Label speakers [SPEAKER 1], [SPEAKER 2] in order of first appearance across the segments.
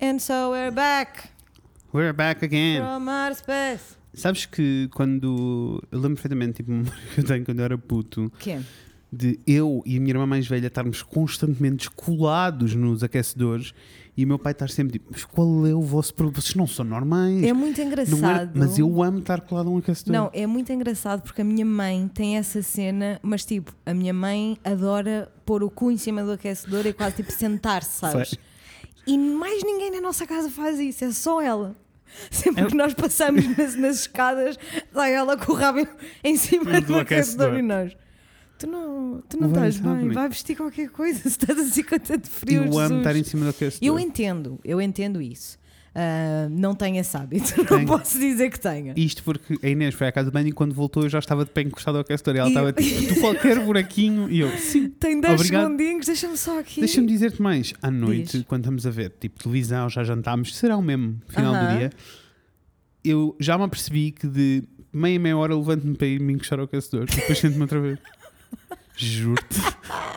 [SPEAKER 1] And so we're back
[SPEAKER 2] We're back again.
[SPEAKER 1] from outer space.
[SPEAKER 2] Sabes que quando. Eu lembro perfeitamente, tipo, uma memória que eu tenho quando eu era puto,
[SPEAKER 1] Quê?
[SPEAKER 2] de eu e a minha irmã mais velha estarmos constantemente descolados nos aquecedores e o meu pai estar sempre tipo: Mas qual é o vosso problema? Vocês não são normais.
[SPEAKER 1] É muito
[SPEAKER 2] Não
[SPEAKER 1] engraçado.
[SPEAKER 2] era- mas eu amo estar colado a um aquecedor.
[SPEAKER 1] Não, é muito engraçado porque a minha mãe tem essa cena, mas tipo, a minha mãe adora pôr o cu em cima do aquecedor e quase tipo sentar-se, sabes?
[SPEAKER 2] Sei.
[SPEAKER 1] E mais ninguém na nossa casa faz isso, é só ela.
[SPEAKER 2] É
[SPEAKER 1] Sempre que nós passamos nas, nas escadas, sai ela com o rabo em- em cima
[SPEAKER 2] Do
[SPEAKER 1] do aquecedor
[SPEAKER 2] aquecedor.
[SPEAKER 1] e nós. Tu não, tu não
[SPEAKER 2] Vai,
[SPEAKER 1] estás bem,
[SPEAKER 2] sabe.
[SPEAKER 1] vai vestir qualquer coisa se estás assim com tanto frio.
[SPEAKER 2] eu amo
[SPEAKER 1] Jesus."
[SPEAKER 2] estar em cima do aquecedor.
[SPEAKER 1] Eu entendo, eu entendo isso. Ah, não tenho esse hábito,
[SPEAKER 2] Tenho.
[SPEAKER 1] não posso dizer que tenha.
[SPEAKER 2] Isto porque a Inês foi à casa de banho e quando voltou eu já estava de pé encostado ao aquecedor e ela
[SPEAKER 1] E-
[SPEAKER 2] estava tipo, tu qualquer buraquinho e eu, sim.
[SPEAKER 1] Tem 10
[SPEAKER 2] Obrigado.
[SPEAKER 1] segundinhos, deixa-me só aqui.
[SPEAKER 2] Deixa-me dizer-te mais, à noite,
[SPEAKER 1] Diz.
[SPEAKER 2] quando estamos a ver tipo televisão, já jantámos, será o mesmo final do
[SPEAKER 1] Aham.
[SPEAKER 2] dia, eu já me apercebi que de meia meia hora levanto-me para ir me encostar ao aquecedor e depois sento-me outra vez. Juro-te.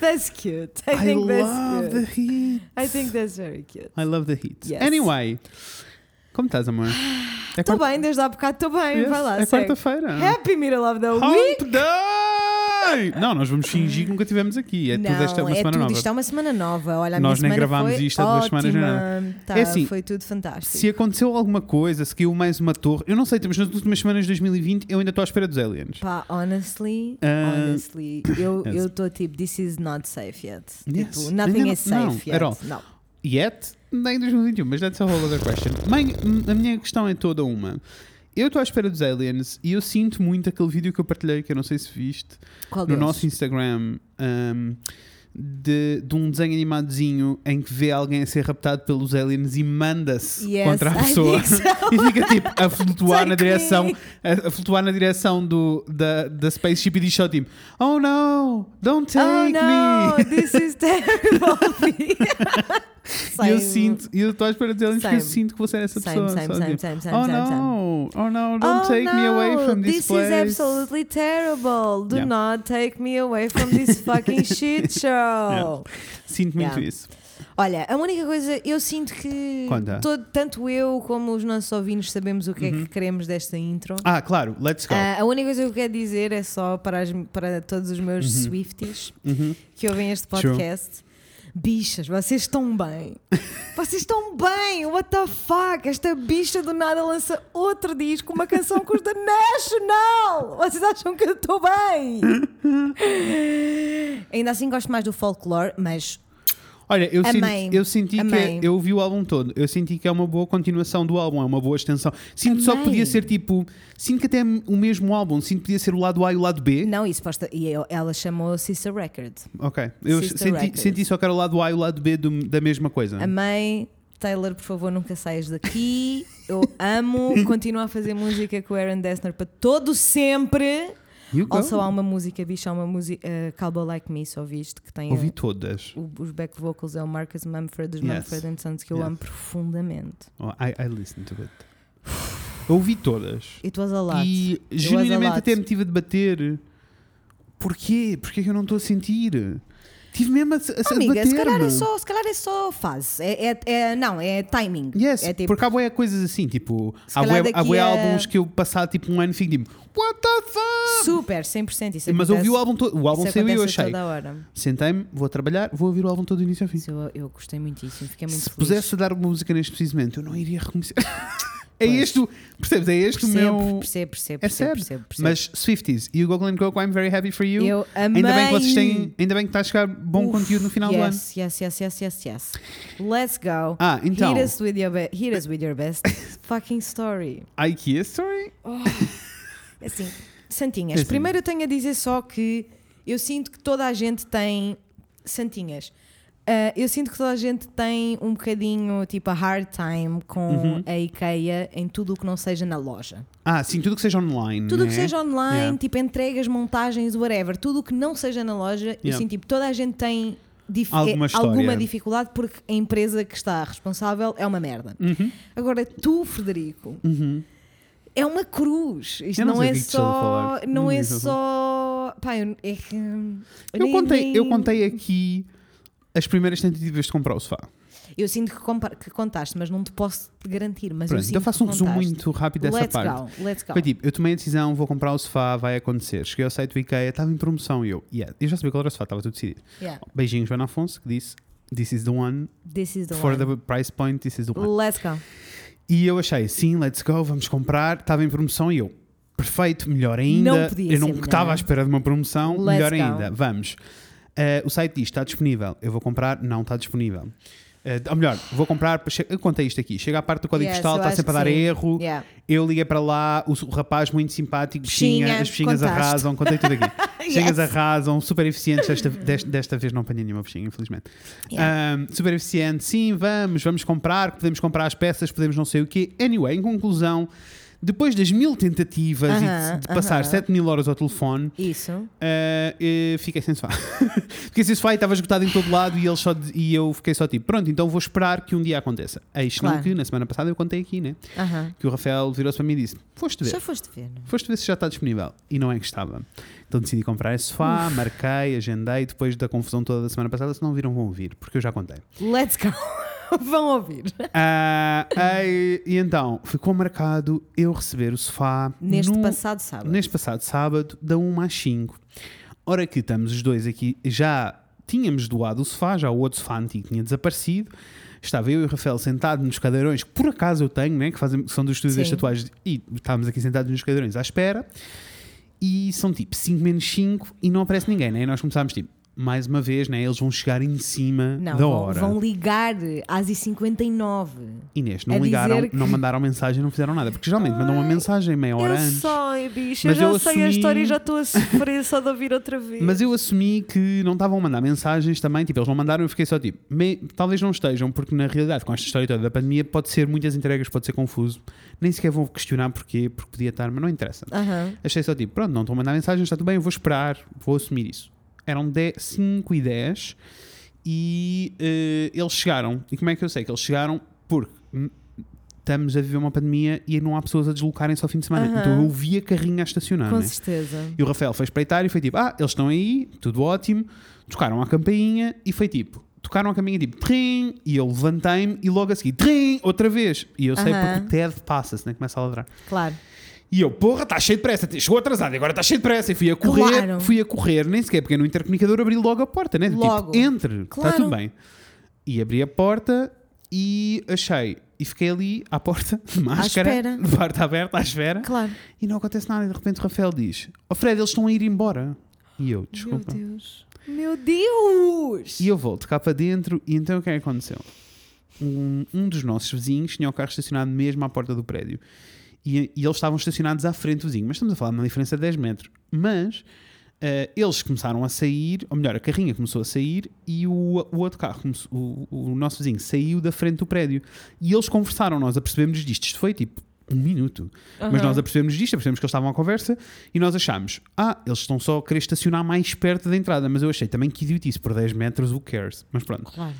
[SPEAKER 1] That's cute. I,
[SPEAKER 2] I
[SPEAKER 1] think that's
[SPEAKER 2] love
[SPEAKER 1] good.
[SPEAKER 2] the heat.
[SPEAKER 1] I think that's very cute.
[SPEAKER 2] I love the heat.
[SPEAKER 1] Yes.
[SPEAKER 2] Anyway, como estás, amor? É
[SPEAKER 1] Estou
[SPEAKER 2] quarta-
[SPEAKER 1] bem, desde há bocado estou bem.
[SPEAKER 2] Yes,
[SPEAKER 1] Vai lá,
[SPEAKER 2] é
[SPEAKER 1] segue.
[SPEAKER 2] quarta-feira.
[SPEAKER 1] Happy Middle of the Week.
[SPEAKER 2] Hump Day! Não, nós vamos fingir que nunca tivemos aqui. É tudo esta uma
[SPEAKER 1] é
[SPEAKER 2] semana
[SPEAKER 1] tudo,
[SPEAKER 2] nova.
[SPEAKER 1] Isto é uma semana nova. Olha, a
[SPEAKER 2] Nós
[SPEAKER 1] minha
[SPEAKER 2] nem
[SPEAKER 1] semana
[SPEAKER 2] gravámos
[SPEAKER 1] foi
[SPEAKER 2] isto há duas semanas, nem
[SPEAKER 1] ótima. Tá,
[SPEAKER 2] É assim,
[SPEAKER 1] foi tudo fantástico.
[SPEAKER 2] Se aconteceu alguma coisa, se caiu mais uma torre, eu não sei, estamos nas últimas semanas de 2020, eu ainda estou à espera dos aliens.
[SPEAKER 1] Pá, honestly,
[SPEAKER 2] Ah,
[SPEAKER 1] honestly, eu
[SPEAKER 2] yes.
[SPEAKER 1] estou tipo, this is not safe yet.
[SPEAKER 2] Yes.
[SPEAKER 1] Tipo, nothing
[SPEAKER 2] Ainda
[SPEAKER 1] is
[SPEAKER 2] não-
[SPEAKER 1] safe
[SPEAKER 2] não,
[SPEAKER 1] yet.
[SPEAKER 2] at all.
[SPEAKER 1] Não.
[SPEAKER 2] Yet, nem 2021, mas that's a whole other question. Mãe, a minha questão é toda uma. Eu estou à espera dos aliens e eu sinto muito aquele vídeo que eu partilhei, que eu não sei se viste,
[SPEAKER 1] Qual
[SPEAKER 2] no
[SPEAKER 1] deles?
[SPEAKER 2] nosso Instagram ahm, de, de um desenho animadozinho em que vê alguém a ser raptado pelos aliens e manda-se
[SPEAKER 1] Yes,
[SPEAKER 2] contra a
[SPEAKER 1] I
[SPEAKER 2] pessoa
[SPEAKER 1] think so.
[SPEAKER 2] e fica tipo a flutuar na
[SPEAKER 1] Take me.
[SPEAKER 2] direção a, a flutuar na direção do, da, da spaceship e diz só tipo Oh no, don't take
[SPEAKER 1] oh no,
[SPEAKER 2] me
[SPEAKER 1] this is terrible.
[SPEAKER 2] e eu
[SPEAKER 1] Same.
[SPEAKER 2] sinto, e eu estou à espera dos aliens porque eu
[SPEAKER 1] Same.
[SPEAKER 2] sinto que vou ser essa
[SPEAKER 1] Same,
[SPEAKER 2] pessoa
[SPEAKER 1] same,
[SPEAKER 2] só
[SPEAKER 1] same,
[SPEAKER 2] tipo,
[SPEAKER 1] same, same,
[SPEAKER 2] Oh
[SPEAKER 1] same, same.
[SPEAKER 2] no, oh no, don't
[SPEAKER 1] Oh,
[SPEAKER 2] take me away
[SPEAKER 1] no,
[SPEAKER 2] from this,
[SPEAKER 1] this
[SPEAKER 2] place
[SPEAKER 1] is absolutely terrible. Do
[SPEAKER 2] Yeah.
[SPEAKER 1] not take me away from this fucking shit show.
[SPEAKER 2] Sinto muito
[SPEAKER 1] Yeah.
[SPEAKER 2] isso
[SPEAKER 1] Olha, a única coisa, eu sinto que
[SPEAKER 2] Conta. Uhum.
[SPEAKER 1] todo- tanto eu como os nossos ouvintes sabemos o que é que queremos desta intro.
[SPEAKER 2] Ah, claro, let's go
[SPEAKER 1] Ah, a única coisa que eu quero dizer é só para, as- para todos os meus Swifties
[SPEAKER 2] Uhum.
[SPEAKER 1] que ouvem este
[SPEAKER 2] True.
[SPEAKER 1] podcast. Bichas, vocês estão bem. vocês estão bem. What the fuck? Esta bicha do nada lança outro disco, uma canção com os da National. Vocês acham que eu estou bem? Ainda assim gosto mais do folclore, mas
[SPEAKER 2] Olha, eu,
[SPEAKER 1] Amei.
[SPEAKER 2] sinto- eu senti que é-
[SPEAKER 1] Amei.
[SPEAKER 2] eu vi o álbum todo, eu senti que é uma boa continuação do álbum, é uma boa extensão. Sinto só que
[SPEAKER 1] Amei.
[SPEAKER 2] podia ser tipo, sinto que até é o mesmo álbum, sinto que podia ser o lado A e o lado B.
[SPEAKER 1] não, isso posta. E eu- ela chamou Sister Record.
[SPEAKER 2] Ok, eu
[SPEAKER 1] Sister
[SPEAKER 2] senti,
[SPEAKER 1] Records.
[SPEAKER 2] senti só que era o lado A e o lado B do- da mesma coisa.
[SPEAKER 1] Amei. Taylor, por favor, nunca saias daqui. Eu amo. Continuo a fazer música com o Aaron Dessner para todo sempre.
[SPEAKER 2] You go.
[SPEAKER 1] Also, há uma música, bicho, há uma música, uh, Cowboy Like Me, só viste, que tem uh,
[SPEAKER 2] Ouvi todas.
[SPEAKER 1] o- os back vocals, é o Marcus Mumford, dos
[SPEAKER 2] Yes.
[SPEAKER 1] Mumford and Sons, que eu
[SPEAKER 2] Yes.
[SPEAKER 1] amo profundamente.
[SPEAKER 2] Oh, I, I listened to it. Eu ouvi todas.
[SPEAKER 1] It was a lot.
[SPEAKER 2] E
[SPEAKER 1] was a
[SPEAKER 2] genuinamente
[SPEAKER 1] lot.
[SPEAKER 2] até me tive a debater. Porquê? Porquê é que eu não estou a sentir? Tive mesmo a, a, a
[SPEAKER 1] Amiga, se calhar, é
[SPEAKER 2] debater-me.
[SPEAKER 1] só, se calhar é só fase. É, é- é- não, é timing.
[SPEAKER 2] Yes,
[SPEAKER 1] é tipo,
[SPEAKER 2] porque há boé coisas assim, tipo,
[SPEAKER 1] Se
[SPEAKER 2] há
[SPEAKER 1] calhar
[SPEAKER 2] boé,
[SPEAKER 1] daqui
[SPEAKER 2] há bué
[SPEAKER 1] a-
[SPEAKER 2] álbuns que eu passar tipo um ano e fico tipo, what the fuck?
[SPEAKER 1] super, 100%. Isso
[SPEAKER 2] Mas
[SPEAKER 1] acontece,
[SPEAKER 2] ouvi o álbum todo, o álbum
[SPEAKER 1] isso
[SPEAKER 2] saiu e eu
[SPEAKER 1] acontece
[SPEAKER 2] achei,
[SPEAKER 1] toda hora.
[SPEAKER 2] sentei-me, vou trabalhar, vou ouvir o álbum todo do início ao fim.
[SPEAKER 1] Isso eu, eu gostei muitíssimo, fiquei muito
[SPEAKER 2] Se
[SPEAKER 1] feliz.
[SPEAKER 2] pusesse a dar música neste preciso momento, eu não iria reconhecer. é
[SPEAKER 1] Pois.
[SPEAKER 2] este, o- percebes? É este
[SPEAKER 1] percebo,
[SPEAKER 2] o meu.
[SPEAKER 1] percebo, percebo,
[SPEAKER 2] É
[SPEAKER 1] percebo,
[SPEAKER 2] sério.
[SPEAKER 1] percebo, percebo.
[SPEAKER 2] Mas Swifties, you go Glenn Coco, I'm very happy for you.
[SPEAKER 1] eu amei.
[SPEAKER 2] Ainda bem que vocês têm, ainda bem que está a chegar bom
[SPEAKER 1] Uf,
[SPEAKER 2] conteúdo no final do ano.
[SPEAKER 1] yes, Yes, yes, yes, yes, yes. Let's go.
[SPEAKER 2] Ah, então,
[SPEAKER 1] Hit us with your, be- hit us with your best fucking story.
[SPEAKER 2] IKEA Story?
[SPEAKER 1] Assim, Santinhas.
[SPEAKER 2] Assim.
[SPEAKER 1] Primeiro eu tenho a dizer só que eu sinto que toda a gente tem. Santinhas. ah, eu sinto que toda a gente tem um bocadinho tipo a hard time com
[SPEAKER 2] Uhum.
[SPEAKER 1] a IKEA em tudo o que não seja na loja.
[SPEAKER 2] Ah, sim, tudo que seja online.
[SPEAKER 1] Tudo o que
[SPEAKER 2] né?
[SPEAKER 1] seja online,
[SPEAKER 2] Yeah.
[SPEAKER 1] tipo entregas, montagens, whatever, tudo o que não seja na loja, e
[SPEAKER 2] Yeah.
[SPEAKER 1] sim, tipo, toda a gente tem dif-
[SPEAKER 2] Alguma
[SPEAKER 1] eh,
[SPEAKER 2] história.
[SPEAKER 1] alguma dificuldade porque a empresa que está responsável é uma merda.
[SPEAKER 2] Uhum,
[SPEAKER 1] Agora, tu, Frederico, é uma cruz. Isto
[SPEAKER 2] Eu não
[SPEAKER 1] não,
[SPEAKER 2] sei
[SPEAKER 1] é
[SPEAKER 2] do que estou a
[SPEAKER 1] só.
[SPEAKER 2] falar.
[SPEAKER 1] Não
[SPEAKER 2] Não
[SPEAKER 1] é
[SPEAKER 2] diz a
[SPEAKER 1] só. Pá, eu, é que-
[SPEAKER 2] Eu
[SPEAKER 1] nem-
[SPEAKER 2] contei, eu
[SPEAKER 1] nem-
[SPEAKER 2] contei aqui as primeiras tentativas de comprar o sofá.
[SPEAKER 1] Eu sinto que, compa- que contaste, mas não te posso garantir. Mas eu
[SPEAKER 2] Pronto,
[SPEAKER 1] sinto
[SPEAKER 2] então faço um
[SPEAKER 1] que
[SPEAKER 2] resumo
[SPEAKER 1] contaste.
[SPEAKER 2] muito rápido dessa
[SPEAKER 1] let's
[SPEAKER 2] parte.
[SPEAKER 1] Go, let's go.
[SPEAKER 2] Foi tipo, eu tomei a decisão, vou comprar o sofá, vai acontecer. Cheguei ao site do IKEA, estava em promoção e eu, yeah, eu já sabia qual era o sofá, estava tudo decidido.
[SPEAKER 1] Yeah.
[SPEAKER 2] Beijinhos, Joana Afonso, que disse, this is the one,
[SPEAKER 1] This is the
[SPEAKER 2] for
[SPEAKER 1] one.
[SPEAKER 2] the price point, this is the one.
[SPEAKER 1] Let's go.
[SPEAKER 2] E eu achei, sim, let's go, vamos comprar. Estava em promoção e eu, perfeito, melhor ainda.
[SPEAKER 1] Não podia
[SPEAKER 2] eu não
[SPEAKER 1] ser melhor.
[SPEAKER 2] estava à espera de uma promoção,
[SPEAKER 1] Let's
[SPEAKER 2] melhor
[SPEAKER 1] go.
[SPEAKER 2] ainda. Vamos. Eh, o site diz, está disponível. Eu vou comprar, não está disponível. Eh, ou melhor, vou comprar, che- eu contei isto aqui, chega à parte do código
[SPEAKER 1] Yes,
[SPEAKER 2] postal,
[SPEAKER 1] eu
[SPEAKER 2] está
[SPEAKER 1] acho
[SPEAKER 2] sempre a
[SPEAKER 1] que
[SPEAKER 2] dar
[SPEAKER 1] sim.
[SPEAKER 2] erro.
[SPEAKER 1] Yeah.
[SPEAKER 2] Eu liguei para lá, o, o rapaz muito simpático, bichinha,
[SPEAKER 1] Bichinha,
[SPEAKER 2] as bichinhas
[SPEAKER 1] contaste.
[SPEAKER 2] arrasam, contei tudo aqui.
[SPEAKER 1] Yes.
[SPEAKER 2] Bichinhas arrasam, super eficientes, desta, desta, desta vez não apanhei nenhuma bichinha, infelizmente.
[SPEAKER 1] Yeah.
[SPEAKER 2] Ahm, super eficiente, sim, vamos, vamos comprar, podemos comprar as peças, podemos não sei o quê. Anyway, em conclusão, depois das mil tentativas e
[SPEAKER 1] Aham,
[SPEAKER 2] de, de passar
[SPEAKER 1] aham.
[SPEAKER 2] 7 mil horas ao telefone,
[SPEAKER 1] Isso.
[SPEAKER 2] ah, eh, fiquei sem sofá. fiquei sem sofá e estava esgotado em todo lado e, eles só, e eu fiquei só tipo, pronto, então vou esperar que um dia aconteça. Eis não
[SPEAKER 1] Claro.
[SPEAKER 2] que na semana passada eu contei aqui, né?
[SPEAKER 1] Aham.
[SPEAKER 2] Que o Rafael virou-se para mim e disse: Foste ver.
[SPEAKER 1] Já foste ver. não é?
[SPEAKER 2] Foste ver se já está disponível. E não é que estava. Então decidi comprar esse sofá, marquei, agendei. Depois da confusão toda da semana passada, se não viram, vão ouvir, porque eu já contei.
[SPEAKER 1] é? Let's go. Vão ouvir.
[SPEAKER 2] Ah, ai, e então, ficou marcado eu receber o sofá
[SPEAKER 1] Neste
[SPEAKER 2] no-
[SPEAKER 1] passado sábado.
[SPEAKER 2] neste passado sábado, da 1 às 5. Ora que estamos os dois aqui, já tínhamos doado o sofá, já o outro sofá antigo tinha desaparecido. Estava eu e o Rafael sentados nos cadeirões, que por acaso eu tenho, né, que, fazem, que são dos estúdios das
[SPEAKER 1] Sim.
[SPEAKER 2] tatuagens, e estávamos aqui sentados nos cadeirões à espera. E são tipo 5 menos 5 e não aparece ninguém, né? E nós começámos tipo, mais uma vez, né? Eles vão chegar em cima
[SPEAKER 1] Não,
[SPEAKER 2] da
[SPEAKER 1] vão,
[SPEAKER 2] hora.
[SPEAKER 1] vão ligar às e 59
[SPEAKER 2] Inês, não
[SPEAKER 1] a
[SPEAKER 2] ligaram,
[SPEAKER 1] dizer que-
[SPEAKER 2] não mandaram mensagem, não fizeram nada, porque geralmente mandam uma mensagem meia hora
[SPEAKER 1] Eu
[SPEAKER 2] antes.
[SPEAKER 1] sei, bicho,
[SPEAKER 2] Mas
[SPEAKER 1] eu já
[SPEAKER 2] eu
[SPEAKER 1] sei a
[SPEAKER 2] assumi-
[SPEAKER 1] história e já estou a sofrer só de ouvir outra vez.
[SPEAKER 2] Mas eu assumi que não estavam a mandar mensagens também, tipo, eles não mandaram, eu fiquei só tipo, "Me- talvez não estejam, porque na realidade, com esta história toda da pandemia, pode ser muitas entregas, pode ser confuso, nem sequer vão questionar porquê, porque podia estar, mas não interessa.
[SPEAKER 1] Aham.
[SPEAKER 2] Achei só tipo, pronto, não estão a mandar mensagens, está tudo bem, eu vou esperar, vou assumir isso. Eram 10, 5 e 10 e eh, eles chegaram. E como é que eu sei que eles chegaram? Porque hum, estamos a viver uma pandemia e não há pessoas a deslocarem-se ao fim de semana.
[SPEAKER 1] Aham.
[SPEAKER 2] Então eu via carrinho a estacionar.
[SPEAKER 1] Com
[SPEAKER 2] né?
[SPEAKER 1] certeza.
[SPEAKER 2] E o Rafael foi espreitar e foi tipo: Ah, eles estão aí, tudo ótimo. Tocaram a campainha e foi tipo: Tocaram a campainha tipo trim. E eu levantei-me e logo a seguir trim, outra vez. E eu sei
[SPEAKER 1] Aham.
[SPEAKER 2] porque o Ted passa-se, né? Começa a ladrar.
[SPEAKER 1] Claro.
[SPEAKER 2] E eu, porra, está cheio de pressa, chegou atrasado, e agora está cheio de pressa. E fui a correr,
[SPEAKER 1] Claro.
[SPEAKER 2] fui a correr, nem sequer porque no intercomunicador abri logo a porta, né? Do
[SPEAKER 1] Logo.
[SPEAKER 2] Tipo, entre, está
[SPEAKER 1] Claro.
[SPEAKER 2] tudo bem. E abri a porta e achei. E fiquei ali à porta, de máscara,
[SPEAKER 1] espera.
[SPEAKER 2] de porta aberta, à espera.
[SPEAKER 1] Claro.
[SPEAKER 2] E não acontece nada. E de repente o Rafael diz: Oh Fred, eles estão a ir embora. E eu, desculpa.
[SPEAKER 1] Meu Deus. Meu Deus!
[SPEAKER 2] E eu volto cá para dentro. E então o que é que aconteceu? Um, um dos nossos vizinhos tinha o carro estacionado mesmo à porta do prédio. E, e eles estavam estacionados à frente do vizinho. Mas estamos a falar de uma diferença de 10 metros. Mas eh, eles começaram a sair, ou melhor, a carrinha começou a sair e o, o outro carro, começou- o, o nosso vizinho, saiu da frente do prédio. E eles conversaram, nós apercebemos disto. Isto foi tipo um minuto. Mas
[SPEAKER 1] Aham.
[SPEAKER 2] nós apercebemos disto, apercebemos que eles estavam à conversa e nós achámos, ah, eles estão só a querer estacionar mais perto da entrada, mas eu achei também que idiotice, por 10 metros, who cares? Mas pronto.
[SPEAKER 1] Claro.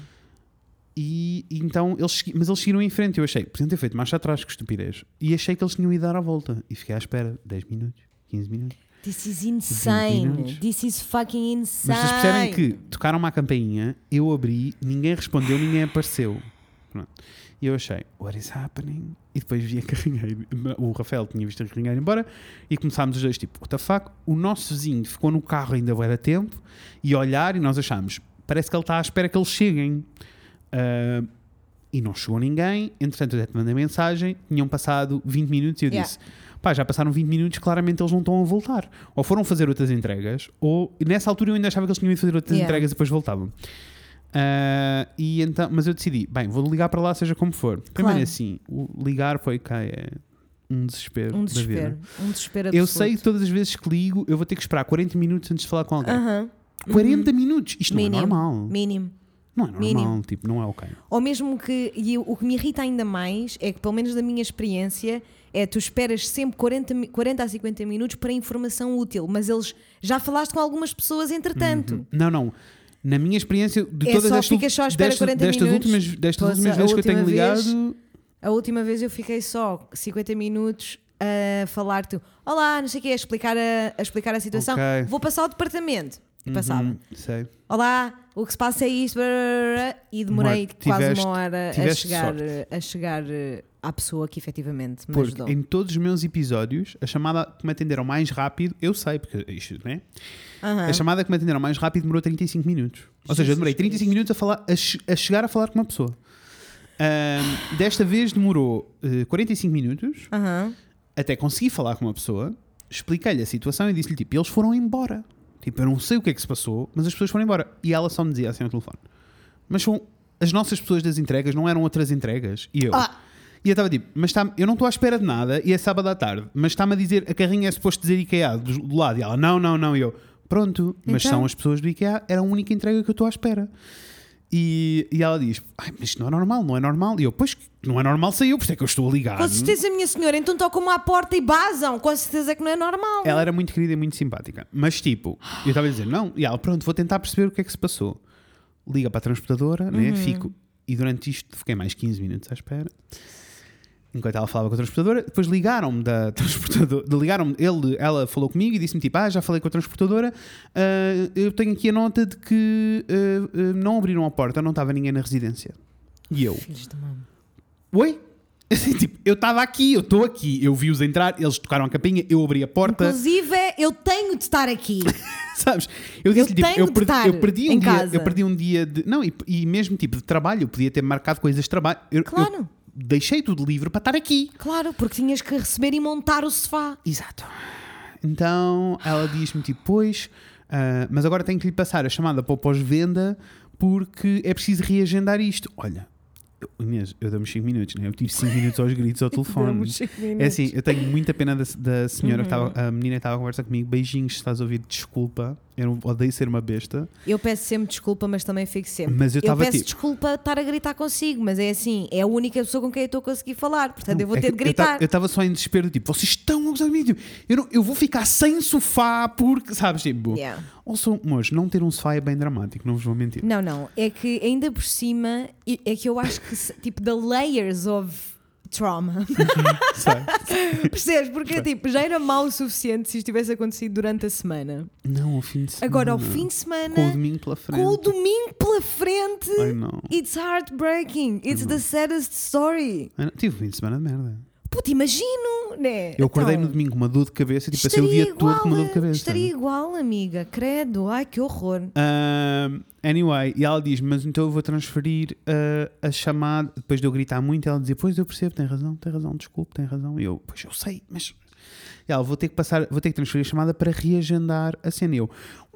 [SPEAKER 2] E, e então, eles, segui- mas eles seguiram em frente, eu achei, podiam ter feito marcha atrás, que estupidez. E achei que eles tinham ido dar a volta. E fiquei à espera, 10 minutos, 15 minutos.
[SPEAKER 1] This is insane.
[SPEAKER 2] minutos.
[SPEAKER 1] This is fucking insane.
[SPEAKER 2] Mas vocês percebem que tocaram uma campainha, eu abri, ninguém respondeu, ninguém apareceu. Pronto. E eu achei, what is happening? E depois vi a carrinheira. O Rafael tinha visto a carrinheira ir embora e começámos os dois tipo, what the fuck? O nosso vizinho ficou no carro ainda bué da tempo e a olhar e nós achámos, parece que ele está à espera que eles cheguem. Ah, e não chegou ninguém, entretanto eu até te mandei mensagem, tinham passado 20 minutos e eu
[SPEAKER 1] Yeah.
[SPEAKER 2] disse, pá, já passaram 20 minutos, claramente eles não estão a voltar. Ou foram fazer outras entregas, ou e nessa altura eu ainda achava que eles tinham ido fazer outras
[SPEAKER 1] Yeah.
[SPEAKER 2] entregas e depois voltavam. Ah, e então, mas eu decidi, bem, vou ligar para lá, seja como for. Primeiro
[SPEAKER 1] Claro.
[SPEAKER 2] assim, o ligar foi cá, é um desespero.
[SPEAKER 1] Um
[SPEAKER 2] da vida.
[SPEAKER 1] desespero. Um desespero absoluto.
[SPEAKER 2] Eu sei que todas as vezes que ligo, eu vou ter que esperar 40 minutos antes de falar com alguém.
[SPEAKER 1] Aham.
[SPEAKER 2] 40 minutos! Isto
[SPEAKER 1] Ah, uhum. Mínimo.
[SPEAKER 2] não é normal.
[SPEAKER 1] Mínimo.
[SPEAKER 2] Não é normal,
[SPEAKER 1] Mínimo.
[SPEAKER 2] tipo, não é ok.
[SPEAKER 1] Ou mesmo que. E o que me irrita ainda mais é que, pelo menos da minha experiência, é tu esperas sempre 40, mi- 40 a 50 minutos para informação útil, mas eles já falaste com algumas pessoas entretanto.
[SPEAKER 2] Uhum. Não, não. Na minha experiência, de
[SPEAKER 1] É
[SPEAKER 2] todas
[SPEAKER 1] só
[SPEAKER 2] as tu-
[SPEAKER 1] ficas só à espera
[SPEAKER 2] destas,
[SPEAKER 1] 40
[SPEAKER 2] destas
[SPEAKER 1] minutos.
[SPEAKER 2] últimas, destas
[SPEAKER 1] Pois,
[SPEAKER 2] últimas
[SPEAKER 1] a
[SPEAKER 2] vezes que eu
[SPEAKER 1] última
[SPEAKER 2] tenho
[SPEAKER 1] vez-
[SPEAKER 2] ligado,
[SPEAKER 1] A última vez eu fiquei só 50 minutos a falar-te: Olá, não sei o que, a explicar a, a explicar a situação.
[SPEAKER 2] Ok.
[SPEAKER 1] Vou passar ao departamento. E passava.
[SPEAKER 2] Uhum, sei.
[SPEAKER 1] Olá, o que se passa é isto. brá, brá, brá", E demorei
[SPEAKER 2] Marco,
[SPEAKER 1] quase
[SPEAKER 2] tiveste-
[SPEAKER 1] uma hora a
[SPEAKER 2] tiveste
[SPEAKER 1] chegar,
[SPEAKER 2] sorte.
[SPEAKER 1] a chegar eh, à pessoa que efetivamente me
[SPEAKER 2] Porque
[SPEAKER 1] ajudou.
[SPEAKER 2] em todos os meus episódios, a chamada que me atenderam mais rápido, eu sei, porque isto, né?
[SPEAKER 1] Aham.
[SPEAKER 2] A chamada que me atenderam mais rápido demorou 35 minutos. Ou seja, eu demorei 35 minutos a, falar, a, che- a chegar a falar com uma pessoa. Ahm, desta vez demorou eh, 45 minutos
[SPEAKER 1] Aham.
[SPEAKER 2] até consegui falar com uma pessoa, expliquei-lhe a situação e disse-lhe: tipo, eles foram embora. Tipo, eu não sei o que é que se passou, mas as pessoas foram embora. E ela só me dizia assim ao telefone: Mas são as nossas pessoas das entregas, não eram outras entregas. E eu.
[SPEAKER 1] Ah.
[SPEAKER 2] E eu estava tipo, mas tá, eu não estou à espera de nada e é sábado à tarde, mas está-me a dizer, a carrinha é suposto dizer IKEA do, do lado. E ela, não, não, não. E eu, pronto, mas
[SPEAKER 1] Então?
[SPEAKER 2] são as pessoas do IKEA, era a única entrega que eu estou à espera. E, e ela diz, Ai, mas isto não é normal, não é normal. E eu, pois, não é normal sei eu, por isso é que eu estou a ligar.
[SPEAKER 1] Com certeza, minha senhora, então tocam-me à porta e basam. Com certeza que não é normal.
[SPEAKER 2] Ela era muito querida e muito simpática. Mas tipo, eu estava a dizer, não, e ela, pronto, vou tentar perceber o que é que se passou. Liga para a transportadora, né? Fico. E durante isto fiquei mais 15 minutos à espera. Enquanto ela falava com a transportadora, depois ligaram-me da transportadora. de- Ligaram-me, ele, ela falou comigo e disse-me tipo: Ah, já falei com a transportadora, ah, eu tenho aqui a nota de que ah, ah, não abriram a porta, não estava ninguém na residência. E eu.
[SPEAKER 1] Filhos de mãe.
[SPEAKER 2] Oi? Assim, tipo, eu estava aqui, eu estou aqui, eu vi-os entrar, eles tocaram a campainha, eu abri a porta.
[SPEAKER 1] Inclusive, eu tenho de estar aqui.
[SPEAKER 2] Sabes? Eu disse-lhe,
[SPEAKER 1] tenho
[SPEAKER 2] tipo, eu,
[SPEAKER 1] de
[SPEAKER 2] perdi,
[SPEAKER 1] estar
[SPEAKER 2] eu perdi um
[SPEAKER 1] em
[SPEAKER 2] dia,
[SPEAKER 1] casa.
[SPEAKER 2] eu perdi um dia de, não, e, e mesmo tipo de trabalho, eu podia ter marcado coisas de trabalho. Eu,
[SPEAKER 1] Claro.
[SPEAKER 2] eu deixei tudo livre para estar aqui.
[SPEAKER 1] claro, porque tinhas que receber e montar o sofá.
[SPEAKER 2] Exato. Então ela diz-me tipo, pois, ah, mas agora tenho que lhe passar a chamada para o pós-venda porque é preciso reagendar isto. Olha, eu, Inês, eu damos 5 minutos, né? Eu tive 5 minutos aos gritos ao telefone.
[SPEAKER 1] Damos cinco
[SPEAKER 2] É
[SPEAKER 1] minutos. Uhum.
[SPEAKER 2] assim, eu tenho muita pena da, da senhora que estava, a menina que estava a conversar comigo. Beijinhos, se estás a ouvir, desculpa. Eu não- odeio ser uma besta.
[SPEAKER 1] Eu peço sempre desculpa, mas também fico sempre.
[SPEAKER 2] Mas eu tava
[SPEAKER 1] peço
[SPEAKER 2] tipo-
[SPEAKER 1] desculpa estar a gritar consigo, mas é assim, é a única pessoa com quem eu estou a conseguir falar, portanto eu vou
[SPEAKER 2] É
[SPEAKER 1] ter
[SPEAKER 2] que
[SPEAKER 1] de
[SPEAKER 2] ta-
[SPEAKER 1] gritar.
[SPEAKER 2] Eu estava só em desespero, tipo, vocês estão a gozar de mim? Tipo, Eu, não- eu vou ficar sem sofá porque, sabes, tipo.
[SPEAKER 1] Yeah.
[SPEAKER 2] Ouçam, mas não ter um sofá é bem dramático, não vos vou mentir.
[SPEAKER 1] Não, não, é que ainda por cima, e- é que eu acho que, se- tipo, the layers of
[SPEAKER 2] Uhum.
[SPEAKER 1] trauma.
[SPEAKER 2] Sabe?
[SPEAKER 1] Percebes? Porque, tipo, já era mal o suficiente se isto tivesse acontecido durante a semana.
[SPEAKER 2] não, ao fim de semana.
[SPEAKER 1] Agora, ao fim de semana,
[SPEAKER 2] Hum, Com o domingo pela frente.
[SPEAKER 1] com o domingo pela frente,
[SPEAKER 2] Ai, não.
[SPEAKER 1] it's heartbreaking. It's
[SPEAKER 2] Hum.
[SPEAKER 1] the saddest story.
[SPEAKER 2] Ai, não. Tive um fim de semana de merda.
[SPEAKER 1] Puta, imagino, né?
[SPEAKER 2] Eu acordei
[SPEAKER 1] Então, eh,
[SPEAKER 2] no domingo com uma dor de cabeça e tipo, passei o dia todo com uma dor de cabeça.
[SPEAKER 1] Estaria igual, amiga. Credo. Ai, que horror.
[SPEAKER 2] Ahm, anyway, e ela diz: Mas então eu vou transferir ah, a chamada. Depois de eu gritar muito, ela dizia: Pois eu percebo, tem razão, tem razão, desculpe, tem razão. E eu, pois eu sei, mas. E ela, vou ter que passar, vou ter que transferir a chamada para reagendar a cena. E eu,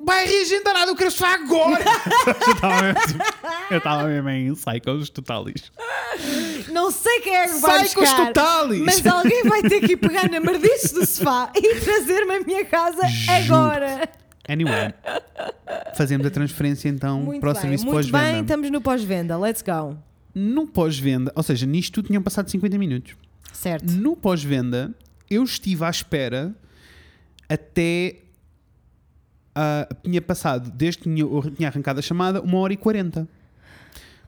[SPEAKER 2] vai reagendar nada, eu quero sofá agora! eu estava mesmo, eu estava mesmo em psychos totalis.
[SPEAKER 1] Não sei quem é que vai
[SPEAKER 2] Psychos
[SPEAKER 1] buscar,
[SPEAKER 2] totalis!
[SPEAKER 1] Mas alguém vai ter que ir pegar na merdice do sofá e trazer-me à minha casa
[SPEAKER 2] Juro-te.
[SPEAKER 1] agora.
[SPEAKER 2] Anyway, fazemos a transferência então
[SPEAKER 1] Muito
[SPEAKER 2] para o
[SPEAKER 1] bem,
[SPEAKER 2] serviço
[SPEAKER 1] muito bem. então.
[SPEAKER 2] pós-venda.
[SPEAKER 1] Estamos no pós-venda. Let's go.
[SPEAKER 2] No pós-venda, ou seja, nisto tudo tinham passado 50 minutos.
[SPEAKER 1] Certo.
[SPEAKER 2] No pós-venda, eu estive à espera até. ah, tinha passado, desde que tinha- eu tinha arrancado a chamada, uma hora e quarenta.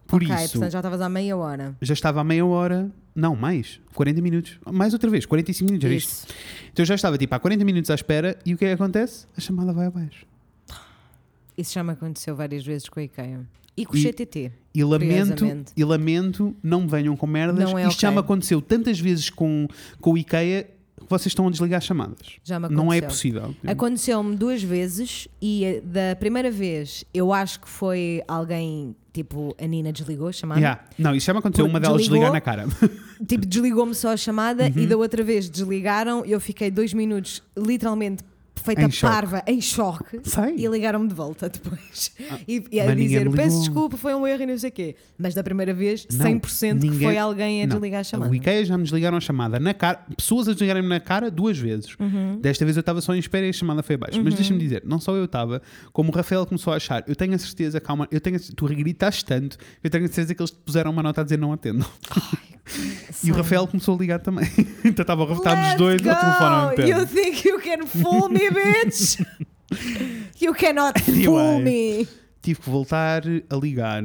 [SPEAKER 2] Por
[SPEAKER 1] ok,
[SPEAKER 2] isso,
[SPEAKER 1] portanto já estavas à meia hora.
[SPEAKER 2] já estava a meia hora, não, mais, 40 minutos. Mais outra vez, 45 minutos, era isto.
[SPEAKER 1] Isso.
[SPEAKER 2] Então eu já estava tipo há 40 minutos à espera e o que é que acontece? A chamada vai abaixo.
[SPEAKER 1] Isso já me aconteceu várias vezes com a IKEA. E com o GTT.
[SPEAKER 2] E lamento,
[SPEAKER 1] Curiosamente.
[SPEAKER 2] e lamento, não me venham com merdas.
[SPEAKER 1] Não é
[SPEAKER 2] Isto já
[SPEAKER 1] ok.
[SPEAKER 2] me aconteceu tantas vezes com, com o IKEA que vocês estão a desligar as chamadas.
[SPEAKER 1] Já me
[SPEAKER 2] Não é
[SPEAKER 1] aconteceu.
[SPEAKER 2] possível.
[SPEAKER 1] Aconteceu-me duas vezes e eh, da primeira vez eu acho que foi alguém, tipo, a Nina desligou a chamada.
[SPEAKER 2] Yeah. Não, isso já me aconteceu
[SPEAKER 1] Porque
[SPEAKER 2] uma delas
[SPEAKER 1] desligou.
[SPEAKER 2] desligar na cara.
[SPEAKER 1] Tipo, desligou-me só a chamada e
[SPEAKER 2] Uhum.
[SPEAKER 1] da outra vez desligaram e eu fiquei dois minutos literalmente feita
[SPEAKER 2] Em choque.
[SPEAKER 1] parva, em choque.
[SPEAKER 2] Sei. Ah,
[SPEAKER 1] E ligaram-me de volta depois. e, e a
[SPEAKER 2] mas ninguém
[SPEAKER 1] dizer,
[SPEAKER 2] me
[SPEAKER 1] peço
[SPEAKER 2] ligou."
[SPEAKER 1] desculpa, foi um erro e não sei o quê. Mas da primeira vez,
[SPEAKER 2] Não,
[SPEAKER 1] 100% que
[SPEAKER 2] ninguém-
[SPEAKER 1] foi alguém a
[SPEAKER 2] Não.
[SPEAKER 1] desligar a chamada.
[SPEAKER 2] O IKEA já me desligaram a chamada na cara, pessoas a desligarem-me na cara duas vezes.
[SPEAKER 1] Uhum.
[SPEAKER 2] Desta vez eu estava só em espera e a chamada foi abaixo. Mas deixa-me dizer, não só eu estava, como o Rafael começou a achar, eu tenho a certeza, calma, eu tenho a, cer- tu gritaste tanto, eu tenho a certeza que eles te puseram uma nota a dizer não atendo. e o Rafael começou a ligar também. então estava, estávamos os
[SPEAKER 1] Let's
[SPEAKER 2] dois ao telefone ao
[SPEAKER 1] go!
[SPEAKER 2] mesmo tempo.
[SPEAKER 1] You think you can fool me, bitch? you cannot fool me.
[SPEAKER 2] tive que voltar a ligar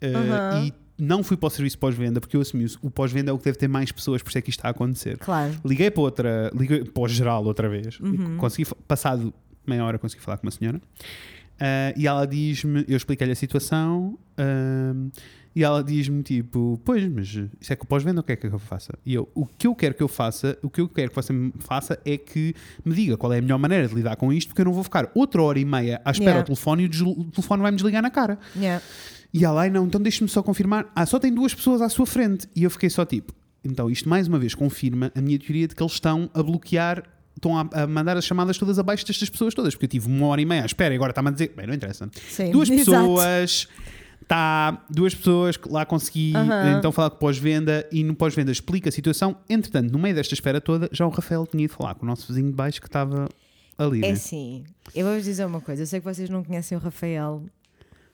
[SPEAKER 2] eh,
[SPEAKER 1] Aham.
[SPEAKER 2] e não fui para o serviço pós-venda porque eu assumi o pós-venda é o que deve ter mais pessoas, por isso é que isto está a acontecer.
[SPEAKER 1] Claro.
[SPEAKER 2] Liguei para outra, liguei para o geral outra vez, consegui fa- passado meia hora consegui falar com uma senhora Ah, e ela diz-me, eu expliquei-lhe a situação, ahm, e ela diz-me tipo, pois, mas isso é que pós-venda, o que é que eu faça? E eu, o que eu quero que eu faça, o que eu quero que você me faça é que me diga qual é a melhor maneira de lidar com isto, porque eu não vou ficar outra hora e meia à espera
[SPEAKER 1] Yeah.
[SPEAKER 2] do telefone e o des- o telefone vai-me desligar na cara.
[SPEAKER 1] Yeah.
[SPEAKER 2] E ela, ai não, então deixe-me só confirmar. Ah, só tem duas pessoas à sua frente. E eu fiquei só tipo, então isto mais uma vez confirma a minha teoria de que eles estão a bloquear, estão a, a mandar as chamadas todas abaixo destas pessoas todas, porque eu tive uma hora e meia à espera e agora está-me a dizer, bem, não interessa.
[SPEAKER 1] Sim,
[SPEAKER 2] duas
[SPEAKER 1] exato.
[SPEAKER 2] pessoas. Tá, duas pessoas que lá consegui
[SPEAKER 1] Aham.
[SPEAKER 2] então falar com o pós-venda e no pós-venda explica a situação. Entretanto, no meio desta espera toda, já o Rafael tinha ido falar com o nosso vizinho de baixo que estava ali.
[SPEAKER 1] É
[SPEAKER 2] né?
[SPEAKER 1] assim, eu vou-vos dizer uma coisa. Eu sei que vocês não conhecem o Rafael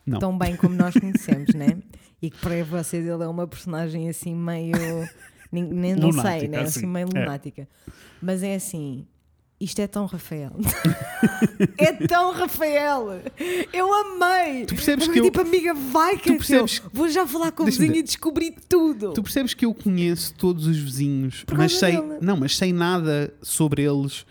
[SPEAKER 2] Não.
[SPEAKER 1] tão bem como nós conhecemos, né? E que para vocês ele é uma personagem assim meio. nem- nem- não sei,
[SPEAKER 2] Lunática,
[SPEAKER 1] né? Assim,
[SPEAKER 2] assim,
[SPEAKER 1] meio
[SPEAKER 2] é.
[SPEAKER 1] lunática. Mas é assim. Isto é tão Rafael. é tão Rafael. Eu amei.
[SPEAKER 2] Tu percebes
[SPEAKER 1] Mas,
[SPEAKER 2] que eu-
[SPEAKER 1] tipo, amiga, vai que
[SPEAKER 2] percebes que-
[SPEAKER 1] Vou já falar com o
[SPEAKER 2] Deixa-me
[SPEAKER 1] vizinho e descobrir tudo.
[SPEAKER 2] Tu percebes que eu conheço todos os vizinhos,
[SPEAKER 1] Por
[SPEAKER 2] mas
[SPEAKER 1] causa
[SPEAKER 2] sei,
[SPEAKER 1] dele.
[SPEAKER 2] não, mas sei nada sobre eles.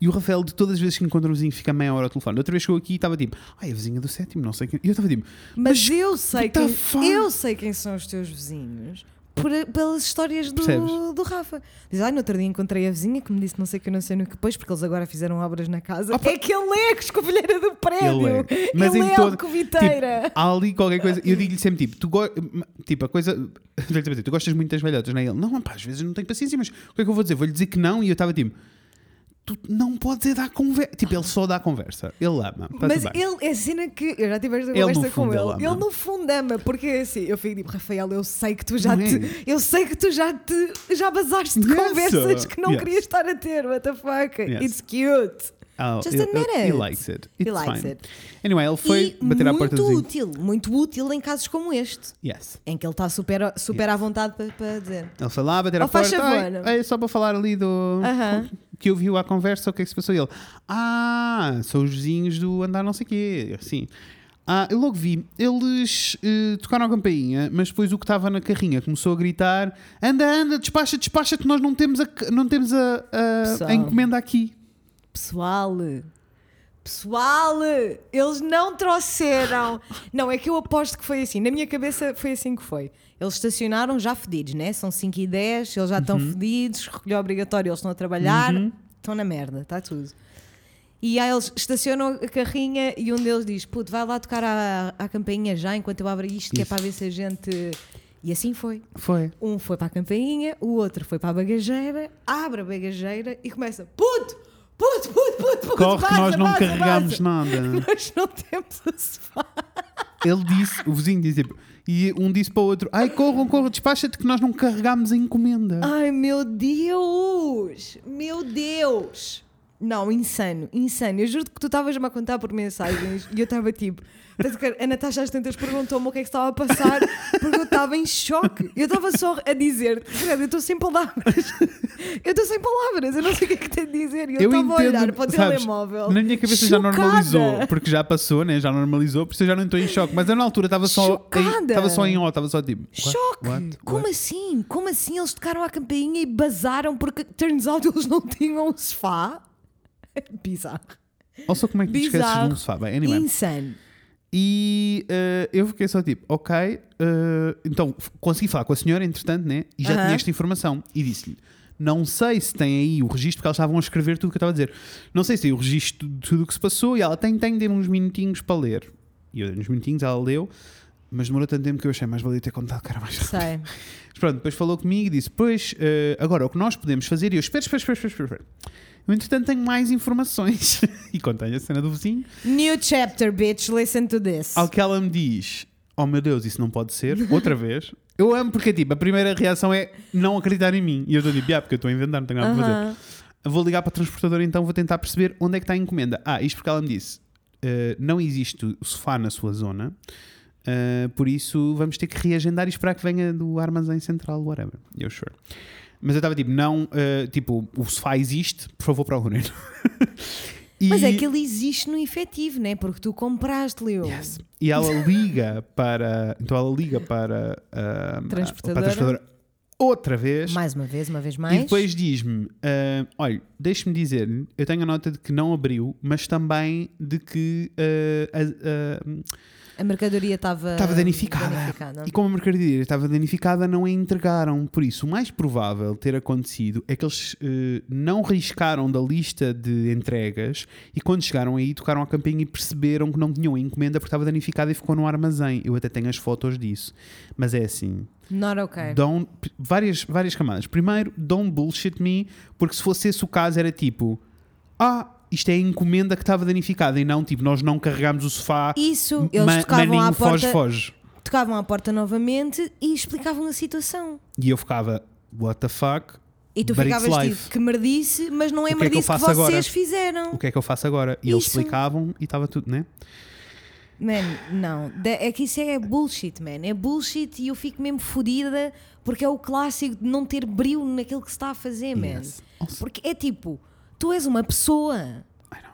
[SPEAKER 2] E o Rafael, de todas as vezes que encontra um vizinho, fica meia hora ao telefone. Outra vez chegou aqui e estava tipo, ai, a vizinha do sétimo, não sei quem. E eu estava tipo,
[SPEAKER 1] Mas, eu sei
[SPEAKER 2] what the
[SPEAKER 1] quem,
[SPEAKER 2] fuck?
[SPEAKER 1] eu sei quem são os teus vizinhos por- pelas histórias do,
[SPEAKER 2] Percebes?
[SPEAKER 1] do Rafa. Diz, ai, no outro dia encontrei a vizinha que me disse não sei que, não sei no que depois, porque eles agora fizeram obras na casa.
[SPEAKER 2] Opa.
[SPEAKER 1] É que ele é a escovilheira do prédio.
[SPEAKER 2] ele é. Mas
[SPEAKER 1] ele
[SPEAKER 2] em
[SPEAKER 1] é
[SPEAKER 2] todo,
[SPEAKER 1] a coviteira.
[SPEAKER 2] Tipo, há ali qualquer coisa. Eu digo-lhe sempre, tipo, tu, go- tipo, a coisa. Tu gostas muito das velhotas, não é? Ele, não, pá, às vezes não tenho paciência, mas o que é que eu vou dizer? Vou-lhe dizer que não. E eu estava tipo, tu não podes é dar conversa. Tipo, ele só dá conversa. Ele ama. Está
[SPEAKER 1] Mas
[SPEAKER 2] tudo bem.
[SPEAKER 1] ele, é a cena que eu já tive esta
[SPEAKER 2] Ele, no
[SPEAKER 1] conversa com
[SPEAKER 2] fundo,
[SPEAKER 1] ele.
[SPEAKER 2] ele ama.
[SPEAKER 1] Ele, no fundo ama, porque é assim, eu fico tipo, Rafael, eu sei que tu já
[SPEAKER 2] Não é?
[SPEAKER 1] te. Eu sei que tu já te. Já basaste
[SPEAKER 2] Yes.
[SPEAKER 1] conversas que não
[SPEAKER 2] Yes.
[SPEAKER 1] querias estar a ter, what the fuck.
[SPEAKER 2] Yes.
[SPEAKER 1] It's cute.
[SPEAKER 2] Oh,
[SPEAKER 1] Just
[SPEAKER 2] ele-
[SPEAKER 1] admit
[SPEAKER 2] ele- He
[SPEAKER 1] it.
[SPEAKER 2] likes it. It's
[SPEAKER 1] He likes
[SPEAKER 2] fine.
[SPEAKER 1] it.
[SPEAKER 2] Anyway, ele foi
[SPEAKER 1] e
[SPEAKER 2] bater à
[SPEAKER 1] muito
[SPEAKER 2] porta do vizinho.
[SPEAKER 1] útil, muito útil em casos como este,
[SPEAKER 2] Yes.
[SPEAKER 1] em que ele está super, super à vontade para, para dizer.
[SPEAKER 2] Ele foi lá bater
[SPEAKER 1] Oh,
[SPEAKER 2] à
[SPEAKER 1] faz
[SPEAKER 2] porta.
[SPEAKER 1] favor.
[SPEAKER 2] Ai, é só para falar ali do
[SPEAKER 1] Aham.
[SPEAKER 2] que ouviu à conversa, o que é que se passou? E Ele, ah, são os vizinhos do andar não sei quê. Sim. Ah, eu logo vi, eles eh, tocaram a campainha, mas depois o que estava na carrinha começou a gritar: anda, anda, despacha, despacha, que nós não temos a, não temos a, a-
[SPEAKER 1] Pessoal.
[SPEAKER 2] a encomenda aqui.
[SPEAKER 1] Pessoal, pessoal, eles não trouxeram. Não, é que eu aposto que foi assim. Na minha cabeça foi assim que foi. Eles estacionaram já fedidos, né? São 5 e 10, eles já estão fedidos, recolheu obrigatório, eles estão a trabalhar, estão na merda, está tudo. E aí eles estacionam a carrinha e um deles diz: Puto, vai lá tocar à, à campainha já enquanto eu abro isto, que é
[SPEAKER 2] Isso.
[SPEAKER 1] para ver se a gente. E assim foi.
[SPEAKER 2] Foi.
[SPEAKER 1] Um foi para a campainha, o outro foi para a bagageira, abre a bagageira e começa: puto, puto, puto, puto, puto,
[SPEAKER 2] Corre que
[SPEAKER 1] passa,
[SPEAKER 2] nós não
[SPEAKER 1] passa,
[SPEAKER 2] carregamos
[SPEAKER 1] passa.
[SPEAKER 2] nada. é?
[SPEAKER 1] Nós não temos a sofá.
[SPEAKER 2] Ele disse, o vizinho disse, tipo, e um disse para o outro: ai, corram, corram, despacha-te que nós não carregámos a encomenda.
[SPEAKER 1] Ai meu Deus! Meu Deus! Não, insano, insano. Eu juro que tu estavas-me a contar por mensagens e eu estava tipo. "Estás a ver?" A Natasha às tantas perguntou-me o que é que estava a passar porque eu estava em choque. Eu estava só a dizer: Fred, eu estou sem palavras. Eu estou sem palavras, eu não sei o que é que tenho de dizer. E Eu estava a olhar para o
[SPEAKER 2] sabes,
[SPEAKER 1] telemóvel.
[SPEAKER 2] Na minha cabeça
[SPEAKER 1] chocada.
[SPEAKER 2] já normalizou, porque já passou, né? já normalizou, por isso eu já não estou em choque. Mas eu na altura estava só, em-
[SPEAKER 1] Chocada.
[SPEAKER 2] estava só em ó, estava só tipo. what,
[SPEAKER 1] Choque!
[SPEAKER 2] what, what?
[SPEAKER 1] Como assim? Como assim eles tocaram à campainha e bazaram porque turns out eles não tinham um sofá? É Bizarro.
[SPEAKER 2] Ou só como é que te esqueces de
[SPEAKER 1] Bizarro.
[SPEAKER 2] um sofá? Bem, anyway.
[SPEAKER 1] Insano.
[SPEAKER 2] E eh, eu fiquei só tipo, ok. eh, então f- consegui falar com a senhora, entretanto, né? E já
[SPEAKER 1] Aham.
[SPEAKER 2] tinha esta informação. E disse-lhe: Não sei se tem aí o registro, porque elas estavam a escrever tudo o que eu estava a dizer. Não sei se tem o registro de tudo o que se passou. E ela tem, tem, dê-me uns minutinhos para ler. E eu dei uns minutinhos, ela leu. Mas demorou tanto tempo que eu achei mais valia ter contado que era mais rápido.
[SPEAKER 1] Sei.
[SPEAKER 2] Mas pronto, depois falou comigo e disse: Pois, eh, agora o que nós podemos fazer? E eu: Espera, espera, espera, espera, espera. espera. Eu, entretanto, tenho mais informações. e contei a cena do vizinho.
[SPEAKER 1] New chapter, bitch. Listen to this.
[SPEAKER 2] Ao que ela me diz, oh meu Deus, isso não pode ser, outra vez. Eu amo porque, tipo, a primeira reação é não acreditar em mim. E eu estou tipo, ah, porque eu estou a inventar, não tenho nada para fazer.
[SPEAKER 1] Aham.
[SPEAKER 2] Vou ligar para a transportadora então, vou tentar perceber onde é que está a encomenda. Ah, isto porque ela me disse, "Eh, não existe o sofá na sua zona, eh, por isso vamos ter que reagendar e esperar que venha do armazém central, whatever. E Eu sure. Mas eu estava tipo, não, eh, tipo, o sofá existe, por favor procurem. E-
[SPEAKER 1] Mas é que ele existe no efetivo, né? Porque tu compraste, Leo.
[SPEAKER 2] Yes. E ela liga para. Então ela liga para. ah,
[SPEAKER 1] Transportadora.
[SPEAKER 2] para a transportadora outra vez.
[SPEAKER 1] Mais uma vez, uma vez
[SPEAKER 2] E
[SPEAKER 1] mais.
[SPEAKER 2] depois diz-me: ah, olha, deixe-me dizer, eu tenho a nota de que não abriu, mas também de que ah, a- a-
[SPEAKER 1] A mercadoria estava
[SPEAKER 2] estava danificada.
[SPEAKER 1] danificada.
[SPEAKER 2] E como a mercadoria estava danificada, não a entregaram. Por isso, o mais provável ter acontecido é que eles eh, não riscaram da lista de entregas e quando chegaram aí tocaram a campainha e perceberam que não tinham a encomenda porque estava danificada e ficou no armazém. Eu até tenho as fotos disso. Mas é assim,
[SPEAKER 1] Not okay.
[SPEAKER 2] Don't- p- várias, várias camadas. Primeiro, don't bullshit me, porque se fosse esse o caso, era tipo: Ah, isto é a encomenda que estava danificada, e não tipo, nós não carregámos o sofá,
[SPEAKER 1] Isso, eles
[SPEAKER 2] ma-
[SPEAKER 1] tocavam à
[SPEAKER 2] maninho,
[SPEAKER 1] porta,
[SPEAKER 2] foge, foge.
[SPEAKER 1] tocavam à porta novamente e explicavam a situação.
[SPEAKER 2] E eu ficava: What the fuck?
[SPEAKER 1] E tu
[SPEAKER 2] But it's
[SPEAKER 1] ficavas
[SPEAKER 2] life.
[SPEAKER 1] tipo, que merdice, mas não é
[SPEAKER 2] O que é que
[SPEAKER 1] merdice
[SPEAKER 2] eu
[SPEAKER 1] que,
[SPEAKER 2] faço
[SPEAKER 1] vocês
[SPEAKER 2] agora?
[SPEAKER 1] fizeram.
[SPEAKER 2] O que é que eu faço agora? E eles
[SPEAKER 1] Isso.
[SPEAKER 2] explicavam e estava tudo, né?
[SPEAKER 1] Man, não, Da- é que isso é bullshit, man. É bullshit e eu fico mesmo fodida porque é o clássico de não ter brilho naquilo que se está a fazer, man.
[SPEAKER 2] Yes. Also,
[SPEAKER 1] Porque é tipo, tu és uma pessoa,
[SPEAKER 2] I know.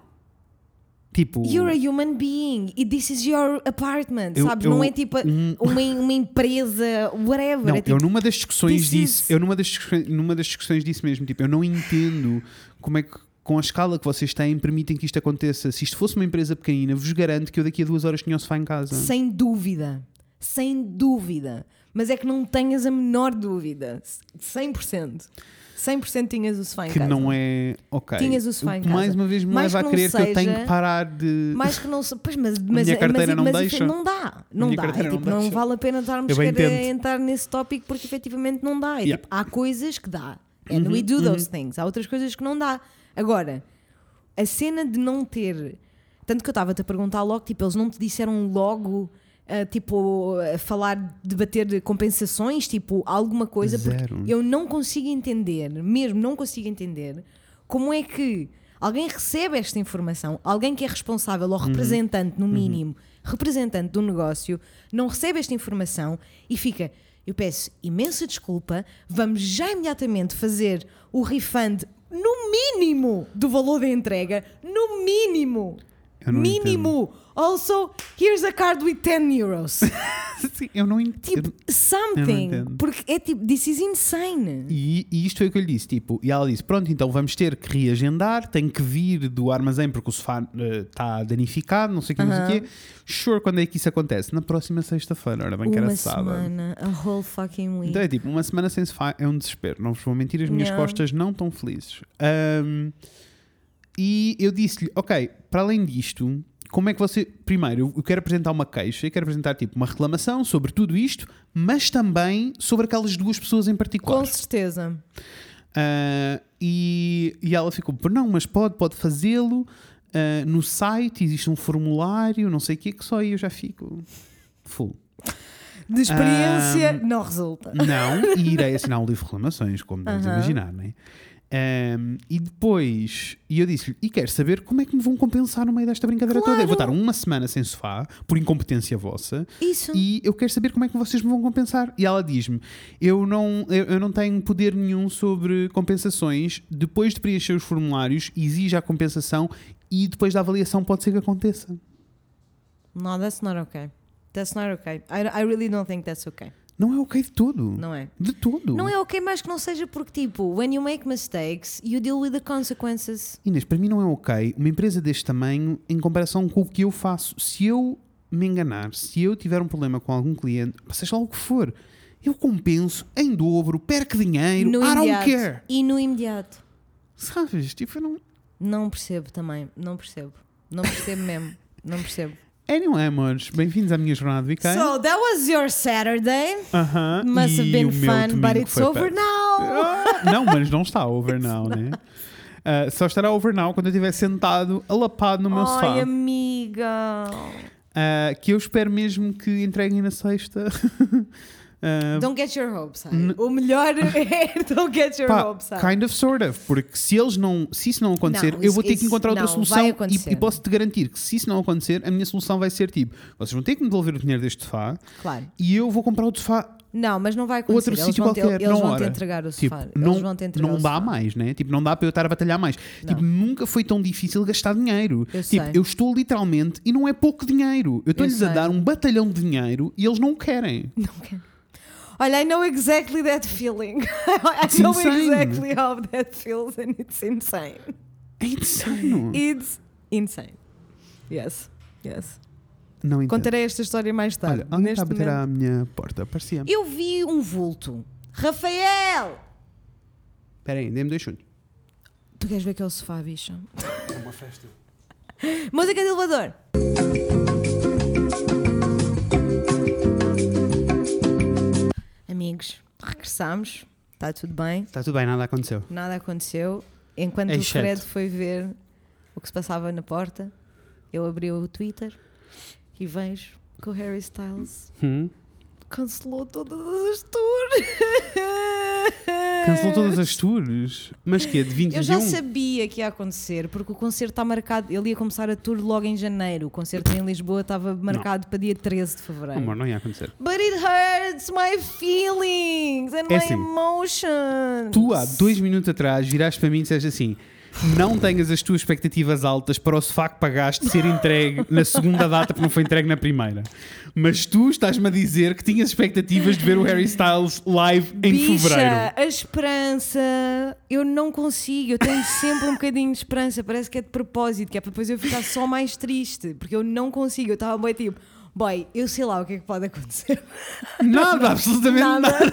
[SPEAKER 2] Tipo,
[SPEAKER 1] you're a human being e this is your apartment,
[SPEAKER 2] Eu-
[SPEAKER 1] sabes?
[SPEAKER 2] eu-
[SPEAKER 1] não é tipo
[SPEAKER 2] um-
[SPEAKER 1] uma, uma empresa, whatever.
[SPEAKER 2] Não,
[SPEAKER 1] é tipo,
[SPEAKER 2] eu numa das discussões
[SPEAKER 1] this
[SPEAKER 2] disse,
[SPEAKER 1] is-
[SPEAKER 2] eu numa das, discussões- numa das discussões disse mesmo, tipo, eu não entendo como é que com a escala que vocês têm permitem que isto aconteça. Se isto fosse uma empresa pequenina, vos garanto que eu daqui a duas horas tinha o sofá em casa.
[SPEAKER 1] Sem dúvida. Sem dúvida. Mas é que não tenhas a menor dúvida. 100%. 100% tinhas o sofá em
[SPEAKER 2] que
[SPEAKER 1] casa.
[SPEAKER 2] não é ok.
[SPEAKER 1] Tinhas o sofá em
[SPEAKER 2] que Mais
[SPEAKER 1] casa.
[SPEAKER 2] uma vez me
[SPEAKER 1] Mais
[SPEAKER 2] leva
[SPEAKER 1] que não
[SPEAKER 2] a crer que eu tenho
[SPEAKER 1] seja-
[SPEAKER 2] que parar de.
[SPEAKER 1] Mais que não se. Pois, mas, mas,
[SPEAKER 2] minha
[SPEAKER 1] mas,
[SPEAKER 2] carteira não
[SPEAKER 1] mas
[SPEAKER 2] deixa.
[SPEAKER 1] efe- não dá. Não
[SPEAKER 2] minha
[SPEAKER 1] dá. É
[SPEAKER 2] carteira não
[SPEAKER 1] tipo, não,
[SPEAKER 2] deixa.
[SPEAKER 1] vale a pena estarmos
[SPEAKER 2] Eu bem
[SPEAKER 1] sequer a
[SPEAKER 2] entendo.
[SPEAKER 1] entrar nesse tópico porque efetivamente não dá. É
[SPEAKER 2] Yeah. Uhum,
[SPEAKER 1] tipo, há coisas que dá. And we do those things. Há outras coisas que não dá. Agora, a cena de não ter. Tanto que eu estava-te a perguntar logo, tipo, eles não te disseram logo. ah, tipo, a falar, debater de compensações, tipo, alguma coisa,
[SPEAKER 2] Zero.
[SPEAKER 1] porque eu não consigo entender, mesmo não consigo entender, como é que alguém recebe esta informação, alguém que é responsável
[SPEAKER 2] Uhum.
[SPEAKER 1] ou representante, no mínimo, representante do negócio, não recebe esta informação e fica. Eu peço imensa desculpa, vamos já imediatamente fazer o refund, no mínimo, do valor da entrega, no mínimo.
[SPEAKER 2] Eu não
[SPEAKER 1] Mínimo! Also, here's a card with 10 euros.
[SPEAKER 2] Sim, eu não entendo.
[SPEAKER 1] Tipo, something.
[SPEAKER 2] entendo.
[SPEAKER 1] Porque é tipo, this is insane.
[SPEAKER 2] E, e isto foi o que eu lhe disse, tipo, e ela disse: Pronto, então vamos ter que reagendar, tem que vir do armazém porque o sofá está danificado, não sei o que, não sei o quê. Sure, quando é que isso acontece? Na próxima sexta-feira, ora bem que era
[SPEAKER 1] Uma
[SPEAKER 2] sábado.
[SPEAKER 1] semana, a whole fucking week.
[SPEAKER 2] Então é tipo, uma semana sem sofá é um desespero, não vos vou mentir, as minhas
[SPEAKER 1] Yeah.
[SPEAKER 2] costas não estão felizes. Ahm, e eu disse-lhe: Ok, para além disto, como é que você. Primeiro, eu quero apresentar uma queixa, eu quero apresentar tipo uma reclamação sobre tudo isto, mas também sobre aquelas duas pessoas em particular.
[SPEAKER 1] Com certeza.
[SPEAKER 2] Ah, e, e ela ficou, "Pô, não, mas pode, pode fazê-lo. ah, no site existe um formulário, não sei o que, que só aí eu já fico full.
[SPEAKER 1] De experiência, não resulta.
[SPEAKER 2] Não, e irei assinar um livro de reclamações, como deves
[SPEAKER 1] Aham.
[SPEAKER 2] imaginar, não é? Ahm, e depois, e eu disse-lhe, e quero saber como é que me vão compensar no meio desta brincadeira toda. Eu vou estar
[SPEAKER 1] Claro.
[SPEAKER 2] uma semana sem sofá, por incompetência vossa,
[SPEAKER 1] Isso.
[SPEAKER 2] e eu quero saber como é que vocês me vão compensar. E ela diz-me: eu não, eu, eu não tenho poder nenhum sobre compensações. Depois de preencher os formulários, exige a compensação e depois da avaliação pode ser que aconteça.
[SPEAKER 1] No, that's not okay. That's not okay. I, I really don't think that's okay.
[SPEAKER 2] Não é ok de todo.
[SPEAKER 1] Não é?
[SPEAKER 2] De todo.
[SPEAKER 1] Não é ok, mais que não seja porque, tipo, when you make mistakes, you deal with the consequences.
[SPEAKER 2] Inês, para mim não é ok uma empresa deste tamanho em comparação com o que eu faço. Se eu me enganar, se eu tiver um problema com algum cliente, seja lá o que for, eu compenso em dobro, perco dinheiro,
[SPEAKER 1] No
[SPEAKER 2] I don't
[SPEAKER 1] imediato.
[SPEAKER 2] care.
[SPEAKER 1] E no imediato.
[SPEAKER 2] Sabes? Tipo, eu não.
[SPEAKER 1] Não percebo também. Não percebo. Não percebo mesmo. Não percebo.
[SPEAKER 2] Anyway, amores, é, bem-vindos à minha jornada de weekend.
[SPEAKER 1] So, that was your Saturday.
[SPEAKER 2] Aham,
[SPEAKER 1] Must
[SPEAKER 2] e
[SPEAKER 1] have been
[SPEAKER 2] o meu
[SPEAKER 1] fun, but
[SPEAKER 2] domingo
[SPEAKER 1] it's
[SPEAKER 2] foi
[SPEAKER 1] over
[SPEAKER 2] péssimo.
[SPEAKER 1] now.
[SPEAKER 2] Ah, não, mas não está over now, né? Ah, só estará over now quando eu estiver sentado, alapado no meu sofá.
[SPEAKER 1] Ai, amiga.
[SPEAKER 2] Ah, que eu espero mesmo que entreguem na sexta. Ah,
[SPEAKER 1] Don't get your hopes high.
[SPEAKER 2] N-
[SPEAKER 1] O melhor é don't get your
[SPEAKER 2] pá,
[SPEAKER 1] hopes high.
[SPEAKER 2] kind of, sort of. Porque se, eles não, se isso não acontecer,
[SPEAKER 1] Não,
[SPEAKER 2] eu vou
[SPEAKER 1] isso-
[SPEAKER 2] ter que
[SPEAKER 1] isso-
[SPEAKER 2] encontrar outra
[SPEAKER 1] não,
[SPEAKER 2] solução.
[SPEAKER 1] vai
[SPEAKER 2] E,
[SPEAKER 1] acontecer.
[SPEAKER 2] e posso-te garantir que se isso não acontecer, a minha solução vai ser tipo: vocês vão ter que me devolver o dinheiro deste sofá
[SPEAKER 1] Claro.
[SPEAKER 2] e eu vou comprar outro sofá
[SPEAKER 1] Não, mas não vai acontecer.
[SPEAKER 2] Outro
[SPEAKER 1] eles
[SPEAKER 2] sítio
[SPEAKER 1] vão te-
[SPEAKER 2] qualquer,
[SPEAKER 1] eles
[SPEAKER 2] na
[SPEAKER 1] vão
[SPEAKER 2] hora.
[SPEAKER 1] te entregar o
[SPEAKER 2] Tipo,
[SPEAKER 1] sofá.
[SPEAKER 2] não,
[SPEAKER 1] eles vão te entregar
[SPEAKER 2] não
[SPEAKER 1] o
[SPEAKER 2] dá
[SPEAKER 1] sofá.
[SPEAKER 2] mais, né? Tipo, não dá para eu estar a batalhar mais. Tipo, nunca foi tão difícil gastar dinheiro.
[SPEAKER 1] Eu
[SPEAKER 2] tipo,
[SPEAKER 1] sei.
[SPEAKER 2] eu estou literalmente e não é pouco dinheiro. Eu estou-lhes a
[SPEAKER 1] sei.
[SPEAKER 2] dar um batalhão de dinheiro e eles não o querem.
[SPEAKER 1] Não quero. Olha, I know exactly that feeling. I
[SPEAKER 2] It's
[SPEAKER 1] know
[SPEAKER 2] insane.
[SPEAKER 1] exactly how that feels and it's insane.
[SPEAKER 2] É insano.
[SPEAKER 1] It's insane. Yes. Yes.
[SPEAKER 2] Não entendo.
[SPEAKER 1] Contarei esta história mais tarde.
[SPEAKER 2] Olha, alguém está a
[SPEAKER 1] então. Neste
[SPEAKER 2] bater
[SPEAKER 1] momento-
[SPEAKER 2] à minha porta. Parecia.
[SPEAKER 1] Eu vi um vulto. Rafael!
[SPEAKER 2] Espera aí, dê-me dois chutes.
[SPEAKER 1] Tu queres ver que é o sofá, bicho?
[SPEAKER 2] É uma festa.
[SPEAKER 1] Música de elevador. Amigos, regressamos. Está tudo bem.
[SPEAKER 2] Está tudo bem, nada aconteceu.
[SPEAKER 1] Nada aconteceu. Enquanto o
[SPEAKER 2] Exceto.
[SPEAKER 1] Fred foi ver o que se passava na porta, eu abri o Twitter e vejo que o Harry Styles
[SPEAKER 2] Hum?
[SPEAKER 1] cancelou todas as tours.
[SPEAKER 2] Cancelou todas as tours. Mas que é de 21?
[SPEAKER 1] Eu já sabia que ia acontecer, porque o concerto está marcado. Ele ia começar a tour logo em janeiro. O concerto em Lisboa estava marcado para dia 13 de fevereiro.
[SPEAKER 2] Amor, não ia acontecer.
[SPEAKER 1] But it hurts my feelings and
[SPEAKER 2] É
[SPEAKER 1] my
[SPEAKER 2] assim,
[SPEAKER 1] emotions.
[SPEAKER 2] Tu há dois minutos atrás viraste para mim e disseste assim: não tenhas as tuas expectativas altas para o sofá que pagaste ser entregue na segunda data porque não foi entregue na primeira. Mas tu estás-me a dizer que tinhas expectativas de ver o Harry Styles live em
[SPEAKER 1] Bicha,
[SPEAKER 2] fevereiro.
[SPEAKER 1] a esperança, eu não consigo, eu tenho sempre um bocadinho de esperança, parece que é de propósito, que é para depois eu ficar só mais triste, porque eu não consigo, eu estava bem tipo, boy, eu sei lá o que é que pode acontecer.
[SPEAKER 2] Nada, absolutamente nada.
[SPEAKER 1] Nada.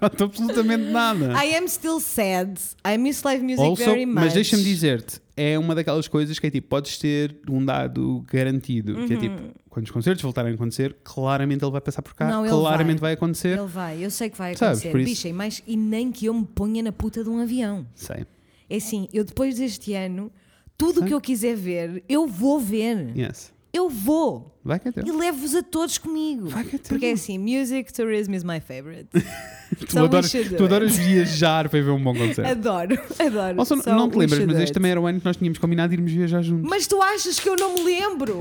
[SPEAKER 2] Nada, absolutamente nada.
[SPEAKER 1] I am still sad. I miss live music
[SPEAKER 2] Also,
[SPEAKER 1] very much.
[SPEAKER 2] Mas deixa-me dizer-te, é uma daquelas coisas que é tipo, podes ter um dado garantido, que é
[SPEAKER 1] Uhum.
[SPEAKER 2] tipo, quando os concertos voltarem a acontecer, claramente ele vai passar por cá,
[SPEAKER 1] Não, ele
[SPEAKER 2] claramente
[SPEAKER 1] vai.
[SPEAKER 2] vai, acontecer.
[SPEAKER 1] Ele vai, eu sei que vai
[SPEAKER 2] Sabes,
[SPEAKER 1] acontecer.
[SPEAKER 2] por isso-
[SPEAKER 1] Bicha, e mais, e nem que eu me ponha na puta de um avião.
[SPEAKER 2] Sei.
[SPEAKER 1] É assim, eu depois deste ano, tudo o que eu quiser ver, eu vou ver.
[SPEAKER 2] Yes.
[SPEAKER 1] Eu vou.
[SPEAKER 2] Vai que até.
[SPEAKER 1] E levo-vos a todos comigo.
[SPEAKER 2] Vai que é teu.
[SPEAKER 1] Porque é assim, music tourism is my favorite.
[SPEAKER 2] Tu,
[SPEAKER 1] so we
[SPEAKER 2] adoras,
[SPEAKER 1] should do
[SPEAKER 2] tu
[SPEAKER 1] it.
[SPEAKER 2] adoras viajar para ir ver um bom concerto.
[SPEAKER 1] Adoro, adoro.
[SPEAKER 2] Also,
[SPEAKER 1] So
[SPEAKER 2] não te
[SPEAKER 1] we
[SPEAKER 2] lembras,
[SPEAKER 1] should
[SPEAKER 2] mas
[SPEAKER 1] do
[SPEAKER 2] este
[SPEAKER 1] it.
[SPEAKER 2] também é- era o ano que nós tínhamos combinado de irmos viajar juntos.
[SPEAKER 1] Mas tu achas que eu não me lembro?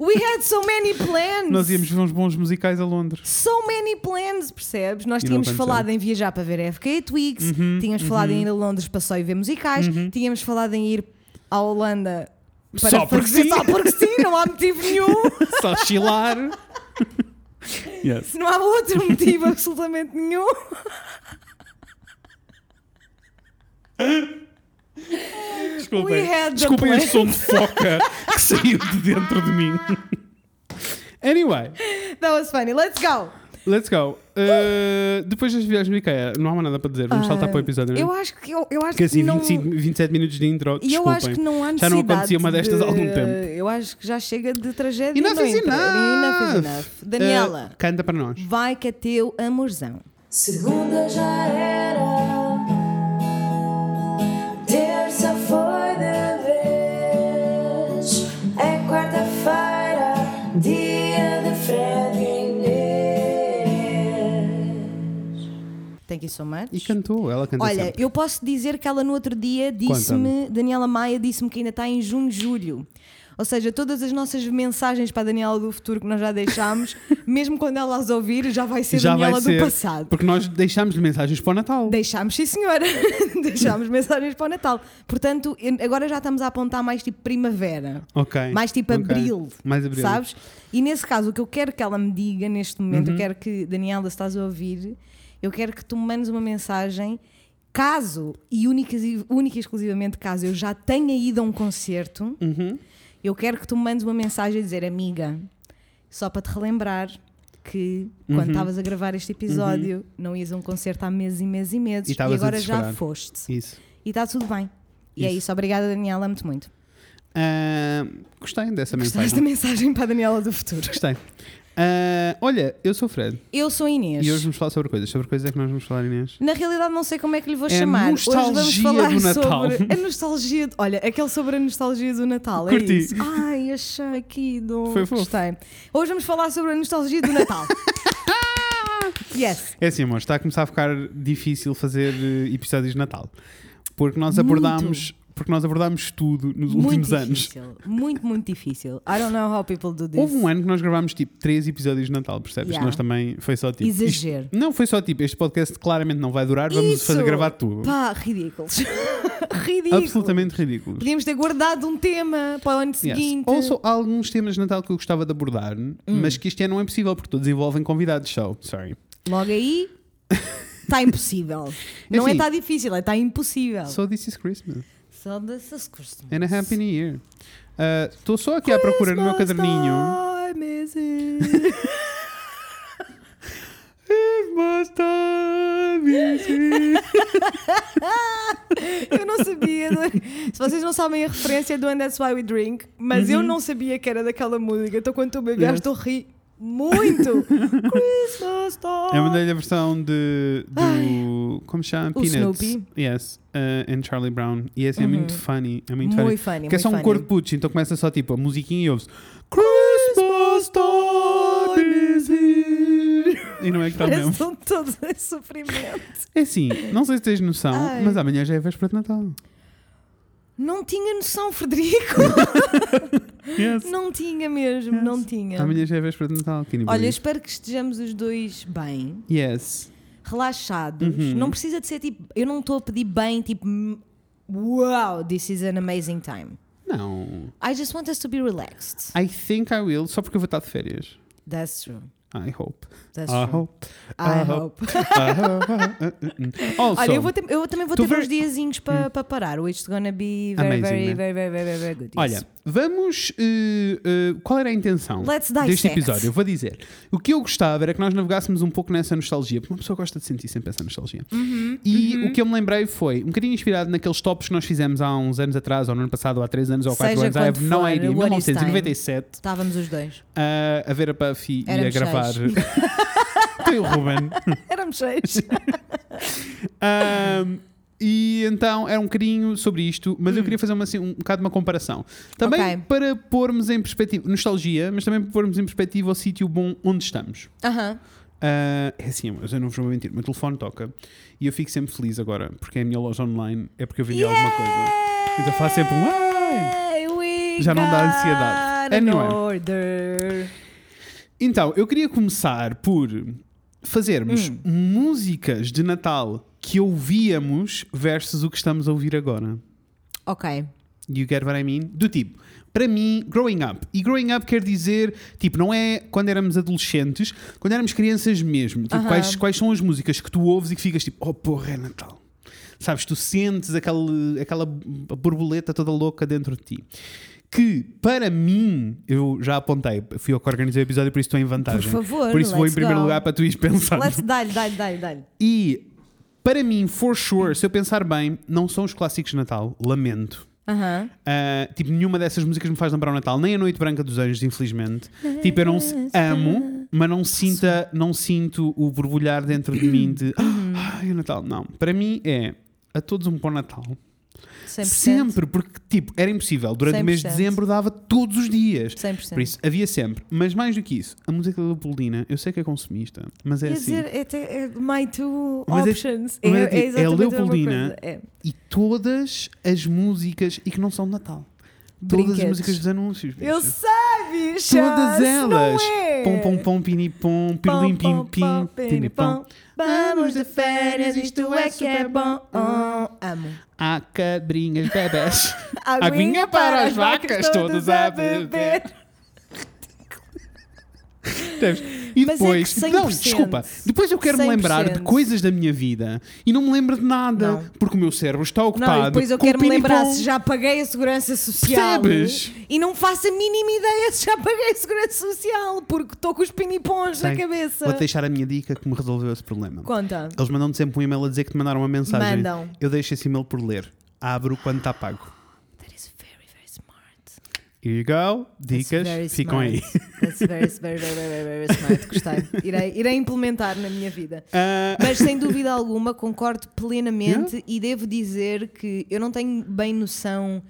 [SPEAKER 1] We had so many plans.
[SPEAKER 2] Nós íamos ver uns bons musicais a Londres.
[SPEAKER 1] So many plans, percebes? Nós
[SPEAKER 2] E não Uhum,
[SPEAKER 1] tínhamos
[SPEAKER 2] aconteceu.
[SPEAKER 1] falado em viajar para ver a FK Twigs, tínhamos falado em ir a Londres para só ir ver musicais, tínhamos falado em ir à Holanda para
[SPEAKER 2] Uhum. Só porque
[SPEAKER 1] fazer
[SPEAKER 2] sim.
[SPEAKER 1] só porque sim, não há motivo nenhum,
[SPEAKER 2] Só chilar. yes.
[SPEAKER 1] se não há outro motivo absolutamente nenhum. We had
[SPEAKER 2] Desculpem.
[SPEAKER 1] the
[SPEAKER 2] Desculpem
[SPEAKER 1] plan.
[SPEAKER 2] este som de foca que saiu de dentro de mim. Anyway,
[SPEAKER 1] That was funny. Let's go!
[SPEAKER 2] let's go. Uh, depois das viagens do IKEA, não há mais nada para dizer. Vamos saltar
[SPEAKER 1] Ah,
[SPEAKER 2] para o episódio,
[SPEAKER 1] Eu
[SPEAKER 2] não é?
[SPEAKER 1] acho que eu, eu acho
[SPEAKER 2] Porque
[SPEAKER 1] que
[SPEAKER 2] assim,
[SPEAKER 1] não
[SPEAKER 2] 25, 27 minutos de intro.
[SPEAKER 1] e eu
[SPEAKER 2] Desculpem.
[SPEAKER 1] acho que não há necessidade.
[SPEAKER 2] Já não acontecia uma destas
[SPEAKER 1] de-
[SPEAKER 2] há algum tempo.
[SPEAKER 1] Eu acho que já chega de tragédia.
[SPEAKER 2] Enough
[SPEAKER 1] não
[SPEAKER 2] is
[SPEAKER 1] entra.
[SPEAKER 2] enough.
[SPEAKER 1] Enough is enough. Daniela,
[SPEAKER 2] Uh, canta para nós.
[SPEAKER 1] vai que é teu amorzão.
[SPEAKER 3] Segunda já era, terça foi de vez, é quarta-feira, dia de Fred e Inês.
[SPEAKER 1] Thank you so much.
[SPEAKER 2] E cantou, ela canta
[SPEAKER 1] Olha,
[SPEAKER 2] sempre.
[SPEAKER 1] eu posso dizer que ela no outro dia disse-me,
[SPEAKER 2] Conta-me.
[SPEAKER 1] Daniela Maia disse-me que ainda está em junho, julho. Ou seja, todas as nossas mensagens para a Daniela do futuro que nós já deixámos, mesmo quando ela as ouvir, já vai ser
[SPEAKER 2] Já
[SPEAKER 1] Daniela
[SPEAKER 2] vai ser.
[SPEAKER 1] do passado.
[SPEAKER 2] Porque nós deixámos mensagens para o Natal.
[SPEAKER 1] Deixámos, sim senhora, deixámos mensagens para o Natal. Portanto, en- agora já estamos a apontar mais tipo primavera.
[SPEAKER 2] Ok.
[SPEAKER 1] Mais tipo
[SPEAKER 2] ok.
[SPEAKER 1] abril,
[SPEAKER 2] Mais abril.
[SPEAKER 1] sabes? E nesse caso, o que eu quero que ela me diga neste momento,
[SPEAKER 2] Uhum.
[SPEAKER 1] eu quero que, Daniela, se estás a ouvir, eu quero que tu me mandes uma mensagem, caso, e única, e- única e exclusivamente caso, eu já tenha ido a um concerto,
[SPEAKER 2] Uhum.
[SPEAKER 1] eu quero que tu me mandes uma mensagem a dizer, amiga, só para te relembrar que
[SPEAKER 2] Uhum.
[SPEAKER 1] quando estavas a gravar este episódio não ias a um concerto há meses e meses e meses
[SPEAKER 2] E
[SPEAKER 1] e,
[SPEAKER 2] estavas a
[SPEAKER 1] agora já
[SPEAKER 2] desesperar.
[SPEAKER 1] foste.
[SPEAKER 2] Isso.
[SPEAKER 1] E está tudo bem. E é
[SPEAKER 2] Isso.
[SPEAKER 1] isso. Obrigada, Daniela, amo-te muito.
[SPEAKER 2] Ah, gostei dessa
[SPEAKER 1] Gostei
[SPEAKER 2] mensagem.
[SPEAKER 1] desta mensagem para a Daniela do futuro.
[SPEAKER 2] Gostei. Ah, olha, eu sou o Fred
[SPEAKER 1] Eu sou a Inês.
[SPEAKER 2] e hoje vamos falar sobre coisas. Sobre coisas é que nós vamos falar, Inês.
[SPEAKER 1] Na realidade, não sei como é que lhe vou
[SPEAKER 2] É a
[SPEAKER 1] chamar. Hoje vamos
[SPEAKER 2] nostalgia
[SPEAKER 1] falar
[SPEAKER 2] do Natal.
[SPEAKER 1] sobre a nostalgia. de- Olha, aquele sobre a nostalgia do Natal.
[SPEAKER 2] Curti.
[SPEAKER 1] É isso. Ai, achei aqui do.
[SPEAKER 2] Foi fofo.
[SPEAKER 1] Gostei. Hoje vamos falar sobre a nostalgia do Natal. yes.
[SPEAKER 2] É assim, amor, está a começar a ficar difícil fazer eh, episódios de Natal. Porque nós abordámos, porque nós abordámos tudo nos últimos
[SPEAKER 1] muito
[SPEAKER 2] anos.
[SPEAKER 1] difícil. Muito, muito difícil. I don't know how people do this.
[SPEAKER 2] Houve um ano que nós gravámos tipo três episódios de Natal, percebes?
[SPEAKER 1] Yeah.
[SPEAKER 2] Nós também foi só tipo.
[SPEAKER 1] Exagero.
[SPEAKER 2] isto- não, foi só tipo, este podcast claramente não vai durar, vamos
[SPEAKER 1] Isso.
[SPEAKER 2] fazer gravar tudo.
[SPEAKER 1] Pá, ridículos. ridículos.
[SPEAKER 2] Absolutamente ridículo.
[SPEAKER 1] Podíamos ter guardado um tema para o ano
[SPEAKER 2] Yes.
[SPEAKER 1] seguinte. Hum.
[SPEAKER 2] Also, há é alguns temas de Natal que eu gostava de abordar, mas que este ano não é possível porque todos envolvem convidados, so sorry.
[SPEAKER 1] Logo aí está impossível. Não é
[SPEAKER 2] Enfim.
[SPEAKER 1] está difícil, é está impossível.
[SPEAKER 2] So this is Christmas.
[SPEAKER 1] Só dessas questões.
[SPEAKER 2] And a happy new year. Estou só aqui à procura no meu caderninho. Christmas time is here.
[SPEAKER 1] eu não sabia. Se vocês não sabem a referência é do And That's Why We Drink, mas eu não sabia que era daquela música. Então quando tu me
[SPEAKER 2] Uhum. Yes.
[SPEAKER 1] gastou ri muito. Christmas time.
[SPEAKER 2] Eu mandei-lhe a versão de, do. Como se chama?
[SPEAKER 1] O
[SPEAKER 2] Peanuts.
[SPEAKER 1] Snoopy. Uhum.
[SPEAKER 2] Yes. Uh, and Charlie Brown. E esse é muito funny. É muito,
[SPEAKER 1] Muito
[SPEAKER 2] funny.
[SPEAKER 1] funny,
[SPEAKER 2] Porque é
[SPEAKER 1] muito
[SPEAKER 2] só um
[SPEAKER 1] funny.
[SPEAKER 2] cor de putos, então começa só tipo a musiquinha e ouve-se. Christmas time is here. E não é que está
[SPEAKER 1] Parece que
[SPEAKER 2] mesmo.
[SPEAKER 1] estão todos em sofrimento.
[SPEAKER 2] É assim, não sei se tens noção,
[SPEAKER 1] Ai.
[SPEAKER 2] mas amanhã já é véspera de Natal.
[SPEAKER 1] Não tinha noção, Frederico.
[SPEAKER 2] Yes.
[SPEAKER 1] Não tinha mesmo,
[SPEAKER 2] Yes.
[SPEAKER 1] não tinha.
[SPEAKER 2] Amanhã já é véspera de Natal. Can you
[SPEAKER 1] Olha,
[SPEAKER 2] believe?
[SPEAKER 1] espero que estejamos os dois bem,
[SPEAKER 2] Yes.
[SPEAKER 1] relaxados.
[SPEAKER 2] Uhum.
[SPEAKER 1] Não precisa de ser tipo. Eu não estou a pedir bem, tipo. "Mm, Wow, this is an amazing time.
[SPEAKER 2] Não.
[SPEAKER 1] I just want us to be relaxed.
[SPEAKER 2] I think I will, só porque eu vou estar de férias.
[SPEAKER 1] That's true.
[SPEAKER 2] I hope.
[SPEAKER 1] That's
[SPEAKER 2] I
[SPEAKER 1] true.
[SPEAKER 2] hope.
[SPEAKER 1] I
[SPEAKER 2] I
[SPEAKER 1] hope.
[SPEAKER 2] Also,
[SPEAKER 1] Olha, eu, vou ter- eu também vou
[SPEAKER 2] tu
[SPEAKER 1] ter
[SPEAKER 2] ver-
[SPEAKER 1] uns diazinhos para parar. Hoje it's gonna be very,
[SPEAKER 2] Amazing,
[SPEAKER 1] very,
[SPEAKER 2] né?
[SPEAKER 1] very, very, very, very good.
[SPEAKER 2] Olha,
[SPEAKER 1] Isso.
[SPEAKER 2] vamos. eh, eh, qual era a intenção
[SPEAKER 1] Let's
[SPEAKER 2] deste
[SPEAKER 1] dissect.
[SPEAKER 2] episódio? Eu vou dizer. O que eu gostava era que nós navegássemos um pouco nessa nostalgia, porque uma pessoa gosta de sentir sempre essa nostalgia.
[SPEAKER 1] Uhum,
[SPEAKER 2] E o que eu me lembrei foi um bocadinho inspirado naqueles tops que nós fizemos há uns anos atrás, ou no ano passado, ou há três anos, ou há quatro
[SPEAKER 1] Seja
[SPEAKER 2] anos, I have
[SPEAKER 1] quando
[SPEAKER 2] no
[SPEAKER 1] for,
[SPEAKER 2] idea,
[SPEAKER 1] what is time?
[SPEAKER 2] 1997,
[SPEAKER 1] estávamos os dois.
[SPEAKER 2] a- a ver a Puffy e a
[SPEAKER 1] Éramos
[SPEAKER 2] gravar.
[SPEAKER 1] seis.
[SPEAKER 2] Tem o Ruben.
[SPEAKER 1] Éramos seis.
[SPEAKER 2] Ahm, e então era um bocadinho sobre isto, mas eu queria fazer uma, assim, um, bocado uma comparação. Também
[SPEAKER 1] Ok.
[SPEAKER 2] para pormos em perspectiva, nostalgia, mas também para pormos em perspectiva o sítio bom onde estamos.
[SPEAKER 1] Aham.
[SPEAKER 2] Ah, é assim, mas eu não vos vou mentir, o meu telefone toca e eu fico sempre feliz agora, porque é a minha loja online, é porque eu vendi alguma coisa. Então faço sempre um "Ai!"
[SPEAKER 1] Yay, we
[SPEAKER 2] Já não dá
[SPEAKER 1] got
[SPEAKER 2] ansiedade.
[SPEAKER 1] an
[SPEAKER 2] Anyway.
[SPEAKER 1] order.
[SPEAKER 2] Então, eu queria começar por fazermos músicas de Natal que ouvíamos versus o que estamos a ouvir agora.
[SPEAKER 1] Ok.
[SPEAKER 2] You get what I mean? Do tipo, para mim, growing up. E growing up quer dizer, tipo, não é quando éramos adolescentes, quando éramos crianças mesmo. Tipo,
[SPEAKER 1] Aham.
[SPEAKER 2] quais, quais são as músicas que tu ouves e que ficas tipo, oh porra, é Natal. Sabes, tu sentes aquele, aquela borboleta toda louca dentro de ti. Que, para mim, eu já apontei, fui eu que organizei o episódio, por isso estou em vantagem.
[SPEAKER 1] Por favor,
[SPEAKER 2] Por isso vou em
[SPEAKER 1] let's
[SPEAKER 2] primeiro
[SPEAKER 1] go.
[SPEAKER 2] lugar para tu ires pensar.
[SPEAKER 1] Let's dar-lhe, dar-lhe, dar-lhe, dar-lhe.
[SPEAKER 2] E, para mim, for sure, se eu pensar bem, não são os clássicos de Natal. Lamento.
[SPEAKER 1] Aham.
[SPEAKER 2] Uh, tipo, nenhuma dessas músicas me faz lembrar o Natal, nem a Noite Branca dos Anjos, infelizmente. Tipo, eu não se- amo, mas não, sinta, não sinto o borbulhar dentro de mim de "Ah,
[SPEAKER 1] Uhum.
[SPEAKER 2] ai, o Natal. Não. Para mim é a todos um bom Natal.
[SPEAKER 1] 100%.
[SPEAKER 2] Sempre, porque tipo, era impossível. Durante o mês de
[SPEAKER 1] 100%.
[SPEAKER 2] dezembro dava todos os dias.
[SPEAKER 1] 100%.
[SPEAKER 2] Por isso, havia sempre. Mas mais do que isso, a música da Leopoldina, eu sei que é consumista, mas é
[SPEAKER 1] Quer
[SPEAKER 2] assim.
[SPEAKER 1] dizer, é, até- é my two
[SPEAKER 2] Mas é-
[SPEAKER 1] options.
[SPEAKER 2] mas é tipo, é
[SPEAKER 1] exatamente a mesma
[SPEAKER 2] Leopoldina.
[SPEAKER 1] coisa. É.
[SPEAKER 2] E todas as músicas, e que não são de Natal. Todas as
[SPEAKER 1] Brinquedos.
[SPEAKER 2] músicas dos anúncios.
[SPEAKER 1] Eu
[SPEAKER 2] bicha.
[SPEAKER 1] sei, bicha.
[SPEAKER 2] Todas
[SPEAKER 1] se não
[SPEAKER 2] elas.
[SPEAKER 1] é.
[SPEAKER 2] Pom, pom, pom, pini, pom, pirlim, pim, pim, tini, pom.
[SPEAKER 1] Vamos de férias, isto é que é bom. Amo.
[SPEAKER 2] Há cabrinhas bebés.
[SPEAKER 1] Aguinha,
[SPEAKER 2] para as vacas, todas a beber. Percebes? E
[SPEAKER 1] Mas é
[SPEAKER 2] depois,
[SPEAKER 1] que 100%.
[SPEAKER 2] não, desculpa. Depois eu quero me lembrar de
[SPEAKER 1] 100%.
[SPEAKER 2] coisas da minha vida e não me lembro de nada
[SPEAKER 1] Não.
[SPEAKER 2] porque o meu cérebro está ocupado.
[SPEAKER 1] Não, e depois eu
[SPEAKER 2] com
[SPEAKER 1] quero me
[SPEAKER 2] pinipom.
[SPEAKER 1] lembrar se já paguei a segurança social.
[SPEAKER 2] Percebes?
[SPEAKER 1] E não faço a mínima ideia se já paguei a segurança social, porque estou com os pinipons na
[SPEAKER 2] Sei.
[SPEAKER 1] cabeça.
[SPEAKER 2] Vou-te deixar a minha dica que me resolveu esse problema.
[SPEAKER 1] Conta.
[SPEAKER 2] Eles mandam-te sempre um e-mail a dizer que te mandaram uma mensagem.
[SPEAKER 1] Mandam.
[SPEAKER 2] Eu deixo esse e-mail por ler. Abro quando está pago.
[SPEAKER 1] That is very, very smart.
[SPEAKER 2] Here you go. Dicas. Ficam aí.
[SPEAKER 1] That's very, very, very, very, very smart. Gostei. Irei, irei implementar na minha vida.
[SPEAKER 2] Ah,
[SPEAKER 1] Mas sem dúvida alguma, concordo plenamente e devo dizer que eu não tenho bem noção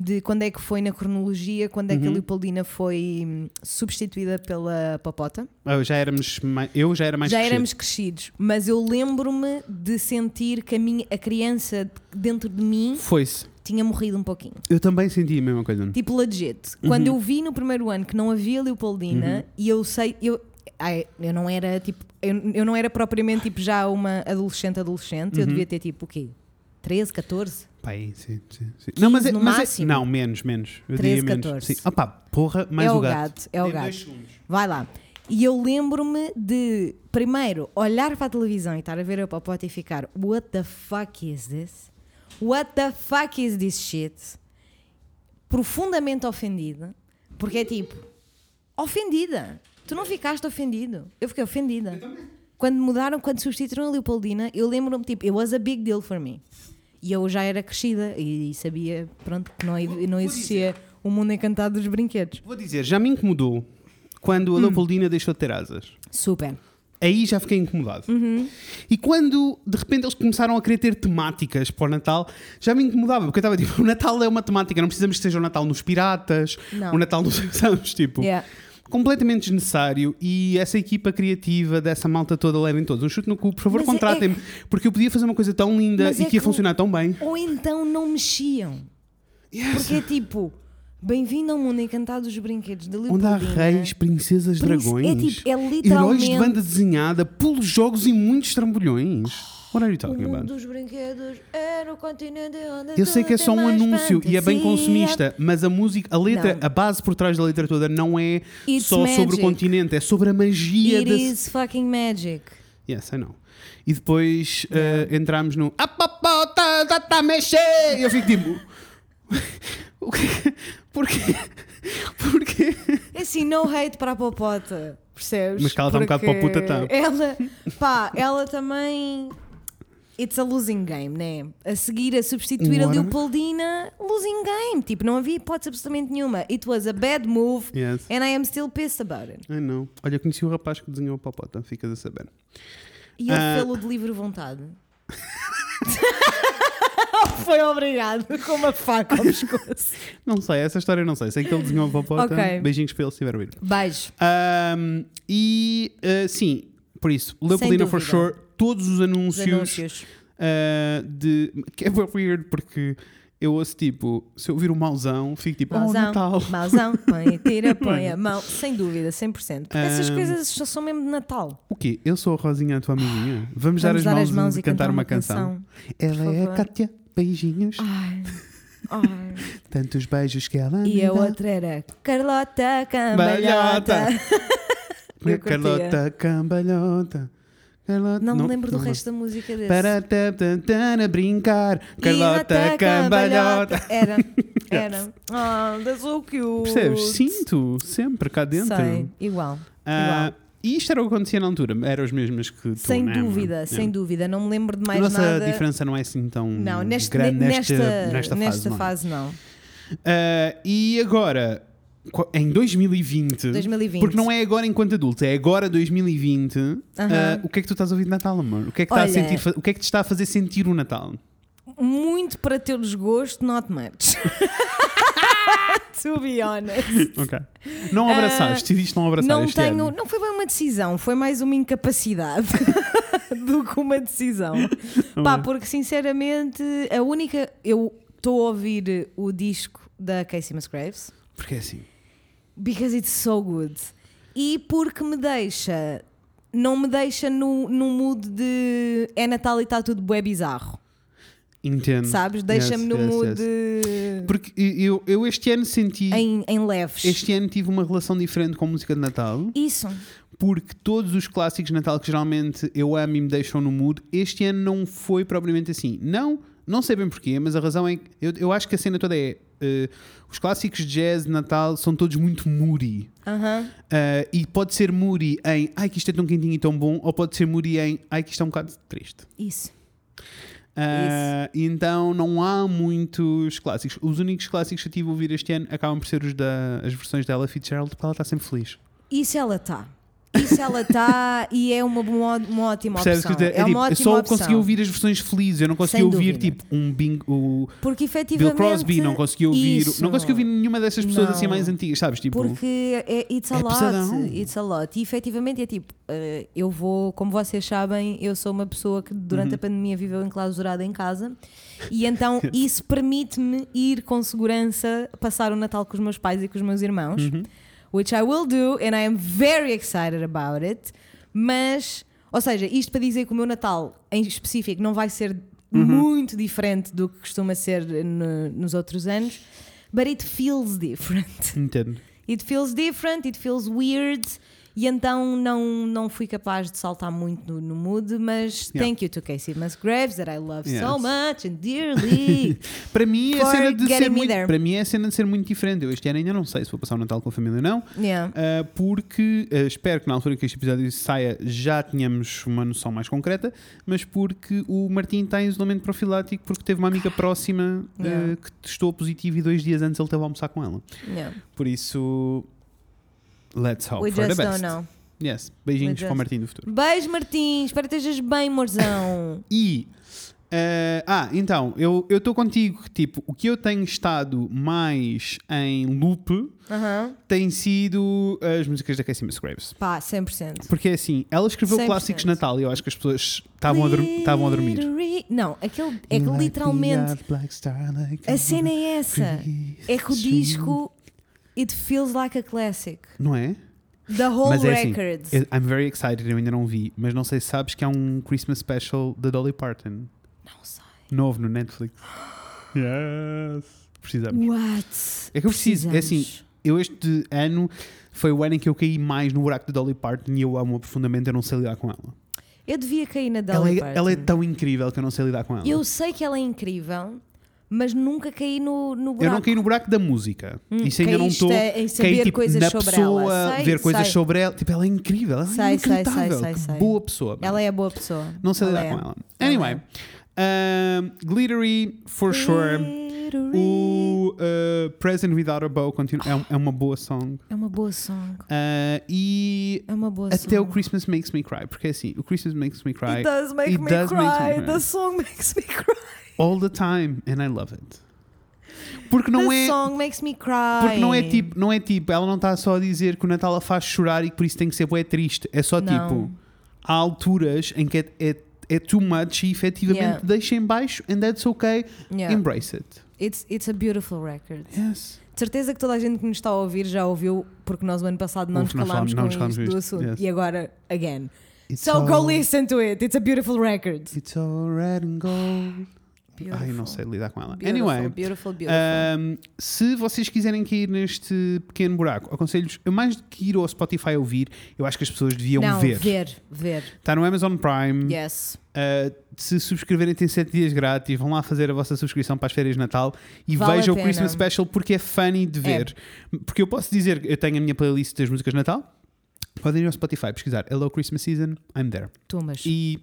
[SPEAKER 1] de quando é que foi na cronologia, quando é que a
[SPEAKER 2] Uhum.
[SPEAKER 1] Leopoldina foi hum, substituída pela Popota.
[SPEAKER 2] eu oh, já éramos mais, eu já era mais
[SPEAKER 1] Já
[SPEAKER 2] crescido.
[SPEAKER 1] éramos crescidos, mas eu lembro-me de sentir que a, minha, a criança dentro de mim
[SPEAKER 2] Foi-se.
[SPEAKER 1] tinha morrido um pouquinho.
[SPEAKER 2] Eu também senti a mesma coisa.
[SPEAKER 1] Tipo, legit.
[SPEAKER 2] Uhum.
[SPEAKER 1] Quando eu vi no primeiro ano que não havia Leopoldina e eu sei. Eu, ai, eu não era tipo. Eu, eu não era propriamente tipo já uma adolescente, adolescente.
[SPEAKER 2] Uhum.
[SPEAKER 1] Eu devia ter tipo o quê? 13, 14?
[SPEAKER 2] Pai, é sim, sim, sim. Não, mas é,
[SPEAKER 1] no
[SPEAKER 2] mas é-
[SPEAKER 1] máximo.
[SPEAKER 2] não, menos, menos. Eu
[SPEAKER 1] 13,
[SPEAKER 2] diria menos.
[SPEAKER 1] 14.
[SPEAKER 2] Sim. Opa, porra, mais
[SPEAKER 1] é
[SPEAKER 2] o gato.
[SPEAKER 1] É o gato. Vai lá. E eu lembro-me de, primeiro, olhar para a televisão e estar a ver a Popote e ficar: What the fuck is this? What the fuck is this shit? Profundamente ofendida, porque é tipo: Ofendida! Tu não ficaste ofendido. Eu fiquei ofendida. Quando mudaram, quando substituíram a Leopoldina, eu lembro-me, tipo, it was a big deal for me. E eu já era crescida e, e sabia, pronto, que não, não existia o mundo encantado dos brinquedos.
[SPEAKER 2] Vou dizer, já me incomodou
[SPEAKER 1] Hum.
[SPEAKER 2] quando a Leopoldina deixou de ter asas.
[SPEAKER 1] Super.
[SPEAKER 2] Aí já fiquei incomodado.
[SPEAKER 1] Uhum.
[SPEAKER 2] E quando de repente eles começaram a querer ter temáticas para o Natal, já me incomodava, porque eu estava tipo: o Natal é uma temática, não precisamos que seja o Natal nos piratas,
[SPEAKER 1] Não.
[SPEAKER 2] o Natal nos. Sabes? Tipo,
[SPEAKER 1] Yeah.
[SPEAKER 2] completamente desnecessário. E essa equipa criativa dessa malta toda, levem todos um chute no cu, por favor,
[SPEAKER 1] Mas é-
[SPEAKER 2] contratem-me, porque eu podia fazer uma coisa tão linda
[SPEAKER 1] Mas
[SPEAKER 2] e
[SPEAKER 1] é
[SPEAKER 2] que ia
[SPEAKER 1] que o-
[SPEAKER 2] funcionar tão bem.
[SPEAKER 1] Ou então não mexiam.
[SPEAKER 2] Yes.
[SPEAKER 1] Porque é tipo, bem-vindo ao mundo encantado dos brinquedos da
[SPEAKER 2] Onde
[SPEAKER 1] Leopoldina.
[SPEAKER 2] há reis, princesas,
[SPEAKER 1] Prince-
[SPEAKER 2] dragões,
[SPEAKER 1] é tipo, é
[SPEAKER 2] heróis de
[SPEAKER 1] literalmente-
[SPEAKER 2] banda desenhada, pulos jogos e muitos trambolhões. What are you
[SPEAKER 1] O
[SPEAKER 2] talking
[SPEAKER 1] mundo
[SPEAKER 2] about?
[SPEAKER 1] dos brinquedos era o continente onde
[SPEAKER 2] Eu sei
[SPEAKER 1] tudo
[SPEAKER 2] que é
[SPEAKER 1] tem
[SPEAKER 2] só um
[SPEAKER 1] mais
[SPEAKER 2] anúncio e é bem
[SPEAKER 1] fantasia.
[SPEAKER 2] consumista, mas a música, a letra,
[SPEAKER 1] Não.
[SPEAKER 2] a base por trás da letra toda não é
[SPEAKER 1] It's
[SPEAKER 2] só sobre o
[SPEAKER 1] magic.
[SPEAKER 2] continente, é sobre a magia
[SPEAKER 1] It
[SPEAKER 2] da.
[SPEAKER 1] is fucking magic.
[SPEAKER 2] Yes, I know. E depois eh, entramos no. "Ah, pá, pá, tá, tá, tá, mexe!" E eu fico tipo. o quê? Porquê? Porquê?
[SPEAKER 1] É Assim, no hate para a popota, percebes?
[SPEAKER 2] Mas que ela tá um bocado
[SPEAKER 1] Porque
[SPEAKER 2] para a puta, tá.
[SPEAKER 1] Ela, pá, ela também. It's a losing game, né? A seguir a substituir
[SPEAKER 2] Ora.
[SPEAKER 1] a Leopoldina, losing game. Tipo, não havia hipótese absolutamente nenhuma. It was a bad move
[SPEAKER 2] Yes.
[SPEAKER 1] and I am still pissed about it.
[SPEAKER 2] Ai não. Olha, conheci o rapaz que desenhou o Popota, ficas a saber.
[SPEAKER 1] E ele
[SPEAKER 2] Ah.
[SPEAKER 1] fez-lo de livre vontade. Foi obrigado, com uma faca ao pescoço.
[SPEAKER 2] Não sei, essa história eu não sei. Sei que ele desenhou o Popota.
[SPEAKER 1] Ok.
[SPEAKER 2] Beijinhos para ele se tiver ouvido.
[SPEAKER 1] Beijo.
[SPEAKER 2] Ahm, e ah, sim, por isso, Leopoldina for
[SPEAKER 1] dúvida.
[SPEAKER 2] sure, todos os
[SPEAKER 1] Os
[SPEAKER 2] anúncios,
[SPEAKER 1] anúncios.
[SPEAKER 2] ah, de. que é bué weird porque eu ouço tipo, se eu ouvir o mauzão, fico tipo, oh Natal.
[SPEAKER 1] mauzão, põe e tira, põe a mão, sem dúvida, 100%. Porque essas
[SPEAKER 2] Ahm.
[SPEAKER 1] coisas só são mesmo de Natal.
[SPEAKER 2] O quê? Eu sou a Rosinha, a tua amiguinha.
[SPEAKER 1] Ah,
[SPEAKER 2] Vamos, dar, as mãos e cantar uma canção. Ela
[SPEAKER 1] por
[SPEAKER 2] é a
[SPEAKER 1] favor.
[SPEAKER 2] Kátia, beijinhos,
[SPEAKER 1] Ai, ai.
[SPEAKER 2] tantos beijos que ela me
[SPEAKER 1] E a
[SPEAKER 2] dá.
[SPEAKER 1] outra era Carlota Cambalhota. Eu curtia.
[SPEAKER 2] Carlota Cambalhota. Carlota.
[SPEAKER 1] Não me lembro do resto da música desse.
[SPEAKER 2] Para ta- ta- ta- na brincar,
[SPEAKER 1] E
[SPEAKER 2] Carlota
[SPEAKER 1] até
[SPEAKER 2] Cambalhota.
[SPEAKER 1] Era, era. Ah, oh, that's so cute.
[SPEAKER 2] Percebes? Sinto sempre cá dentro.
[SPEAKER 1] Sei, igual.
[SPEAKER 2] Ah,
[SPEAKER 1] igual.
[SPEAKER 2] e isto era o que acontecia na altura, eram os mesmos que tu,
[SPEAKER 1] Sem
[SPEAKER 2] né,
[SPEAKER 1] dúvida,
[SPEAKER 2] mano?
[SPEAKER 1] sem
[SPEAKER 2] É.
[SPEAKER 1] dúvida. Não me lembro de
[SPEAKER 2] A
[SPEAKER 1] mais
[SPEAKER 2] nossa
[SPEAKER 1] nada.
[SPEAKER 2] diferença não é assim tão
[SPEAKER 1] Não, neste,
[SPEAKER 2] grande
[SPEAKER 1] ne-
[SPEAKER 2] nesta,
[SPEAKER 1] nesta,
[SPEAKER 2] nesta fase. não é?
[SPEAKER 1] não.
[SPEAKER 2] Ah, e agora, co- em 2020,
[SPEAKER 1] 2020.
[SPEAKER 2] porque não é agora enquanto adulto, é agora 2020, ah, o que é que tu estás a ouvir de Natal, amor? O que, é que está a
[SPEAKER 1] Olha.
[SPEAKER 2] sentir, fa- o que é que te está a fazer sentir o Natal?
[SPEAKER 1] Muito para teu desgosto, not much. to be honest.
[SPEAKER 2] Ok. Não abraçaste, decidiste não abraçar
[SPEAKER 1] Eh, Não
[SPEAKER 2] este
[SPEAKER 1] tenho,
[SPEAKER 2] ano.
[SPEAKER 1] não foi bem uma decisão, foi mais uma incapacidade do que uma decisão.
[SPEAKER 2] é?
[SPEAKER 1] Pá, porque sinceramente, a única eu estou a ouvir o disco da Casey Musgraves
[SPEAKER 2] Porque é assim.
[SPEAKER 1] because it's so good. E porque me deixa, não me deixa no, no mood de é Natal e está tudo bué bizarro.
[SPEAKER 2] Entendo.
[SPEAKER 1] sabes?
[SPEAKER 2] Yes,
[SPEAKER 1] Deixa-me no
[SPEAKER 2] Hum. yes,
[SPEAKER 1] mood
[SPEAKER 2] yes.
[SPEAKER 1] de-
[SPEAKER 2] Porque eu, eu este ano senti.
[SPEAKER 1] em, em leves.
[SPEAKER 2] Este ano tive uma relação diferente com a música de Natal,
[SPEAKER 1] Isso.
[SPEAKER 2] porque todos os clássicos de Natal que geralmente eu amo e me deixam no mood, este ano não foi propriamente assim. Não, não sei bem porquê, mas a razão é que eu, eu acho que a cena toda é. eh, os clássicos de jazz de Natal são todos muito moody.
[SPEAKER 1] Aham.
[SPEAKER 2] Eh, e pode ser moody em ai que isto é tão quentinho e tão bom, ou pode ser moody em ai que isto é um bocado triste.
[SPEAKER 1] Isso.
[SPEAKER 2] Ah, e então não há muitos clássicos. Os únicos clássicos que eu tive a ouvir este ano acabam por ser os da, as versões dela Fitzgerald, porque ela está sempre feliz.
[SPEAKER 1] Isso ela está. Isso ela está e é uma, boa- uma ótima
[SPEAKER 2] Percebes?
[SPEAKER 1] opção.
[SPEAKER 2] que eu te-
[SPEAKER 1] é
[SPEAKER 2] tipo,
[SPEAKER 1] uma
[SPEAKER 2] eu
[SPEAKER 1] ótima
[SPEAKER 2] só
[SPEAKER 1] opção.
[SPEAKER 2] consegui ouvir as versões felizes, eu não consegui
[SPEAKER 1] Sem
[SPEAKER 2] ouvir
[SPEAKER 1] dúvida.
[SPEAKER 2] tipo um bingo. O
[SPEAKER 1] Porque
[SPEAKER 2] Bill
[SPEAKER 1] efetivamente.
[SPEAKER 2] Crosby, não consegui ouvir.
[SPEAKER 1] Isso.
[SPEAKER 2] Não consegui ouvir nenhuma dessas pessoas
[SPEAKER 1] Não.
[SPEAKER 2] assim mais antigas, sabes? Tipo,
[SPEAKER 1] Porque é, it's a
[SPEAKER 2] É
[SPEAKER 1] lot,
[SPEAKER 2] pesadão.
[SPEAKER 1] it's a lot. E efetivamente é tipo, eh, eu vou, como vocês sabem, eu sou uma pessoa que durante
[SPEAKER 2] Uhum.
[SPEAKER 1] a pandemia viveu enclausurada em casa e então isso permite-me ir com segurança passar o Natal com os meus pais e com os meus irmãos,
[SPEAKER 2] Uhum.
[SPEAKER 1] which I will do and I am very excited about it. Mas, ou seja, isto para dizer que o meu Natal em específico não vai ser
[SPEAKER 2] Uhum.
[SPEAKER 1] muito diferente do que costuma ser no- nos outros anos, but it feels different.
[SPEAKER 2] entendo.
[SPEAKER 1] It feels different, it feels weird E então não, não fui capaz de saltar muito no, no mood, mas
[SPEAKER 2] Yeah.
[SPEAKER 1] thank you to Casey Musgraves that I love so
[SPEAKER 2] Yes.
[SPEAKER 1] much and dearly.
[SPEAKER 2] Para mim, é a
[SPEAKER 1] For
[SPEAKER 2] cena de
[SPEAKER 1] getting
[SPEAKER 2] ser
[SPEAKER 1] me
[SPEAKER 2] muito,
[SPEAKER 1] there.
[SPEAKER 2] para mim é a cena de ser muito diferente. Eu este ano ainda não sei se vou passar o Natal com a família ou não,
[SPEAKER 1] yeah.
[SPEAKER 2] ah, porque ah, espero que na altura que este episódio saia já tenhamos uma noção mais concreta, mas porque o Martim está em isolamento profilático porque teve uma amiga próxima ah,
[SPEAKER 1] Yeah.
[SPEAKER 2] que testou positivo e dois dias antes ele estava a almoçar com ela.
[SPEAKER 1] yeah.
[SPEAKER 2] Por isso, let's hope
[SPEAKER 1] We
[SPEAKER 2] Oh, for the
[SPEAKER 1] just don't
[SPEAKER 2] best.
[SPEAKER 1] know.
[SPEAKER 2] Yes. Beijinhos
[SPEAKER 1] We
[SPEAKER 2] para o
[SPEAKER 1] just-
[SPEAKER 2] Martim do futuro.
[SPEAKER 1] Beijo, Martim. Espero que estejas bem, morzão.
[SPEAKER 2] E. eh, ah, então, eu estou contigo que, tipo, o que eu tenho estado mais em loop
[SPEAKER 1] Aham.
[SPEAKER 2] tem sido as músicas da Casey Musgraves.
[SPEAKER 1] Pá, 100%.
[SPEAKER 2] Porque é assim, ela escreveu
[SPEAKER 1] 100%.
[SPEAKER 2] clássicos de Natal e eu acho que as pessoas estavam a, dur- estavam a dormir.
[SPEAKER 1] Glittery- Não, aquele é que
[SPEAKER 2] Light me
[SPEAKER 1] literalmente
[SPEAKER 2] up like starlight.
[SPEAKER 1] a cena é essa. É que o disco It Feels Like a Classic.
[SPEAKER 2] Não é?
[SPEAKER 1] The whole
[SPEAKER 2] mas é assim,
[SPEAKER 1] record.
[SPEAKER 2] eu- I'm very excited, eu ainda não vi, mas não sei se sabes que há um Christmas special da Dolly Parton.
[SPEAKER 1] Não sei.
[SPEAKER 2] novo no Netflix. Yes! Precisamos.
[SPEAKER 1] What?
[SPEAKER 2] É que eu preciso, é assim,
[SPEAKER 1] Precisamos.
[SPEAKER 2] Eu este ano foi o ano em que eu caí mais no buraco de Dolly Parton e eu amo profundamente, eu não sei lidar com ela.
[SPEAKER 1] Eu devia cair na
[SPEAKER 2] ela,
[SPEAKER 1] Dolly
[SPEAKER 2] é,
[SPEAKER 1] Parton.
[SPEAKER 2] ela é tão incrível que eu não sei lidar com ela.
[SPEAKER 1] Eu sei que ela é incrível, mas nunca caí no, no
[SPEAKER 2] Eu
[SPEAKER 1] buraco.
[SPEAKER 2] não caí no buraco da música.
[SPEAKER 1] Hum,
[SPEAKER 2] Isso ainda não
[SPEAKER 1] caíste
[SPEAKER 2] estou.
[SPEAKER 1] em saber
[SPEAKER 2] Caí tipo,
[SPEAKER 1] é coisas
[SPEAKER 2] na
[SPEAKER 1] sobre
[SPEAKER 2] pessoa,
[SPEAKER 1] ela. Sei,
[SPEAKER 2] ver coisas
[SPEAKER 1] sei.
[SPEAKER 2] sobre ela. Tipo, ela é incrível. Ela é
[SPEAKER 1] Sei, sei, sei,
[SPEAKER 2] inacreditável.
[SPEAKER 1] sei,
[SPEAKER 2] que
[SPEAKER 1] sei.
[SPEAKER 2] Boa pessoa.
[SPEAKER 1] Ela é boa pessoa.
[SPEAKER 2] Não sei lidar
[SPEAKER 1] é.
[SPEAKER 2] com ela. Anyway, um, Glittery, for sure. O uh, Present Without a Bow continua, é, um- é uma boa song.
[SPEAKER 1] É uma boa song.
[SPEAKER 2] Uh, e
[SPEAKER 1] É uma boa song.
[SPEAKER 2] até o Christmas Makes Me Cry, porque é assim, o Christmas Makes Me Cry
[SPEAKER 1] It does make
[SPEAKER 2] It
[SPEAKER 1] me
[SPEAKER 2] does
[SPEAKER 1] cry.
[SPEAKER 2] make me cry.
[SPEAKER 1] The song makes me cry.
[SPEAKER 2] all the time and I love it. Porque não
[SPEAKER 1] The
[SPEAKER 2] é.
[SPEAKER 1] song makes me cry.
[SPEAKER 2] Porque não é, tipo, não é tipo, ela não está só a dizer que o Natal a faz chorar e que por isso tem que ser bué triste. É só
[SPEAKER 1] Não.
[SPEAKER 2] tipo, há alturas em que é, é, é too much e efetivamente
[SPEAKER 1] Yeah.
[SPEAKER 2] deixa em baixo and that's okay,
[SPEAKER 1] Yeah.
[SPEAKER 2] embrace it.
[SPEAKER 1] It's, it's a beautiful record.
[SPEAKER 2] Yes.
[SPEAKER 1] De certeza que toda a gente que nos está a ouvir já ouviu, porque nós o ano passado não
[SPEAKER 2] Ouve,
[SPEAKER 1] nos
[SPEAKER 2] nós
[SPEAKER 1] calámos
[SPEAKER 2] falámos-
[SPEAKER 1] com
[SPEAKER 2] não nos falámos
[SPEAKER 1] isto do
[SPEAKER 2] disto,
[SPEAKER 1] assunto.
[SPEAKER 2] yes.
[SPEAKER 1] E agora, again.
[SPEAKER 2] It's
[SPEAKER 1] so go
[SPEAKER 2] all-
[SPEAKER 1] listen to it. It's a beautiful record.
[SPEAKER 2] It's all red and gold. Ai, não sei lidar com ela.
[SPEAKER 1] Beautiful,
[SPEAKER 2] anyway.
[SPEAKER 1] beautiful, beautiful.
[SPEAKER 2] Ahm, se vocês quiserem cair neste pequeno buraco, aconselho-vos, eu mais do que ir ao Spotify ouvir, eu acho que as pessoas deviam
[SPEAKER 1] não,
[SPEAKER 2] ver.
[SPEAKER 1] ver, ver.
[SPEAKER 2] Está no Amazon Prime.
[SPEAKER 1] Yes.
[SPEAKER 2] Ah, se subscreverem, tem 7 dias grátis. Vão lá fazer a vossa subscrição para as férias de Natal e
[SPEAKER 1] Vale a
[SPEAKER 2] vejam o
[SPEAKER 1] pena.
[SPEAKER 2] Christmas Special porque é funny de ver. Porque eu posso dizer, que eu tenho a minha playlist das músicas de Natal. Podem ir ao Spotify pesquisar Hello Christmas Season, I'm there.
[SPEAKER 1] Tomas.
[SPEAKER 2] E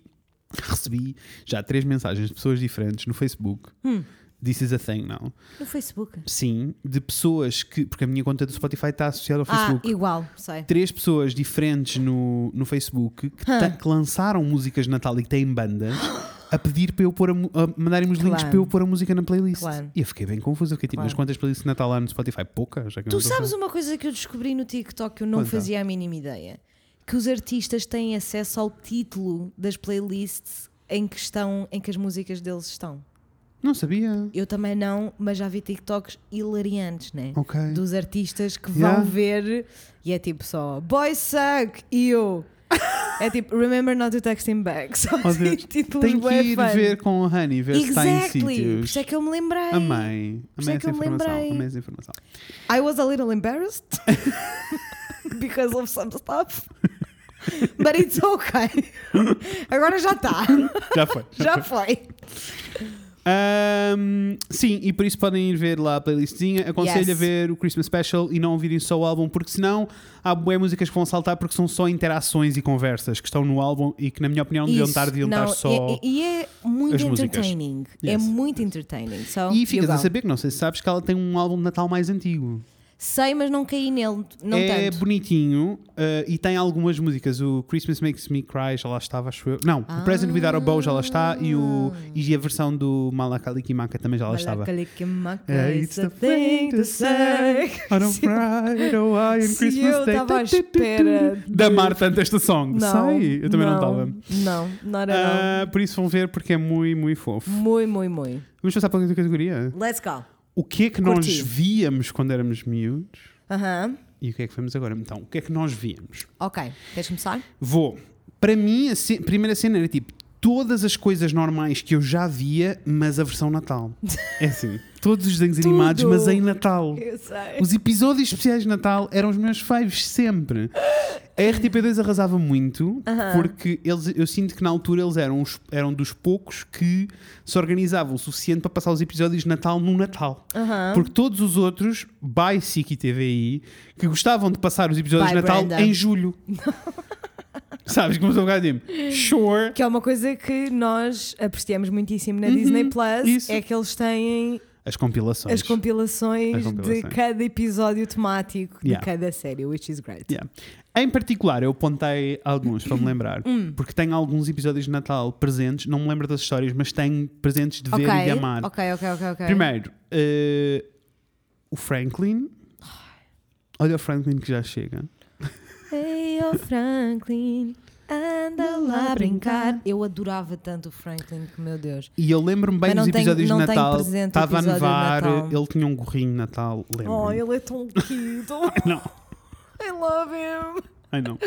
[SPEAKER 2] recebi já três mensagens de pessoas diferentes no Facebook.
[SPEAKER 1] Hum.
[SPEAKER 2] This is a thing now.
[SPEAKER 1] No Facebook.
[SPEAKER 2] Sim, de pessoas que. Porque a minha conta do Spotify está associada ao
[SPEAKER 1] Ah,
[SPEAKER 2] Facebook.
[SPEAKER 1] igual, sei.
[SPEAKER 2] Três pessoas diferentes no, no Facebook que,
[SPEAKER 1] Hã.
[SPEAKER 2] ta- que lançaram músicas de Natal e que têm bandas a pedir para eu pôr a, mu- a mandarem-me os links
[SPEAKER 1] Claro.
[SPEAKER 2] para eu pôr a música na playlist.
[SPEAKER 1] Claro.
[SPEAKER 2] E eu fiquei bem confusa, fiquei tipo,
[SPEAKER 1] Claro.
[SPEAKER 2] mas quantas playlists de Natal há no Spotify? Poucas? Já que eu
[SPEAKER 1] Tu
[SPEAKER 2] não tô
[SPEAKER 1] sabes
[SPEAKER 2] a- é.
[SPEAKER 1] uma coisa que eu descobri no TikTok que eu não
[SPEAKER 2] Conta.
[SPEAKER 1] fazia a mínima ideia? Que os artistas têm acesso ao título das playlists em que, estão, em que as músicas deles estão.
[SPEAKER 2] Não sabia.
[SPEAKER 1] Eu também não, mas já vi TikToks hilariantes, né?
[SPEAKER 2] Ok.
[SPEAKER 1] Dos artistas que vão
[SPEAKER 2] Yeah.
[SPEAKER 1] ver e é tipo só Boy Suck e eu. é tipo Remember Not to Text Him Back. Só
[SPEAKER 2] Oh,
[SPEAKER 1] assim,
[SPEAKER 2] Deus.
[SPEAKER 1] títulos
[SPEAKER 2] Tem que
[SPEAKER 1] bué
[SPEAKER 2] ir
[SPEAKER 1] fun.
[SPEAKER 2] ver com a Honey, ver se está em
[SPEAKER 1] Exactly! Por
[SPEAKER 2] sítios.
[SPEAKER 1] isso é que eu me lembrei.
[SPEAKER 2] Amei.
[SPEAKER 1] isso é
[SPEAKER 2] Amei
[SPEAKER 1] que
[SPEAKER 2] essa
[SPEAKER 1] eu me
[SPEAKER 2] informação.
[SPEAKER 1] lembrei.
[SPEAKER 2] Amei essa informação.
[SPEAKER 1] I was a little embarrassed because of some stuff. But it's okay. Agora já está.
[SPEAKER 2] Já foi.
[SPEAKER 1] Já foi.
[SPEAKER 2] Ahm, sim, e por isso podem ir ver lá a playlistzinha. Aconselho
[SPEAKER 1] Yes.
[SPEAKER 2] a ver o Christmas Special e não ouvirem só o álbum, porque senão há bué músicas que vão saltar porque são só interações e conversas que estão no álbum e que, na minha opinião, não Então, deviam
[SPEAKER 1] Isso,
[SPEAKER 2] estar, deviam estar
[SPEAKER 1] não,
[SPEAKER 2] só.
[SPEAKER 1] E, e é
[SPEAKER 2] as
[SPEAKER 1] muito
[SPEAKER 2] músicas.
[SPEAKER 1] entertaining. É
[SPEAKER 2] Yes.
[SPEAKER 1] muito entertaining. So,
[SPEAKER 2] E,
[SPEAKER 1] you
[SPEAKER 2] ficas
[SPEAKER 1] go.
[SPEAKER 2] a saber que não sei se sabes que ela tem um álbum de Natal mais antigo.
[SPEAKER 1] Sei, mas não caí nele. Não
[SPEAKER 2] é
[SPEAKER 1] tanto.
[SPEAKER 2] bonitinho ah, e tem algumas músicas. O Christmas Makes Me Cry já lá estava, acho eu. Não, o Present Without a Bow já lá está e, o,
[SPEAKER 1] Ah.
[SPEAKER 2] e a versão do Malakalikimaka também já lá estava.
[SPEAKER 1] Malacaliquimaca,
[SPEAKER 2] É,
[SPEAKER 1] it's a thing to say.
[SPEAKER 2] On a Friday, I
[SPEAKER 1] Se eu estava à espera
[SPEAKER 2] Da
[SPEAKER 1] de-
[SPEAKER 2] Marta esta song. Sei, eu também não estava.
[SPEAKER 1] Não, not at all.
[SPEAKER 2] Ah, por isso vão ver porque é muito, muito fofo.
[SPEAKER 1] Muito, muito, muito.
[SPEAKER 2] Vamos passar para outra categoria.
[SPEAKER 1] Let's go.
[SPEAKER 2] O que é que nós
[SPEAKER 1] Curti.
[SPEAKER 2] víamos quando éramos miúdos
[SPEAKER 1] Aham.
[SPEAKER 2] e o que é que fomos agora? Então, o que é que nós víamos?
[SPEAKER 1] Ok, queres começar?
[SPEAKER 2] Vou. Para mim, a ce- primeira cena era tipo todas as coisas normais que eu já via, mas a versão Natal. É assim, todos os desenhos animados, mas em Natal.
[SPEAKER 1] Eu sei.
[SPEAKER 2] Os episódios especiais de Natal eram os meus faves sempre. A RTP2 arrasava muito, porque eles, eu sinto que na altura eles eram, os- eram dos poucos que se organizavam o suficiente para passar os episódios de Natal no Natal. Porque todos os outros, by SIC e TVI, que gostavam de passar os episódios
[SPEAKER 1] By
[SPEAKER 2] de Natal
[SPEAKER 1] Brenda.
[SPEAKER 2] em julho. Sabes, começou a ficar tipo, sure.
[SPEAKER 1] Que é uma coisa que nós apreciamos muitíssimo na Disney Plus,
[SPEAKER 2] Uhum. isso.
[SPEAKER 1] é que eles têm
[SPEAKER 2] As compilações.
[SPEAKER 1] as compilações,
[SPEAKER 2] As compilações.
[SPEAKER 1] de cada episódio temático
[SPEAKER 2] Yeah.
[SPEAKER 1] de cada série, which is great.
[SPEAKER 2] Yeah. Em particular, eu apontei alguns para me lembrar,
[SPEAKER 1] Hum.
[SPEAKER 2] porque tenho alguns episódios de Natal presentes, não me lembro das histórias, mas tenho presentes de ver e de amar.
[SPEAKER 1] ok, ok, ok, ok.
[SPEAKER 2] Primeiro, eh, o Franklin. Olha o Franklin que já chega.
[SPEAKER 1] Ei, oh Franklin, anda lá a brincar. Eu adorava tanto o Franklin, que meu Deus.
[SPEAKER 2] E eu lembro-me bem
[SPEAKER 1] Mas não
[SPEAKER 2] dos
[SPEAKER 1] tenho-
[SPEAKER 2] episódios
[SPEAKER 1] não
[SPEAKER 2] de
[SPEAKER 1] tenho
[SPEAKER 2] Natal.
[SPEAKER 1] presente o
[SPEAKER 2] Estava a
[SPEAKER 1] episódio de
[SPEAKER 2] nevar,
[SPEAKER 1] Natal.
[SPEAKER 2] ele tinha um gorrinho de Natal, lembro.
[SPEAKER 1] Oh,
[SPEAKER 2] me
[SPEAKER 1] ele é tão querido.
[SPEAKER 2] Não,
[SPEAKER 1] I love him.
[SPEAKER 2] ai não.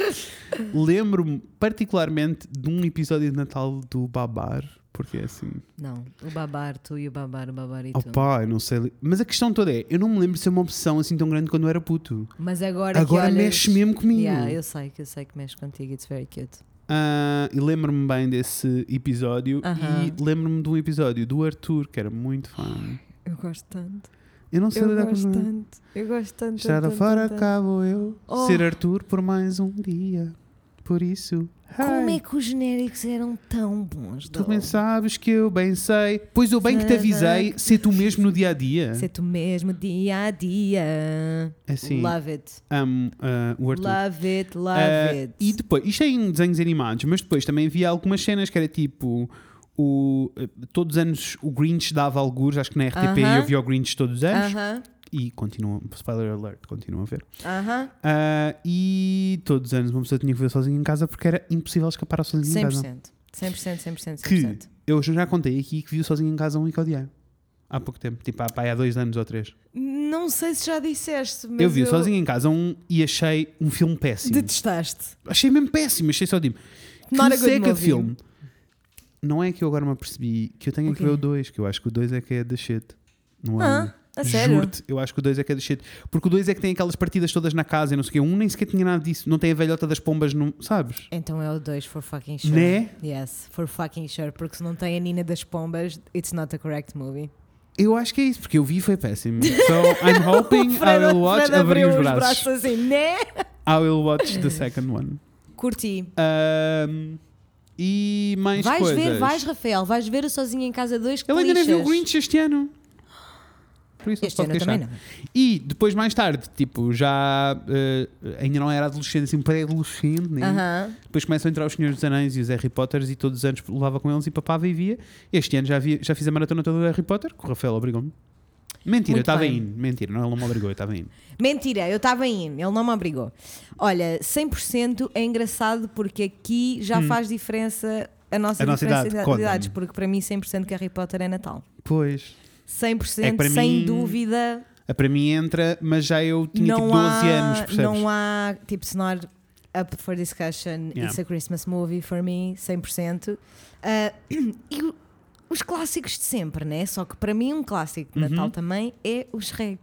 [SPEAKER 2] Lembro-me particularmente de um episódio de Natal do Babar, porque é assim.
[SPEAKER 1] Não, o babar, tu e o babar, o babar e tu.
[SPEAKER 2] Opá, eu não sei. li- Mas a questão toda é, eu não me lembro de ser uma obsessão assim tão grande quando eu era puto.
[SPEAKER 1] Mas agora, é que
[SPEAKER 2] Agora
[SPEAKER 1] olhas-
[SPEAKER 2] mexe mesmo comigo.
[SPEAKER 1] Yeah, eu sei que eu sei que mexe contigo, it's very cute.
[SPEAKER 2] Ah, e lembro-me bem desse episódio
[SPEAKER 1] Aham.
[SPEAKER 2] e lembro-me de um episódio do Arthur, que era muito fã.
[SPEAKER 1] Eu gosto tanto.
[SPEAKER 2] Eu não sei
[SPEAKER 1] Eu
[SPEAKER 2] lidar com os
[SPEAKER 1] gosto
[SPEAKER 2] nomes.
[SPEAKER 1] tanto. Eu gosto tanto.
[SPEAKER 2] Estrada
[SPEAKER 1] tanto,
[SPEAKER 2] fora,
[SPEAKER 1] tanto, tanto.
[SPEAKER 2] cá vou eu.
[SPEAKER 1] Oh.
[SPEAKER 2] Ser Arthur por mais um dia. Por isso.
[SPEAKER 1] Como
[SPEAKER 2] hey,
[SPEAKER 1] é que os genéricos eram tão bons?
[SPEAKER 2] Tu
[SPEAKER 1] Dol?
[SPEAKER 2] bem sabes que eu bem sei. Pois eu bem que te avisei, ser tu mesmo no dia a dia.
[SPEAKER 1] Ser tu mesmo dia a dia.
[SPEAKER 2] Assim,
[SPEAKER 1] Love it.
[SPEAKER 2] amo ah, o Arthur.
[SPEAKER 1] Love it, love
[SPEAKER 2] Ah,
[SPEAKER 1] it.
[SPEAKER 2] e depois, isto é em desenhos animados, mas depois também havia algumas cenas que era tipo. O, eh, todos os anos o Grinch dava algures, acho que na RTP
[SPEAKER 1] Aham.
[SPEAKER 2] eu via o Grinch todos os anos
[SPEAKER 1] Aham,
[SPEAKER 2] e continua, spoiler alert, continua a ver.
[SPEAKER 1] aham.
[SPEAKER 2] Ah, e todos os anos uma pessoa tinha que ver sozinha em casa porque era impossível escapar sozinha em casa.
[SPEAKER 1] 100%. 100%, 100%,
[SPEAKER 2] Que
[SPEAKER 1] 100%.
[SPEAKER 2] eu já contei aqui que viu sozinho em casa um e que odiei. Há pouco tempo, tipo há, pá, há dois anos ou três.
[SPEAKER 1] Não sei se já disseste, mas
[SPEAKER 2] eu vi sozinho em casa um e achei um filme péssimo.
[SPEAKER 1] Detestaste.
[SPEAKER 2] Achei mesmo péssimo, achei só tipo. Que
[SPEAKER 1] Not a good
[SPEAKER 2] seca de
[SPEAKER 1] movie.
[SPEAKER 2] filme. Não é que eu agora me apercebi que eu tenho
[SPEAKER 1] O
[SPEAKER 2] que ver
[SPEAKER 1] quê?
[SPEAKER 2] o 2, que eu acho que o 2 é que é da shit. Não é?
[SPEAKER 1] Ah, a sério?
[SPEAKER 2] Juro-te, eu acho que o 2 é que é da shit. Porque o 2 é que tem aquelas partidas todas na casa e não sei o quê. Um nem sequer tinha nada disso. Não tem a velhota das pombas, não, sabes?
[SPEAKER 1] Então é o 2 for fucking sure.
[SPEAKER 2] Né?
[SPEAKER 1] Yes, for fucking sure. Porque se não tem a Nina das Pombas, it's not a correct movie.
[SPEAKER 2] Eu acho que é isso, porque eu vi e foi péssimo. So I'm hoping I will watch.
[SPEAKER 1] Fred
[SPEAKER 2] Abri
[SPEAKER 1] abriu
[SPEAKER 2] os braços.
[SPEAKER 1] assim, né?
[SPEAKER 2] I will watch the second one.
[SPEAKER 1] Curti.
[SPEAKER 2] Ahm, e mais
[SPEAKER 1] Vais
[SPEAKER 2] coisas.
[SPEAKER 1] ver, vais, Rafael, vais ver a Sozinho em Casa 2 que
[SPEAKER 2] Ele ainda nem viu o
[SPEAKER 1] lixas.
[SPEAKER 2] Grinch este ano. Por isso não se
[SPEAKER 1] Este
[SPEAKER 2] pode
[SPEAKER 1] ano
[SPEAKER 2] queixar.
[SPEAKER 1] também não.
[SPEAKER 2] E depois, mais tarde, tipo, já eh, ainda não era adolescente, assim, pré-adolescente, né?
[SPEAKER 1] Aham.
[SPEAKER 2] Depois começam a entrar os Senhores dos Anéis e os Harry Potters e todos os anos levava com eles e papava e via. Este ano já, vi- já fiz a maratona toda do Harry Potter, que o Rafael obrigou-me. Mentira, eu
[SPEAKER 1] Muito
[SPEAKER 2] estava
[SPEAKER 1] bem.
[SPEAKER 2] indo. Mentira, não, ele não me obrigou, eu estava indo.
[SPEAKER 1] Mentira, eu estava indo, ele não me obrigou. Olha, 100% é engraçado porque aqui já faz diferença a nossa
[SPEAKER 2] Hum. A
[SPEAKER 1] diferença
[SPEAKER 2] nossa idade,
[SPEAKER 1] de
[SPEAKER 2] conta-me.
[SPEAKER 1] idades, porque para mim 100% que Harry Potter é Natal.
[SPEAKER 2] Pois.
[SPEAKER 1] 100%,
[SPEAKER 2] É que para
[SPEAKER 1] sem
[SPEAKER 2] mim,
[SPEAKER 1] dúvida,
[SPEAKER 2] A para mim entra, mas já eu tinha
[SPEAKER 1] não
[SPEAKER 2] tipo 12
[SPEAKER 1] há,
[SPEAKER 2] anos, percebes?
[SPEAKER 1] não há, tipo, se not up for discussion,
[SPEAKER 2] Yeah.
[SPEAKER 1] it's a Christmas movie for me, 100%. Ah, e o- os clássicos de sempre, né? Só que para mim um clássico de
[SPEAKER 2] Uhum.
[SPEAKER 1] Natal também é o Shrek.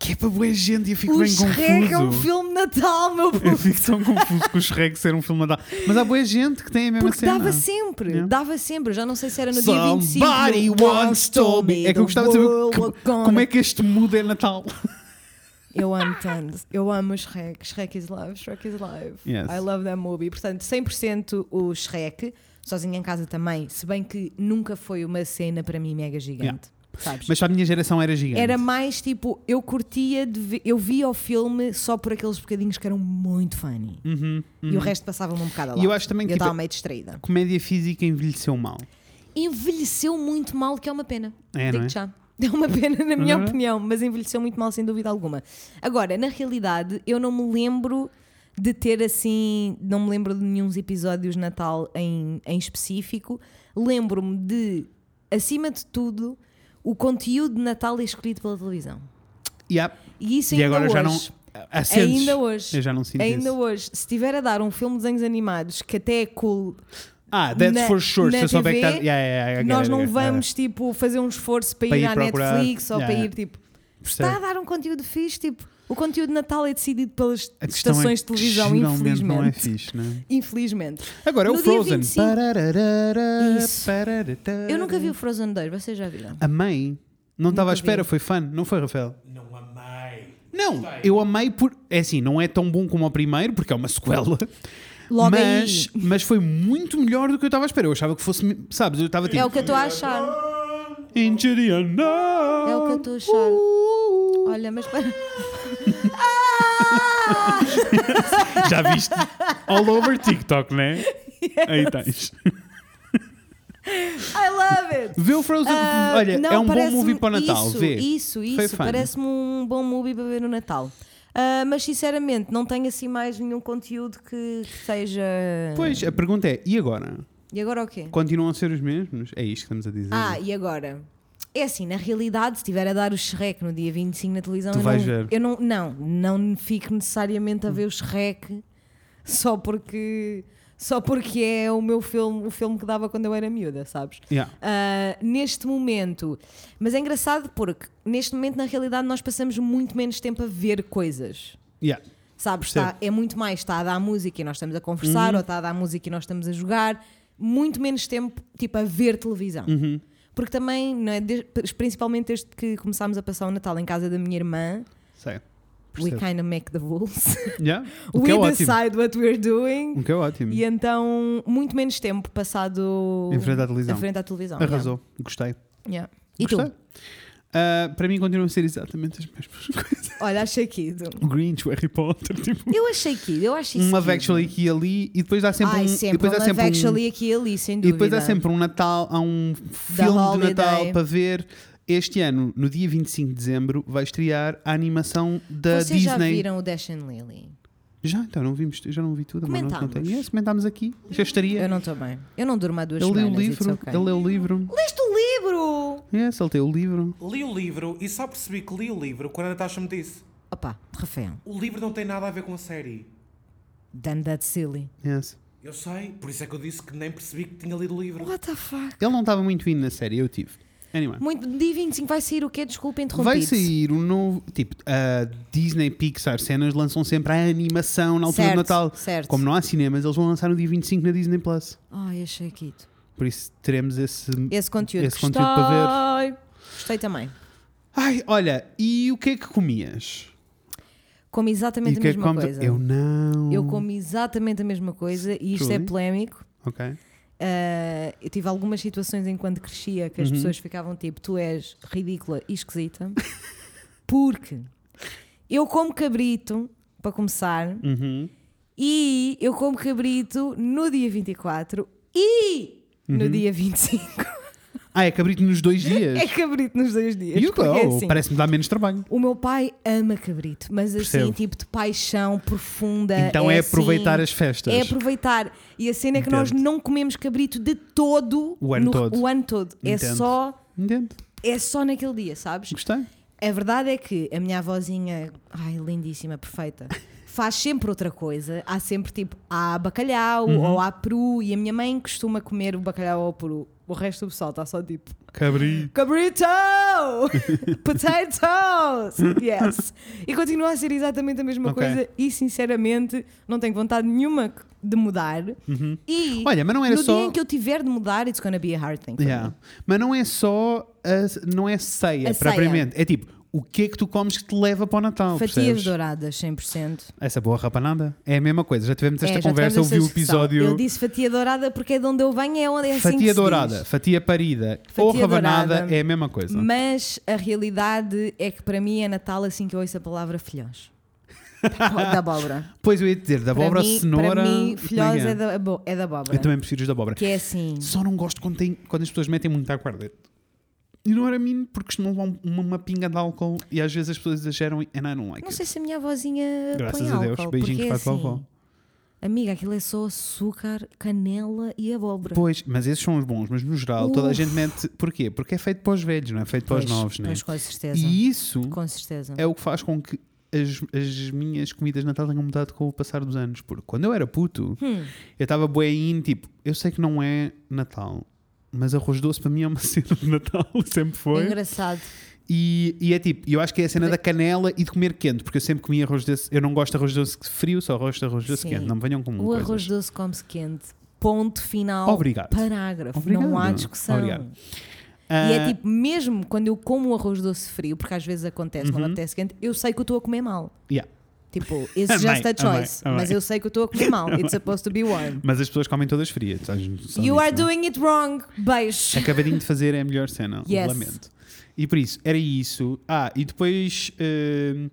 [SPEAKER 2] Que é para boa gente e eu fico
[SPEAKER 1] O
[SPEAKER 2] bem
[SPEAKER 1] Shrek
[SPEAKER 2] confuso.
[SPEAKER 1] é um filme de Natal, meu povo.
[SPEAKER 2] Eu fico tão confuso com o Shrek ser um filme de Natal. Mas há boa gente que tem a mesma
[SPEAKER 1] Porque
[SPEAKER 2] É cena.
[SPEAKER 1] dava sempre,
[SPEAKER 2] Yeah.
[SPEAKER 1] dava sempre. Já não sei se era no dia 25.
[SPEAKER 2] Somebody once told me. É que eu gostava de saber como, como é que este mudo é Natal.
[SPEAKER 1] Eu amo tanto. Eu amo o Shrek. Shrek is love. Shrek is live.
[SPEAKER 2] Yes.
[SPEAKER 1] I love that movie. Portanto, 100% o Shrek. Sozinha em casa também. Se bem que nunca foi uma cena para mim mega gigante. Sabes?
[SPEAKER 2] Mas para a minha geração era gigante.
[SPEAKER 1] Era mais tipo, eu curtia de ver, eu via o filme só por aqueles bocadinhos que eram muito funny. E o resto passava-me um bocado lá.
[SPEAKER 2] Uhum, E eu acho também que,
[SPEAKER 1] eu
[SPEAKER 2] tipo,
[SPEAKER 1] estava meio distraída.
[SPEAKER 2] Comédia física envelheceu mal.
[SPEAKER 1] envelheceu muito mal, que é uma pena.
[SPEAKER 2] É, não
[SPEAKER 1] Digo
[SPEAKER 2] é?
[SPEAKER 1] já. É uma pena, na minha
[SPEAKER 2] Não é?
[SPEAKER 1] opinião, mas envelheceu muito mal, sem dúvida alguma. Agora, na realidade, eu não me lembro de ter assim. Não me lembro de nenhum episódios de Natal em, em específico. Lembro-me de, acima de tudo, o conteúdo de Natal é escolhido pela televisão.
[SPEAKER 2] Yeah.
[SPEAKER 1] E isso
[SPEAKER 2] E
[SPEAKER 1] ainda
[SPEAKER 2] agora
[SPEAKER 1] hoje.
[SPEAKER 2] já não. Acendes.
[SPEAKER 1] Ainda hoje.
[SPEAKER 2] Eu já não sinto
[SPEAKER 1] Ainda
[SPEAKER 2] isso.
[SPEAKER 1] hoje, se estiver a dar um filme de desenhos animados que até é cool
[SPEAKER 2] Ah, that's
[SPEAKER 1] na-
[SPEAKER 2] for sure.
[SPEAKER 1] na
[SPEAKER 2] Se eu souber que
[SPEAKER 1] TV,
[SPEAKER 2] tá- Yeah, yeah, yeah, I get
[SPEAKER 1] nós
[SPEAKER 2] it, I
[SPEAKER 1] não
[SPEAKER 2] get it.
[SPEAKER 1] vamos tipo fazer um esforço para,
[SPEAKER 2] Para
[SPEAKER 1] ir
[SPEAKER 2] ir
[SPEAKER 1] à
[SPEAKER 2] procurar,
[SPEAKER 1] Netflix ou
[SPEAKER 2] yeah,
[SPEAKER 1] para
[SPEAKER 2] yeah.
[SPEAKER 1] ir tipo. Se
[SPEAKER 2] Percebo.
[SPEAKER 1] está a dar um conteúdo fixe, tipo, o conteúdo de Natal é decidido pelas
[SPEAKER 2] A questão é
[SPEAKER 1] estações de
[SPEAKER 2] que
[SPEAKER 1] televisão,
[SPEAKER 2] geralmente
[SPEAKER 1] infelizmente.
[SPEAKER 2] não é fixe, né?
[SPEAKER 1] Infelizmente.
[SPEAKER 2] Agora é o
[SPEAKER 1] No dia
[SPEAKER 2] Frozen.
[SPEAKER 1] 25.
[SPEAKER 2] Pararara,
[SPEAKER 1] Isso.
[SPEAKER 2] pararara.
[SPEAKER 1] Eu nunca vi o Frozen 2, vocês já viram?
[SPEAKER 2] Amei. Não estava à
[SPEAKER 1] vi.
[SPEAKER 2] espera, foi fã, não foi, Rafael?
[SPEAKER 4] Não amei.
[SPEAKER 2] Não, eu amei por. É assim, não é tão bom como o primeiro, porque é uma sequela.
[SPEAKER 1] Logo
[SPEAKER 2] mas,
[SPEAKER 1] aí.
[SPEAKER 2] mas foi muito melhor do que eu estava à espera. Eu achava que fosse. Sabes, eu estava tipo.
[SPEAKER 1] É o que eu estou a achar.
[SPEAKER 2] Injuriana.
[SPEAKER 1] É o que eu estou a achar.
[SPEAKER 2] Uh.
[SPEAKER 1] Olha, mas para. Ah!
[SPEAKER 2] Já viste? All over TikTok, né? Aí tens.
[SPEAKER 1] I love it!
[SPEAKER 2] Vê o Frozen.
[SPEAKER 1] Ah,
[SPEAKER 2] Olha,
[SPEAKER 1] não,
[SPEAKER 2] é um bom
[SPEAKER 1] parece-me-
[SPEAKER 2] movie para o Natal.
[SPEAKER 1] Isso,
[SPEAKER 2] Vê.
[SPEAKER 1] isso,
[SPEAKER 2] Foi
[SPEAKER 1] isso.
[SPEAKER 2] fun.
[SPEAKER 1] Parece-me um bom movie para ver no Natal. Ah, mas sinceramente, não tenho assim mais nenhum conteúdo que, que seja.
[SPEAKER 2] Pois, a pergunta é: e agora?
[SPEAKER 1] E agora o quê?
[SPEAKER 2] Continuam a ser os mesmos? É isto que estamos a dizer.
[SPEAKER 1] Ah, e agora? É assim, na realidade, se estiver a dar o Shrek no dia 25 na televisão,
[SPEAKER 2] Tu
[SPEAKER 1] eu,
[SPEAKER 2] vais
[SPEAKER 1] não,
[SPEAKER 2] ver.
[SPEAKER 1] eu não, não, não fico necessariamente a ver o Shrek só porque, só porque é o meu filme, o filme que dava quando eu era miúda, sabes?
[SPEAKER 2] Yeah.
[SPEAKER 1] Ah, neste momento, mas é engraçado porque neste momento, na realidade, nós passamos muito menos tempo a ver coisas.
[SPEAKER 2] Yeah.
[SPEAKER 1] Sabes,
[SPEAKER 2] Percebo.
[SPEAKER 1] tá- é muito mais, está a dar música e nós estamos a conversar,
[SPEAKER 2] Uhum.
[SPEAKER 1] ou está a dar música e nós estamos a jogar, muito menos tempo tipo a ver televisão.
[SPEAKER 2] Uhum.
[SPEAKER 1] Porque também, não é, de- principalmente desde que começámos a passar o Natal em casa da minha irmã,
[SPEAKER 2] Sei.
[SPEAKER 1] we
[SPEAKER 2] Percebo.
[SPEAKER 1] kind of make the rules.
[SPEAKER 2] Yeah. O que
[SPEAKER 1] we
[SPEAKER 2] é ótimo.
[SPEAKER 1] decide what we're doing.
[SPEAKER 2] O que é ótimo.
[SPEAKER 1] E então, muito menos tempo passado
[SPEAKER 2] Em frente à televisão.
[SPEAKER 1] em frente à televisão,
[SPEAKER 2] Arrasou. Gostei.
[SPEAKER 1] yeah. Yeah. E
[SPEAKER 2] Gostei.
[SPEAKER 1] tu?
[SPEAKER 2] Ah, para mim continuam a ser exatamente as mesmas coisas.
[SPEAKER 1] Olha, achei que ido.
[SPEAKER 2] O Grinch, o Harry Potter, tipo.
[SPEAKER 1] Eu achei que ido, eu acho isso.
[SPEAKER 2] Um love
[SPEAKER 1] querido.
[SPEAKER 2] actually aqui e ali e depois há sempre
[SPEAKER 1] Ai,
[SPEAKER 2] um.
[SPEAKER 1] sempre,
[SPEAKER 2] e depois
[SPEAKER 1] um
[SPEAKER 2] há
[SPEAKER 1] love
[SPEAKER 2] sempre um-
[SPEAKER 1] actually aqui e ali, sem
[SPEAKER 2] E
[SPEAKER 1] dúvida.
[SPEAKER 2] depois há sempre um Natal, há um filme de
[SPEAKER 1] Holiday.
[SPEAKER 2] Natal para ver. Este ano, no dia 25 de dezembro, vai estrear a animação da
[SPEAKER 1] Vocês já
[SPEAKER 2] Disney.
[SPEAKER 1] viram o Dash and Lily?
[SPEAKER 2] Já, então não vimos, já não vi tudo, mas não
[SPEAKER 1] Comentámos.
[SPEAKER 2] contei. Yes, comentámos aqui. Já estaria.
[SPEAKER 1] Eu não estou bem. Eu não durmo há duas
[SPEAKER 2] Ele leu o
[SPEAKER 1] semanas.
[SPEAKER 2] livro.
[SPEAKER 1] it's okay.
[SPEAKER 2] Ele leu o livro.
[SPEAKER 1] Leste o livro!
[SPEAKER 2] Yes, ele tem o livro.
[SPEAKER 4] Li o livro e só percebi que li o livro quando a Natasha me disse:
[SPEAKER 1] Opa, Rafael,
[SPEAKER 4] o livro não tem nada a ver com a série.
[SPEAKER 1] done that silly.
[SPEAKER 2] Yes.
[SPEAKER 4] Eu sei, por isso é que eu disse que nem percebi que tinha lido o livro.
[SPEAKER 1] What the fuck?
[SPEAKER 2] Ele não estava muito vindo na série, eu tive. Anyway.
[SPEAKER 1] Muito, dia 25 vai sair o quê? Desculpa interromper.
[SPEAKER 2] Vai sair um novo. Tipo, a Disney Pixar cenas lançam sempre a animação na altura
[SPEAKER 1] Certo,
[SPEAKER 2] do Natal.
[SPEAKER 1] certo.
[SPEAKER 2] Como não há cinemas, eles vão lançar no dia 25 na Disney Plus.
[SPEAKER 1] Ai, achei que ido.
[SPEAKER 2] Por isso teremos esse.
[SPEAKER 1] Esse conteúdo
[SPEAKER 2] Esse
[SPEAKER 1] que
[SPEAKER 2] conteúdo para
[SPEAKER 1] ver. Gostei também.
[SPEAKER 2] Ai, olha, e o que é que comias?
[SPEAKER 1] Como
[SPEAKER 2] E
[SPEAKER 1] exatamente
[SPEAKER 2] o
[SPEAKER 1] a
[SPEAKER 2] que é que
[SPEAKER 1] mesma
[SPEAKER 2] comes?
[SPEAKER 1] coisa.
[SPEAKER 2] Eu não.
[SPEAKER 1] Eu como exatamente a mesma coisa e isto é
[SPEAKER 2] Truly?
[SPEAKER 1] polémico.
[SPEAKER 2] Ok.
[SPEAKER 1] Uh, eu tive algumas situações enquanto crescia
[SPEAKER 2] Uhum.
[SPEAKER 1] que as pessoas ficavam tipo: tu és ridícula e esquisita, porque eu como cabrito, para começar,
[SPEAKER 2] Uhum.
[SPEAKER 1] e eu como cabrito no dia 24 e
[SPEAKER 2] Uhum.
[SPEAKER 1] no dia 25.
[SPEAKER 2] Ah, é cabrito nos dois dias.
[SPEAKER 1] É cabrito nos dois dias.
[SPEAKER 2] E o
[SPEAKER 1] porque é
[SPEAKER 2] go.
[SPEAKER 1] assim.
[SPEAKER 2] Parece-me dar menos trabalho.
[SPEAKER 1] O meu pai ama cabrito, mas assim,
[SPEAKER 2] Percebo.
[SPEAKER 1] tipo de paixão profunda.
[SPEAKER 2] Então é,
[SPEAKER 1] assim,
[SPEAKER 2] aproveitar as festas.
[SPEAKER 1] É aproveitar. E a cena é que nós
[SPEAKER 2] Entendo.
[SPEAKER 1] não comemos cabrito de todo
[SPEAKER 2] O ano todo.
[SPEAKER 1] o ano todo. É
[SPEAKER 2] Entendo.
[SPEAKER 1] só
[SPEAKER 2] Entendo.
[SPEAKER 1] é só naquele dia, sabes?
[SPEAKER 2] Gostei.
[SPEAKER 1] A verdade é que a minha avózinha, ai, lindíssima, perfeita, faz sempre outra coisa. Há sempre tipo, há bacalhau
[SPEAKER 2] Uhum.
[SPEAKER 1] ou há peru e a minha mãe costuma comer o bacalhau ou o peru. O resto do pessoal está só tipo,
[SPEAKER 2] Cabrito.
[SPEAKER 1] cabrito! Potatoes! Yes! E continua a ser exatamente a mesma
[SPEAKER 2] Ok.
[SPEAKER 1] coisa e, sinceramente, não tenho vontade nenhuma de mudar. E
[SPEAKER 2] Uhum. Olha, mas não era
[SPEAKER 1] no
[SPEAKER 2] só-
[SPEAKER 1] dia em que eu tiver de mudar, it's gonna be a hard thing. for me.
[SPEAKER 2] Yeah. Mas não é só a, não é ceia
[SPEAKER 1] A ceia.
[SPEAKER 2] propriamente. É tipo, o que é que tu comes que te leva para o Natal?
[SPEAKER 1] Fatias
[SPEAKER 2] percebes?
[SPEAKER 1] douradas, 100%.
[SPEAKER 2] Essa boa rapanada é a mesma coisa. Já tivemos esta
[SPEAKER 1] É, já
[SPEAKER 2] conversa,
[SPEAKER 1] tivemos
[SPEAKER 2] ouvi o
[SPEAKER 1] essa discussão.
[SPEAKER 2] episódio.
[SPEAKER 1] Eu disse fatia dourada porque é de onde eu venho, é onde é assim que
[SPEAKER 2] fatia
[SPEAKER 1] se
[SPEAKER 2] dourada,
[SPEAKER 1] diz.
[SPEAKER 2] fatia parida ou
[SPEAKER 1] Fatia
[SPEAKER 2] rabanada
[SPEAKER 1] dourada.
[SPEAKER 2] é a mesma coisa.
[SPEAKER 1] Mas a realidade é que para mim é Natal assim que eu ouço a palavra Tá filhós. Da bo- da abóbora.
[SPEAKER 2] Pois eu ia dizer, da abóbora,
[SPEAKER 1] para mim,
[SPEAKER 2] cenoura.
[SPEAKER 1] Para mim,
[SPEAKER 2] como é que
[SPEAKER 1] filhós
[SPEAKER 2] é?
[SPEAKER 1] é da, abo- é da abóbora.
[SPEAKER 2] Eu também prefiro os da abóbora.
[SPEAKER 1] Que é assim.
[SPEAKER 2] Só não gosto quando, tem- quando as pessoas metem muito aguardente. E não era mim, porque costumam levar um- uma, uma pinga de álcool e às vezes as pessoas exageram and I don't like
[SPEAKER 1] Não
[SPEAKER 2] it.
[SPEAKER 1] sei se a minha avózinha
[SPEAKER 2] é. Graças
[SPEAKER 1] põe
[SPEAKER 2] a Deus.
[SPEAKER 1] álcool,
[SPEAKER 2] Beijinhos
[SPEAKER 1] porque é
[SPEAKER 2] para a tua avó.
[SPEAKER 1] assim, Amiga, aquilo é só açúcar, canela e abóbora.
[SPEAKER 2] Pois, mas esses são os bons, mas no geral toda a gente mete. Porquê? Porque é feito para os velhos, não é feito para os novos, não é?
[SPEAKER 1] Pois, com certeza.
[SPEAKER 2] E isso
[SPEAKER 1] Com certeza.
[SPEAKER 2] é o que faz com que as, as minhas comidas de Natal tenham mudado com o passar dos anos. Porque quando eu era puto,
[SPEAKER 1] Hum.
[SPEAKER 2] eu estava bué-in, tipo, eu sei que não é Natal, mas arroz doce para mim é uma cena de Natal, sempre foi.
[SPEAKER 1] Engraçado.
[SPEAKER 2] E, e é tipo, eu acho que é a cena da canela e de comer quente, porque eu sempre comi arroz doce. Eu não gosto de arroz doce frio, só gosto de arroz doce
[SPEAKER 1] Sim.
[SPEAKER 2] quente. Não me venham com
[SPEAKER 1] O
[SPEAKER 2] Hum, coisas.
[SPEAKER 1] arroz doce come-se quente. Ponto final.
[SPEAKER 2] Obrigado.
[SPEAKER 1] Parágrafo.
[SPEAKER 2] Obrigado.
[SPEAKER 1] Não há discussão.
[SPEAKER 2] Obrigado.
[SPEAKER 1] E
[SPEAKER 2] Ah,
[SPEAKER 1] é tipo, mesmo quando eu como um arroz doce frio, porque às vezes acontece,
[SPEAKER 2] Uhum.
[SPEAKER 1] não acontece quente, eu sei que eu estou a comer mal.
[SPEAKER 2] yeah.
[SPEAKER 1] Tipo, it's
[SPEAKER 2] Amei,
[SPEAKER 1] just a choice.
[SPEAKER 2] amei, amei.
[SPEAKER 1] Mas eu sei que eu estou a comer mal. It's supposed to be warm.
[SPEAKER 2] Mas as pessoas comem todas frias. sabes, só
[SPEAKER 1] You
[SPEAKER 2] disso,
[SPEAKER 1] are
[SPEAKER 2] não é?
[SPEAKER 1] doing it wrong. Beijo.
[SPEAKER 2] Acabadinho de fazer é a melhor cena.
[SPEAKER 1] Yes.
[SPEAKER 2] Lamento. E por isso, era isso. Ah, e depois hum,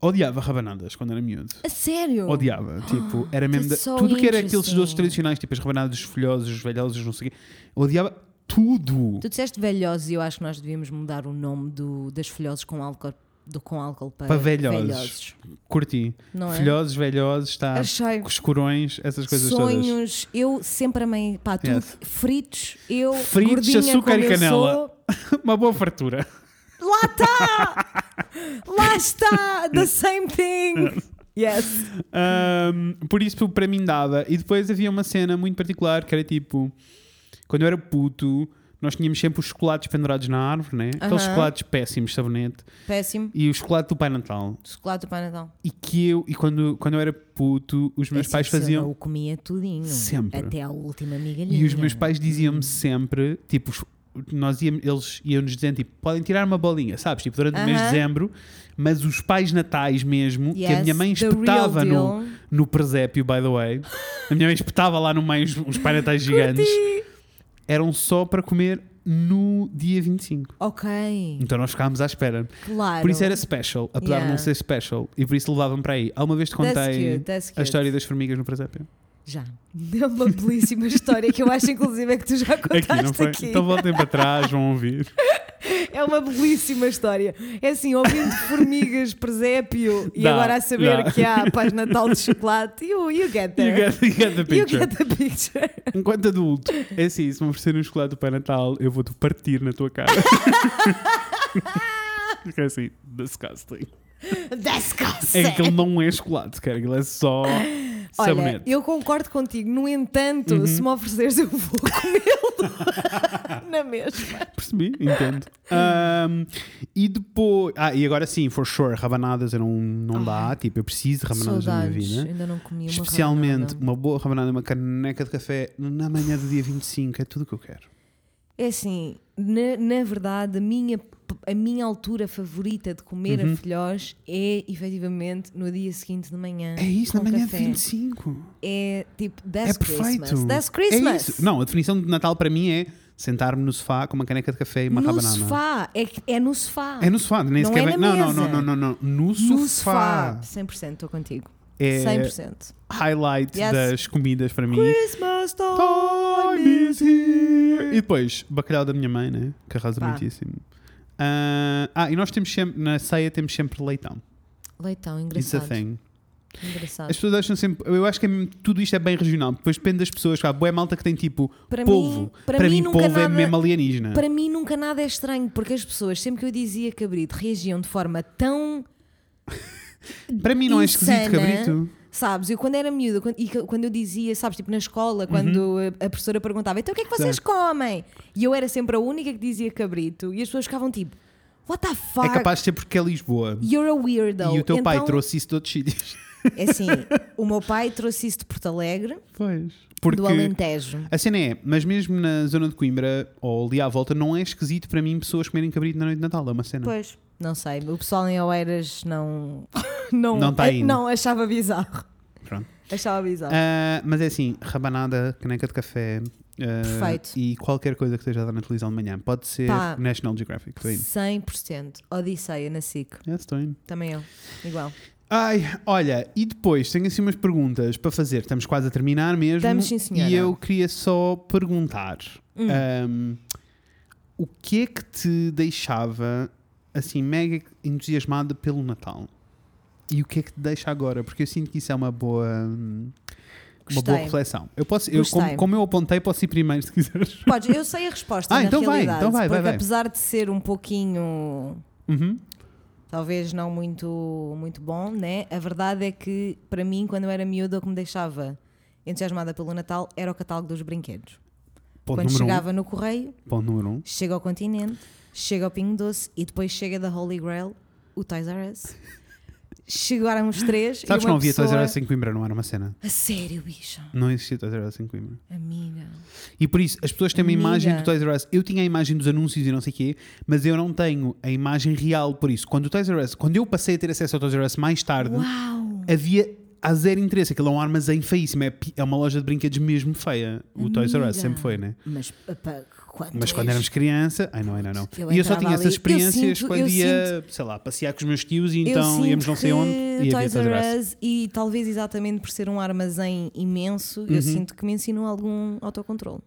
[SPEAKER 2] odiava rabanadas quando era miúdo.
[SPEAKER 1] A sério?
[SPEAKER 2] Odiava, tipo, era mesmo da-
[SPEAKER 1] that's so
[SPEAKER 2] tudo que era aqueles
[SPEAKER 1] interesting.
[SPEAKER 2] doces tradicionais, tipo as rabanadas, os folhosos, os velhosos, não sei o quê. Odiava tudo.
[SPEAKER 1] Tu disseste velhosos e eu acho que nós devíamos mudar o nome do, das folhosas com álcool, do, com álcool para,
[SPEAKER 2] Para velhosos. Curti.
[SPEAKER 1] Não é?
[SPEAKER 2] Filhosos, velhosos, está,
[SPEAKER 1] Achei.
[SPEAKER 2] os corões, essas Ah, coisas todas.
[SPEAKER 1] Sonhos, eu sempre amei, pá, tudo
[SPEAKER 2] Yes.
[SPEAKER 1] fritos, eu
[SPEAKER 2] Fritos,
[SPEAKER 1] gordinha
[SPEAKER 2] açúcar
[SPEAKER 1] como
[SPEAKER 2] e
[SPEAKER 1] eu
[SPEAKER 2] canela. Uma boa fartura.
[SPEAKER 1] sou, lá está! lá está! The same thing! Yes!
[SPEAKER 2] Ahm, por isso, para mim, dava. E depois havia uma cena muito particular que era tipo: quando eu era puto, nós tínhamos sempre os chocolates pendurados na árvore, né? Aqueles
[SPEAKER 1] Aham.
[SPEAKER 2] chocolates péssimos, sabonete.
[SPEAKER 1] Péssimo.
[SPEAKER 2] E o chocolate do Pai Natal.
[SPEAKER 1] Chocolate do Pai Natal.
[SPEAKER 2] E que eu, e quando, quando eu era puto, os meus
[SPEAKER 1] Péssimo,
[SPEAKER 2] pais
[SPEAKER 1] se eu
[SPEAKER 2] faziam.
[SPEAKER 1] não o comia tudinho.
[SPEAKER 2] Sempre.
[SPEAKER 1] Até à última migalhinha.
[SPEAKER 2] E os meus pais diziam-me sempre, tipo, os- nós íamos, eles iam-nos dizendo, tipo, podem tirar uma bolinha, sabes? Tipo, durante o mês de
[SPEAKER 1] Aham.
[SPEAKER 2] dezembro, mas os pais natais mesmo, que a
[SPEAKER 1] Yes,
[SPEAKER 2] minha mãe
[SPEAKER 1] the real
[SPEAKER 2] espetava no,
[SPEAKER 1] deal.
[SPEAKER 2] no presépio, by the way, a minha mãe espetava lá no meio uns, uns pais natais gigantes, eram só para comer no dia 25.
[SPEAKER 1] Ok,
[SPEAKER 2] Então nós ficávamos à espera.
[SPEAKER 1] claro.
[SPEAKER 2] Por isso era assim special, apesar de não
[SPEAKER 1] Yeah.
[SPEAKER 2] ser special, e por isso levavam para aí. Alguma vez te
[SPEAKER 1] That's
[SPEAKER 2] contei
[SPEAKER 1] cute, that's
[SPEAKER 2] a
[SPEAKER 1] cute.
[SPEAKER 2] história das formigas no presépio?
[SPEAKER 1] Já. É uma belíssima história que eu acho, inclusive, é que tu já contaste
[SPEAKER 2] Aqui, não foi?
[SPEAKER 1] aqui.
[SPEAKER 2] Então voltem para trás, vão ouvir.
[SPEAKER 1] É uma belíssima história. É assim, ouvindo formigas, presépio e
[SPEAKER 2] Dá,
[SPEAKER 1] agora a saber
[SPEAKER 2] dá.
[SPEAKER 1] que há paz natal de chocolate, you, you get
[SPEAKER 2] You
[SPEAKER 1] there.
[SPEAKER 2] get, you get the
[SPEAKER 1] You
[SPEAKER 2] picture.
[SPEAKER 1] get the picture.
[SPEAKER 2] Enquanto adulto, é assim, se me oferecerem um chocolate do Pai Natal, eu vou-te partir na tua cara. Porque é assim, disgusting. É
[SPEAKER 1] Disgusting.
[SPEAKER 2] que aquilo não é chocolate, cara, aquilo é só
[SPEAKER 1] Olha,
[SPEAKER 2] sabonete. Uhum.
[SPEAKER 1] eu concordo contigo. No entanto, se me ofereceres, eu vou comê-lo. é Na mesma.
[SPEAKER 2] Percebi, entendo. Ahm, e depois. Ah, e agora sim, for sure, rabanadas eu não, não dá. Tipo, eu preciso de rabanadas na minha vida. né?
[SPEAKER 1] Ainda não comi uma
[SPEAKER 2] Especialmente
[SPEAKER 1] rabanada.
[SPEAKER 2] uma boa rabanada, uma caneca de café na manhã do dia 25, é tudo o que eu quero.
[SPEAKER 1] É assim, na, na verdade, a minha, a minha altura favorita de comer
[SPEAKER 2] Uhum.
[SPEAKER 1] a filhós é efetivamente no dia seguinte de manhã.
[SPEAKER 2] É
[SPEAKER 1] com
[SPEAKER 2] isso, na manhã
[SPEAKER 1] café.
[SPEAKER 2] de 25.
[SPEAKER 1] É tipo,
[SPEAKER 2] É
[SPEAKER 1] that's
[SPEAKER 2] perfeito.
[SPEAKER 1] Christmas. That's
[SPEAKER 2] É
[SPEAKER 1] Christmas.
[SPEAKER 2] isso. Não, a definição de Natal para mim é sentar-me no sofá com uma caneca de café e uma
[SPEAKER 1] no
[SPEAKER 2] rabanada.
[SPEAKER 1] sofá. É, que- é no sofá.
[SPEAKER 2] É no sofá, nem
[SPEAKER 1] Não
[SPEAKER 2] sequer
[SPEAKER 1] é
[SPEAKER 2] bem-
[SPEAKER 1] na
[SPEAKER 2] não, não,
[SPEAKER 1] mesa.
[SPEAKER 2] não, não, não, não. No sofá.
[SPEAKER 1] No sofá. 100% estou contigo.
[SPEAKER 2] É
[SPEAKER 1] 100%.
[SPEAKER 2] highlight
[SPEAKER 1] Yes.
[SPEAKER 2] das comidas para mim.
[SPEAKER 1] Christmas time.
[SPEAKER 2] Time is here. E depois, bacalhau da minha mãe, né? Que arrasa
[SPEAKER 1] Pá.
[SPEAKER 2] muitíssimo. Ah, ah, e nós temos sempre, na ceia temos sempre leitão.
[SPEAKER 1] Leitão,
[SPEAKER 2] It's a
[SPEAKER 1] engraçado.
[SPEAKER 2] thing.
[SPEAKER 1] engraçado.
[SPEAKER 2] As pessoas acham sempre. Eu acho que é mesmo- tudo isto é bem regional. Depois depende das pessoas. Há boa malta que tem tipo
[SPEAKER 1] Para
[SPEAKER 2] polvo.
[SPEAKER 1] mim-
[SPEAKER 2] para,
[SPEAKER 1] para
[SPEAKER 2] mim,
[SPEAKER 1] mim nunca
[SPEAKER 2] polvo é
[SPEAKER 1] nada-
[SPEAKER 2] mesmo alienígena.
[SPEAKER 1] Para mim nunca nada é estranho, porque as pessoas, sempre que eu dizia cabrito, reagiam de forma tão
[SPEAKER 2] Para mim não é
[SPEAKER 1] insana,
[SPEAKER 2] esquisito, cabrito.
[SPEAKER 1] Sabes, eu quando era miúda, quando, e que- quando eu dizia, sabes, tipo na escola, quando
[SPEAKER 2] Uhum.
[SPEAKER 1] a, a professora perguntava então o que é que vocês comem? E eu era sempre a única que dizia cabrito, e as pessoas ficavam tipo, what the fuck?
[SPEAKER 2] É capaz de ser porque é Lisboa.
[SPEAKER 1] You're a weirdo.
[SPEAKER 2] E o teu pai
[SPEAKER 1] Então,
[SPEAKER 2] trouxe isso de outros sítios.
[SPEAKER 1] É assim, o meu pai trouxe isso de Porto Alegre,
[SPEAKER 2] Pois. Porque
[SPEAKER 1] do Alentejo.
[SPEAKER 2] a cena é, mas mesmo na zona de Coimbra ou ali à volta, não é esquisito para mim pessoas comerem cabrito na noite de Natal. É uma cena.
[SPEAKER 1] Pois. Não sei, o pessoal em Oeiras não. Não,
[SPEAKER 2] Não tá
[SPEAKER 1] eh,
[SPEAKER 2] indo.
[SPEAKER 1] não achava bizarro.
[SPEAKER 2] Pronto.
[SPEAKER 1] Achava bizarro.
[SPEAKER 2] Ah, mas é assim, rabanada, caneca de café. ah,
[SPEAKER 1] Perfeito.
[SPEAKER 2] E qualquer coisa que esteja a dar na televisão de manhã. Pode ser
[SPEAKER 1] Pá.
[SPEAKER 2] National Geographic. Estou Ah, indo.
[SPEAKER 1] 100%. Odisseia na SIC.
[SPEAKER 2] Yes, estou indo.
[SPEAKER 1] Também eu. Igual.
[SPEAKER 2] Ai, olha, e depois tenho assim umas perguntas para fazer. Estamos quase a terminar mesmo.
[SPEAKER 1] Estamos, sim, senhora. Hum.
[SPEAKER 2] E eu queria só perguntar: ahm, o que é que te deixava assim mega entusiasmada pelo Natal? E o que é que te deixa agora? Porque eu sinto que isso é uma boa, hum, uma boa
[SPEAKER 1] Gostei.
[SPEAKER 2] reflexão. Eu posso, eu,
[SPEAKER 1] Gostei.
[SPEAKER 2] como, como eu apontei, posso ir primeiro se quiseres.
[SPEAKER 1] Podes, eu sei a resposta.
[SPEAKER 2] Ah,
[SPEAKER 1] na
[SPEAKER 2] então vai,
[SPEAKER 1] realidade,
[SPEAKER 2] então vai, vai,
[SPEAKER 1] porque
[SPEAKER 2] vai.
[SPEAKER 1] apesar de ser um pouquinho.
[SPEAKER 2] Uhum.
[SPEAKER 1] pá, talvez não muito, muito bom, né? A verdade é que, para mim, quando eu era miúda, o que me deixava entusiasmada pelo Natal era o catálogo dos brinquedos.
[SPEAKER 2] Ponto
[SPEAKER 1] quando
[SPEAKER 2] número
[SPEAKER 1] chegava no correio,
[SPEAKER 2] um. Ponto número um.
[SPEAKER 1] chega ao continente, chega ao Pingo Doce e depois chega da Holy Grail, o Toys R Us. Chegaram os três. e
[SPEAKER 2] Sabes que
[SPEAKER 1] uma
[SPEAKER 2] não havia
[SPEAKER 1] pessoa...
[SPEAKER 2] Toys R Us em Coimbra, não era uma cena.
[SPEAKER 1] A sério, bicha.
[SPEAKER 2] Não existia Toys R Us em Coimbra.
[SPEAKER 1] Amiga.
[SPEAKER 2] E por isso, as pessoas têm uma imagem
[SPEAKER 1] Amiga.
[SPEAKER 2] do Toys R Us. Eu tinha a imagem dos anúncios e não sei o quê, mas eu não tenho a imagem real. Por isso, quando o Toys R Us, quando eu passei a ter acesso ao Toys R Us mais tarde,
[SPEAKER 1] Uau!
[SPEAKER 2] havia a zero interesse. Aquilo é um armazém feíssimo. É, pi- é uma loja de brinquedos mesmo feia. O Toys R Us
[SPEAKER 1] Amiga.
[SPEAKER 2] sempre foi, né?
[SPEAKER 1] Mas, apa, quanto
[SPEAKER 2] Mas quando
[SPEAKER 1] és?
[SPEAKER 2] éramos criança, ai não, ai não, não.
[SPEAKER 1] Eu
[SPEAKER 2] e eu só
[SPEAKER 1] entrava
[SPEAKER 2] tinha
[SPEAKER 1] ali. Eu
[SPEAKER 2] essas experiências
[SPEAKER 1] sinto-
[SPEAKER 2] quando
[SPEAKER 1] eu
[SPEAKER 2] ia, sei lá, passear com os meus tios e
[SPEAKER 1] Eu
[SPEAKER 2] então
[SPEAKER 1] sinto
[SPEAKER 2] íamos não sei
[SPEAKER 1] que
[SPEAKER 2] onde
[SPEAKER 1] o
[SPEAKER 2] e havia
[SPEAKER 1] Toys
[SPEAKER 2] Toys R
[SPEAKER 1] R
[SPEAKER 2] Us.
[SPEAKER 1] Us e talvez exatamente por ser um armazém imenso,
[SPEAKER 2] Uhum.
[SPEAKER 1] eu sinto que me ensinou algum autocontrole.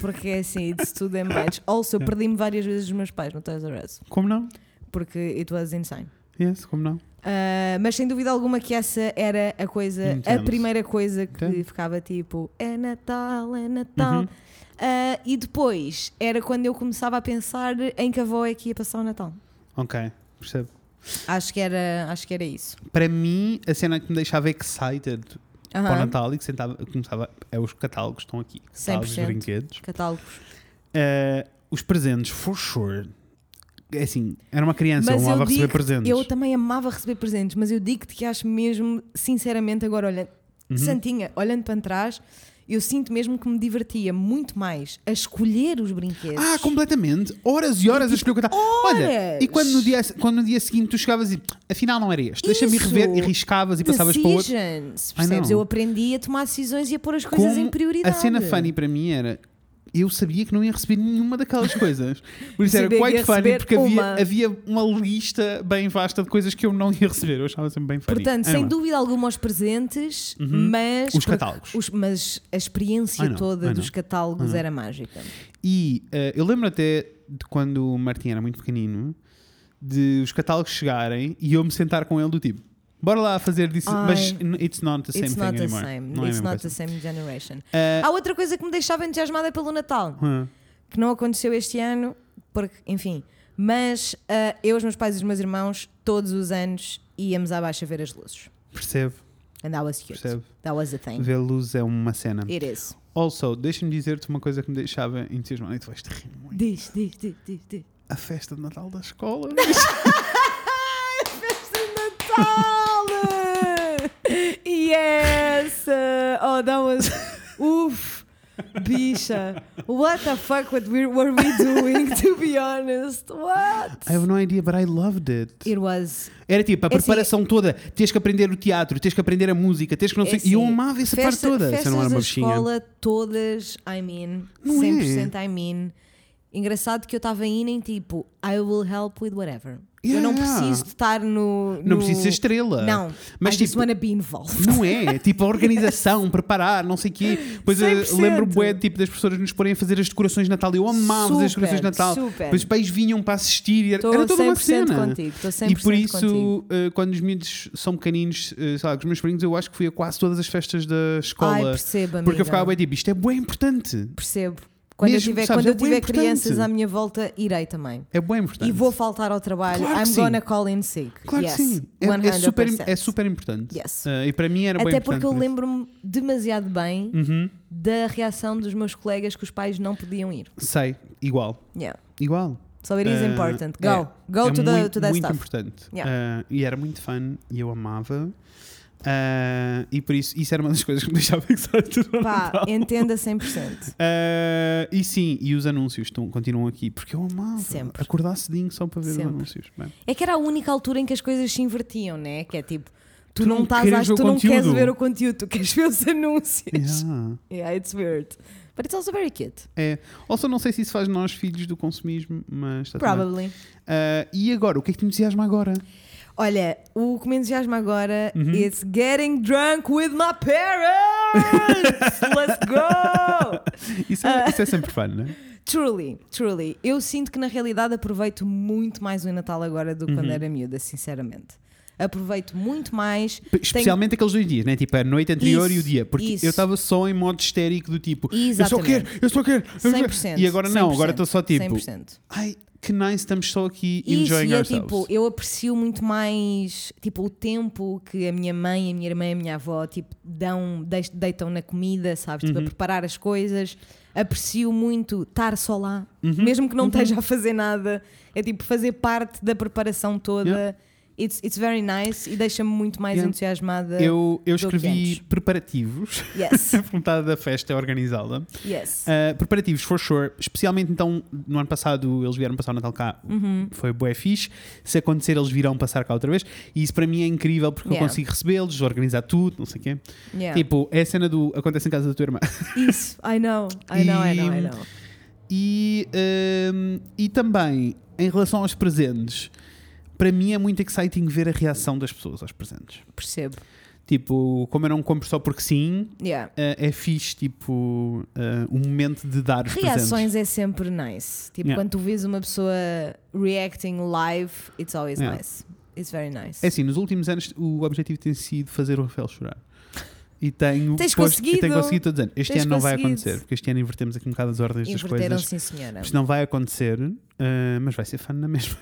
[SPEAKER 1] Porque é assim, it's too damn much. Also, eu perdi-me várias vezes dos meus pais no Toys R Us,
[SPEAKER 2] Como não?
[SPEAKER 1] porque it was insane.
[SPEAKER 2] Yes, como não?
[SPEAKER 1] Ah, mas sem dúvida alguma que essa era a coisa, a
[SPEAKER 2] Entendo.
[SPEAKER 1] primeira coisa que
[SPEAKER 2] Entendo.
[SPEAKER 1] ficava tipo é Natal, é Natal.
[SPEAKER 2] Uhum.
[SPEAKER 1] Ah, e depois era quando eu começava a pensar em que avó é que ia passar o Natal.
[SPEAKER 2] Ok, percebo.
[SPEAKER 1] Acho que era, acho que era isso.
[SPEAKER 2] Para mim, a cena que me deixava excited para o
[SPEAKER 1] Aham.
[SPEAKER 2] Natal e que sentava, começava. É os catálogos estão aqui. Catálogos de
[SPEAKER 1] 100%.
[SPEAKER 2] brinquedos.
[SPEAKER 1] Catálogos.
[SPEAKER 2] Eh, os presentes, for sure. É assim, era uma criança, eu
[SPEAKER 1] Mas
[SPEAKER 2] amava
[SPEAKER 1] eu,
[SPEAKER 2] receber
[SPEAKER 1] digo,
[SPEAKER 2] presentes.
[SPEAKER 1] eu também amava receber presentes, mas eu digo-te que acho mesmo, sinceramente, agora olha,
[SPEAKER 2] Uhum.
[SPEAKER 1] Santinha, olhando para trás, eu sinto mesmo que me divertia muito mais a escolher os brinquedos.
[SPEAKER 2] Ah, completamente. Horas e horas a escolher o catálogo. Olha,
[SPEAKER 1] horas!
[SPEAKER 2] e quando no, dia, quando no dia seguinte tu chegavas e afinal não era este, deixa-me
[SPEAKER 1] Isso.
[SPEAKER 2] rever e riscavas e passavas para outro.
[SPEAKER 1] Decisions,
[SPEAKER 2] Ai, não.
[SPEAKER 1] percebes? eu aprendi a tomar decisões e a pôr as coisas
[SPEAKER 2] Como
[SPEAKER 1] em prioridade.
[SPEAKER 2] A cena funny para mim era. Eu sabia que não ia receber nenhuma daquelas coisas. Por isso era
[SPEAKER 1] Sabia que ia
[SPEAKER 2] quite funny,
[SPEAKER 1] receber
[SPEAKER 2] porque havia,
[SPEAKER 1] uma.
[SPEAKER 2] havia uma lista bem vasta de coisas que eu não ia receber. Eu achava sempre bem funny. É
[SPEAKER 1] Portanto, sem
[SPEAKER 2] Anyway.
[SPEAKER 1] dúvida alguma, os presentes, mas.
[SPEAKER 2] Uhum. Os catálogos.
[SPEAKER 1] os- mas a experiência
[SPEAKER 2] I know, I
[SPEAKER 1] toda
[SPEAKER 2] know,
[SPEAKER 1] dos catálogos era mágica.
[SPEAKER 2] E eh, eu lembro até de quando o Martim era muito pequenino, de os catálogos chegarem e eu me sentar com ele do tipo, bora lá fazer disso,
[SPEAKER 1] Ai.
[SPEAKER 2] mas n- it's not the same
[SPEAKER 1] It's
[SPEAKER 2] thing
[SPEAKER 1] not the
[SPEAKER 2] anymore.
[SPEAKER 1] same.
[SPEAKER 2] Não é a
[SPEAKER 1] It's
[SPEAKER 2] mesma
[SPEAKER 1] not the
[SPEAKER 2] coisa.
[SPEAKER 1] same generation.
[SPEAKER 2] Eh,
[SPEAKER 1] Há outra coisa que me deixava entusiasmada pelo Natal,
[SPEAKER 2] hum,
[SPEAKER 1] que não aconteceu este ano, porque, enfim. Mas ah, eu, os meus pais e os meus irmãos, todos os anos íamos à baixa ver as luzes.
[SPEAKER 2] percebo,
[SPEAKER 1] And that was cute.
[SPEAKER 2] percebo.
[SPEAKER 1] That was a thing.
[SPEAKER 2] Ver luz é uma cena.
[SPEAKER 1] It is.
[SPEAKER 2] Also, deixa-me dizer-te uma coisa que me deixava entusiasmado e tu vais te rir muito.
[SPEAKER 1] Diz, diz, diz, diz, diz.
[SPEAKER 2] A festa de Natal da escola.
[SPEAKER 1] Festa de Natal! Yes! Oh, that was. Oof! Bicha! What the fuck what we, were we doing, to be honest? What?
[SPEAKER 2] I have no idea, but I loved it.
[SPEAKER 1] It was.
[SPEAKER 2] Era tipo a
[SPEAKER 1] É assim-
[SPEAKER 2] preparação toda. Tens que aprender o teatro, tens que aprender a música, tens que não
[SPEAKER 1] é
[SPEAKER 2] sei. E eu
[SPEAKER 1] assim,
[SPEAKER 2] amava essa parte
[SPEAKER 1] festa-
[SPEAKER 2] toda. Se eu
[SPEAKER 1] Festas
[SPEAKER 2] não era uma
[SPEAKER 1] da
[SPEAKER 2] bichinha.
[SPEAKER 1] escola todas, I mean.
[SPEAKER 2] Não é?
[SPEAKER 1] 100% I mean. Engraçado que eu estava indo em tipo, I will help with whatever. eu não
[SPEAKER 2] Yeah.
[SPEAKER 1] preciso de estar no. no-
[SPEAKER 2] Não preciso ser estrela.
[SPEAKER 1] Não.
[SPEAKER 2] Mas
[SPEAKER 1] I just
[SPEAKER 2] tipo-
[SPEAKER 1] wanna be involved.
[SPEAKER 2] Não é? É Tipo, a organização, preparar, não sei o quê. Pois eu
[SPEAKER 1] 100%.
[SPEAKER 2] lembro bué tipo, das pessoas nos porem a fazer as decorações de Natal. Eu amava fazer as
[SPEAKER 1] Super,
[SPEAKER 2] decorações de Natal.
[SPEAKER 1] super.
[SPEAKER 2] Depois os pais vinham para assistir e era,
[SPEAKER 1] Tô
[SPEAKER 2] era toda uma
[SPEAKER 1] 100%
[SPEAKER 2] cena.
[SPEAKER 1] contigo, tô
[SPEAKER 2] e
[SPEAKER 1] 100%
[SPEAKER 2] por isso,
[SPEAKER 1] contigo.
[SPEAKER 2] eh, quando os miúdos são pequeninos, eh, sei lá, com os meus primos, eu acho que fui a quase todas as festas da escola.
[SPEAKER 1] Ai, percebo,
[SPEAKER 2] porque
[SPEAKER 1] amiga.
[SPEAKER 2] eu ficava bem tipo, isto é bué importante.
[SPEAKER 1] Percebo. Quando
[SPEAKER 2] Mesmo,
[SPEAKER 1] eu tiver,
[SPEAKER 2] sabes,
[SPEAKER 1] quando eu
[SPEAKER 2] é bué
[SPEAKER 1] tiver
[SPEAKER 2] importante.
[SPEAKER 1] crianças à minha volta, irei também.
[SPEAKER 2] É bué importante.
[SPEAKER 1] E vou faltar ao trabalho.
[SPEAKER 2] Claro que
[SPEAKER 1] I'm
[SPEAKER 2] sim.
[SPEAKER 1] gonna call in sick.
[SPEAKER 2] Claro
[SPEAKER 1] yes,
[SPEAKER 2] que sim. É, é
[SPEAKER 1] 100%.
[SPEAKER 2] super, é super importante.
[SPEAKER 1] Yes.
[SPEAKER 2] Eh, e para mim era bué
[SPEAKER 1] Até
[SPEAKER 2] importante. Uhum.
[SPEAKER 1] porque eu
[SPEAKER 2] né?
[SPEAKER 1] lembro-me demasiado bem da reação dos meus colegas que os pais não podiam ir.
[SPEAKER 2] Sei, igual.
[SPEAKER 1] Yeah.
[SPEAKER 2] Igual.
[SPEAKER 1] So it is
[SPEAKER 2] Eh,
[SPEAKER 1] important. Go.
[SPEAKER 2] é.
[SPEAKER 1] Go
[SPEAKER 2] é
[SPEAKER 1] to, the,
[SPEAKER 2] muito,
[SPEAKER 1] to that
[SPEAKER 2] muito
[SPEAKER 1] stuff.
[SPEAKER 2] importante.
[SPEAKER 1] Yeah.
[SPEAKER 2] Uh, e era muito fã e eu amava. Uh, e por isso, isso era uma das coisas que me deixava excited. no
[SPEAKER 1] Pá,
[SPEAKER 2] Natal.
[SPEAKER 1] entenda 100%.
[SPEAKER 2] Uh, e sim, e os anúncios estão, continuam aqui, porque eu amava
[SPEAKER 1] Sempre.
[SPEAKER 2] acordar cedinho só para ver os
[SPEAKER 1] Sempre.
[SPEAKER 2] anúncios. Bem,
[SPEAKER 1] É que era a única altura em que as coisas se invertiam, né? Que é tipo, tu,
[SPEAKER 2] Tu
[SPEAKER 1] não
[SPEAKER 2] não
[SPEAKER 1] estás,
[SPEAKER 2] queres
[SPEAKER 1] às-
[SPEAKER 2] ver o
[SPEAKER 1] tu não queres
[SPEAKER 2] conteúdo.
[SPEAKER 1] ver o conteúdo, tu queres ver os anúncios.
[SPEAKER 2] yeah.
[SPEAKER 1] Yeah, it's weird. But it's also very cute.
[SPEAKER 2] Ah, É. Also, não sei se isso faz de nós filhos do consumismo, mas está tudo bem.
[SPEAKER 1] Probably.
[SPEAKER 2] Uh, e agora, o que é que te entusiasma agora?
[SPEAKER 1] Olha, o que me entusiasma agora
[SPEAKER 2] Uhum.
[SPEAKER 1] is getting drunk with my parents! Let's go!
[SPEAKER 2] Isso é,
[SPEAKER 1] Ah.
[SPEAKER 2] isso é sempre fun, não é?
[SPEAKER 1] Truly, truly.
[SPEAKER 2] Uhum.
[SPEAKER 1] Eu sinto que na realidade aproveito muito mais o Natal agora do que quando era miúda, sinceramente. aproveito muito mais. Tenho-
[SPEAKER 2] Especialmente aqueles dois dias, né? Tipo, a noite anterior
[SPEAKER 1] Isso,
[SPEAKER 2] e o dia. Porque
[SPEAKER 1] isso.
[SPEAKER 2] eu estava só em modo histérico do tipo, eu só
[SPEAKER 1] Exatamente.
[SPEAKER 2] quero, eu só quero. eu só quero.
[SPEAKER 1] 100%.
[SPEAKER 2] E agora não, agora
[SPEAKER 1] 100%,
[SPEAKER 2] estou só tipo,
[SPEAKER 1] 100%.
[SPEAKER 2] ai, que nice, estamos só aqui
[SPEAKER 1] Isso,
[SPEAKER 2] enjoying
[SPEAKER 1] e é
[SPEAKER 2] ourselves.
[SPEAKER 1] tipo, eu aprecio muito mais tipo, o tempo que a minha mãe, a minha irmã e a minha avó tipo, dão, deix- deitam na comida, sabes? Tipo, a
[SPEAKER 2] Uhum.
[SPEAKER 1] preparar as coisas. Aprecio muito estar só lá,
[SPEAKER 2] Uhum.
[SPEAKER 1] mesmo que não esteja a fazer nada. É tipo fazer parte da preparação toda.
[SPEAKER 2] Yeah.
[SPEAKER 1] It's, it's very nice e deixa-me muito mais
[SPEAKER 2] Yeah.
[SPEAKER 1] entusiasmada.
[SPEAKER 2] Eu, eu
[SPEAKER 1] do que antes.
[SPEAKER 2] escrevi preparativos.
[SPEAKER 1] Yes.
[SPEAKER 2] a vontade da festa é organizá-la.
[SPEAKER 1] Yes.
[SPEAKER 2] Uh, preparativos, for sure. Especialmente então, no ano passado, eles vieram passar o Natal cá.
[SPEAKER 1] Uhum.
[SPEAKER 2] Foi bué fixe. Se acontecer, eles virão passar cá outra vez. E isso para mim é incrível porque
[SPEAKER 1] Yeah.
[SPEAKER 2] eu consigo recebê-los, organizar tudo, não sei o quê.
[SPEAKER 1] Yeah.
[SPEAKER 2] Tipo, é a cena do acontece em casa da tua irmã.
[SPEAKER 1] Isso, I know, I know, I know, I
[SPEAKER 2] E-
[SPEAKER 1] know.
[SPEAKER 2] E, hum, e também, em relação aos presentes, para mim é muito exciting ver a reação das pessoas aos presentes.
[SPEAKER 1] Percebo.
[SPEAKER 2] Tipo, como eu não compro só porque sim,
[SPEAKER 1] Yeah.
[SPEAKER 2] eh, é fixe, tipo, eh, o momento de dar os presentes.
[SPEAKER 1] Reações é sempre nice. Tipo,
[SPEAKER 2] Yeah.
[SPEAKER 1] quando tu vês uma pessoa reacting live, it's always
[SPEAKER 2] Yeah.
[SPEAKER 1] nice. It's very nice.
[SPEAKER 2] É assim, nos últimos anos o objetivo tem sido fazer o Rafael chorar. E tenho,
[SPEAKER 1] Tens
[SPEAKER 2] e tenho
[SPEAKER 1] conseguido.
[SPEAKER 2] conseguido todos os anos. Este
[SPEAKER 1] Tens
[SPEAKER 2] ano não vai
[SPEAKER 1] conseguido.
[SPEAKER 2] acontecer, porque este ano invertemos aqui um bocado as ordens das
[SPEAKER 1] Inverteram,
[SPEAKER 2] coisas.
[SPEAKER 1] sim, senhora.
[SPEAKER 2] Isto não vai acontecer, eh, mas vai ser fã na mesma.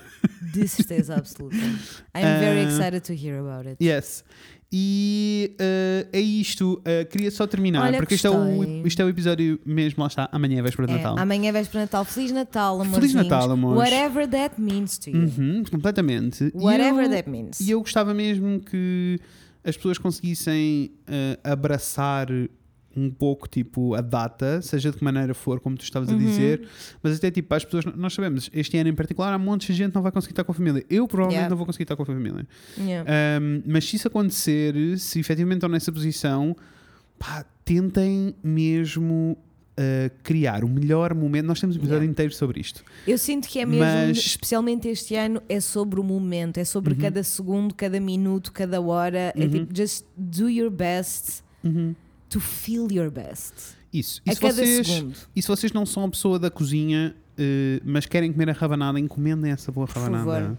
[SPEAKER 1] De certeza absoluta. I'm very
[SPEAKER 2] Ah.
[SPEAKER 1] excited to hear about it.
[SPEAKER 2] Yes. E eh, é isto. Eh, queria só terminar,
[SPEAKER 1] Olha,
[SPEAKER 2] porque isto é, o,
[SPEAKER 1] gostei.
[SPEAKER 2] isto é o episódio mesmo, lá está, amanhã é véspera de
[SPEAKER 1] É,
[SPEAKER 2] Natal.
[SPEAKER 1] amanhã é véspera de Natal. Feliz Natal, amor.
[SPEAKER 2] Feliz Natal, amores.
[SPEAKER 1] Whatever that means to you.
[SPEAKER 2] Uhum, completamente. E
[SPEAKER 1] Whatever
[SPEAKER 2] eu-
[SPEAKER 1] that means.
[SPEAKER 2] E eu gostava mesmo que as pessoas conseguissem eh, abraçar um pouco tipo a data, seja de que maneira for, como tu estavas
[SPEAKER 1] Uhum.
[SPEAKER 2] a dizer, mas até tipo as pessoas, nós sabemos, este ano em particular há montes de gente que não vai conseguir estar com a família. Eu provavelmente
[SPEAKER 1] Yeah.
[SPEAKER 2] não vou conseguir estar com a família.
[SPEAKER 1] Yeah.
[SPEAKER 2] Um, mas se isso acontecer, se efetivamente estão nessa posição, pá, tentem mesmo uh, criar o melhor momento. Nós temos um episódio
[SPEAKER 1] Yeah.
[SPEAKER 2] inteiro sobre isto.
[SPEAKER 1] Eu sinto que é mesmo,
[SPEAKER 2] Mas- Uhum.
[SPEAKER 1] especialmente este ano, é sobre o momento, é sobre cada segundo, cada minuto, cada hora. É tipo, just do your best
[SPEAKER 2] Uhum.
[SPEAKER 1] to feel your best.
[SPEAKER 2] Isso.
[SPEAKER 1] A
[SPEAKER 2] E se,
[SPEAKER 1] cada
[SPEAKER 2] vocês,
[SPEAKER 1] segundo.
[SPEAKER 2] e se vocês não são a pessoa da cozinha, uh, mas querem comer a rabanada, encomendem essa boa
[SPEAKER 1] favor.
[SPEAKER 2] rabanada.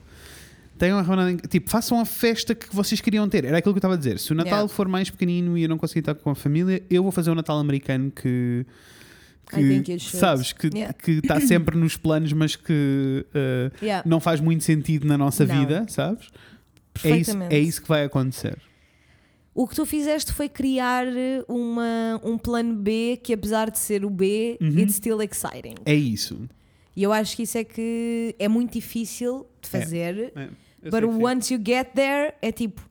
[SPEAKER 2] Tenham a rabanada. em- Tipo, façam a festa que vocês queriam ter. Era aquilo que eu estava a dizer. Se o Natal
[SPEAKER 1] Yeah.
[SPEAKER 2] for mais pequenino e eu não conseguir estar com a família, eu vou fazer um Natal americano que.
[SPEAKER 1] I think
[SPEAKER 2] Que,
[SPEAKER 1] you should.
[SPEAKER 2] sabes, que
[SPEAKER 1] Yeah.
[SPEAKER 2] que está sempre nos planos, mas que uh,
[SPEAKER 1] Yeah.
[SPEAKER 2] não faz muito sentido na nossa
[SPEAKER 1] Não.
[SPEAKER 2] vida, sabes? É isso,
[SPEAKER 1] Perfeitamente.
[SPEAKER 2] é isso que vai acontecer.
[SPEAKER 1] O que tu fizeste foi criar eh, uma, um plano B que, apesar de ser o B, it's still exciting.
[SPEAKER 2] Uhum. É isso.
[SPEAKER 1] E eu acho que isso é que é muito difícil de fazer.
[SPEAKER 2] É. Eu
[SPEAKER 1] But
[SPEAKER 2] sei que sim.
[SPEAKER 1] once you get there, é tipo.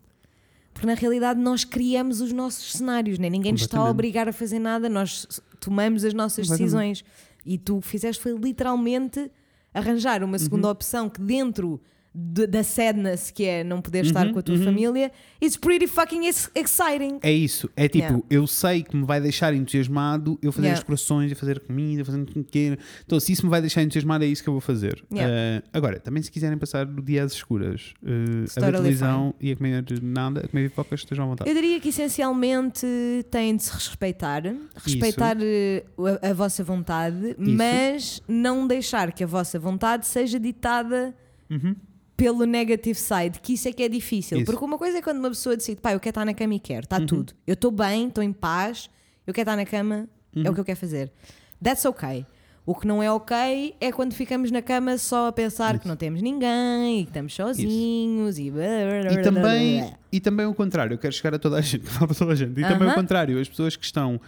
[SPEAKER 1] Porque na realidade nós criamos os nossos cenários, né? ninguém nos está a
[SPEAKER 2] Completamente.
[SPEAKER 1] obrigar a fazer nada, nós s- tomamos as nossas decisões. E tu o que fizeste foi literalmente arranjar uma
[SPEAKER 2] Uhum.
[SPEAKER 1] segunda opção que dentro de- da sadness, que é não poder
[SPEAKER 2] Uhum,
[SPEAKER 1] estar com a tua família, it's pretty fucking ex- exciting.
[SPEAKER 2] É isso. É tipo,
[SPEAKER 1] Yeah.
[SPEAKER 2] eu sei que me vai deixar entusiasmado eu fazer
[SPEAKER 1] Yeah.
[SPEAKER 2] as decorações, eu fazer comida, eu fazer o que queira. Então, se isso me vai deixar entusiasmado, é isso que eu vou fazer.
[SPEAKER 1] Yeah.
[SPEAKER 2] Eh, agora, também se quiserem passar o dia às escuras, eh, a
[SPEAKER 1] Totally
[SPEAKER 2] ver televisão e a comer nada, a comer pipocas, estejam à vontade.
[SPEAKER 1] Eu diria que essencialmente têm de se respeitar, respeitar eh, a, a vossa vontade, mas não deixar que a vossa vontade seja ditada pelo negative side, que isso é que é difícil.
[SPEAKER 2] Uhum. Isso. Uhum.
[SPEAKER 1] Porque uma coisa é quando uma pessoa decide, pá, eu quero estar na cama e quero, está tudo. Eu estou bem, estou em paz, eu quero estar na cama,
[SPEAKER 2] Uhum.
[SPEAKER 1] é o que eu quero fazer. That's okay. O que não é ok é quando ficamos na cama só a pensar que não temos ninguém e que estamos sozinhos e...
[SPEAKER 2] E também, e também o contrário, eu quero chegar a toda a gente, falar para toda a gente. E também
[SPEAKER 1] Aham.
[SPEAKER 2] o contrário, as pessoas que estão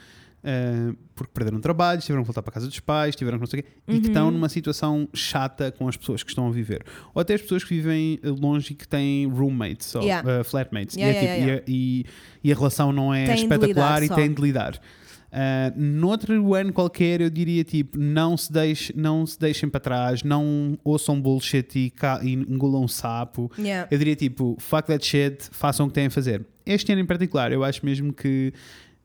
[SPEAKER 2] ah, porque perderam o trabalho, tiveram que voltar para a casa dos pais, tiveram que não sei o quê,
[SPEAKER 1] Uhum.
[SPEAKER 2] e que estão numa situação chata com as pessoas que estão a viver. Ou até as pessoas que vivem ah, longe e que têm roommates ou
[SPEAKER 1] Yeah.
[SPEAKER 2] ah, flatmates.
[SPEAKER 1] Yeah,
[SPEAKER 2] e, é
[SPEAKER 1] yeah,
[SPEAKER 2] tipo,
[SPEAKER 1] yeah.
[SPEAKER 2] E, a, e- e a relação não é
[SPEAKER 1] Têm de lidar
[SPEAKER 2] espetacular e
[SPEAKER 1] só.
[SPEAKER 2] têm de lidar. Ah, noutro ano qualquer eu diria tipo não se, deixe, não se deixem para trás não ouçam bullshit e, ca- e engolam sapo
[SPEAKER 1] Yeah.
[SPEAKER 2] eu diria tipo, fuck that shit, façam o que têm a fazer. Este ano em particular, eu acho mesmo que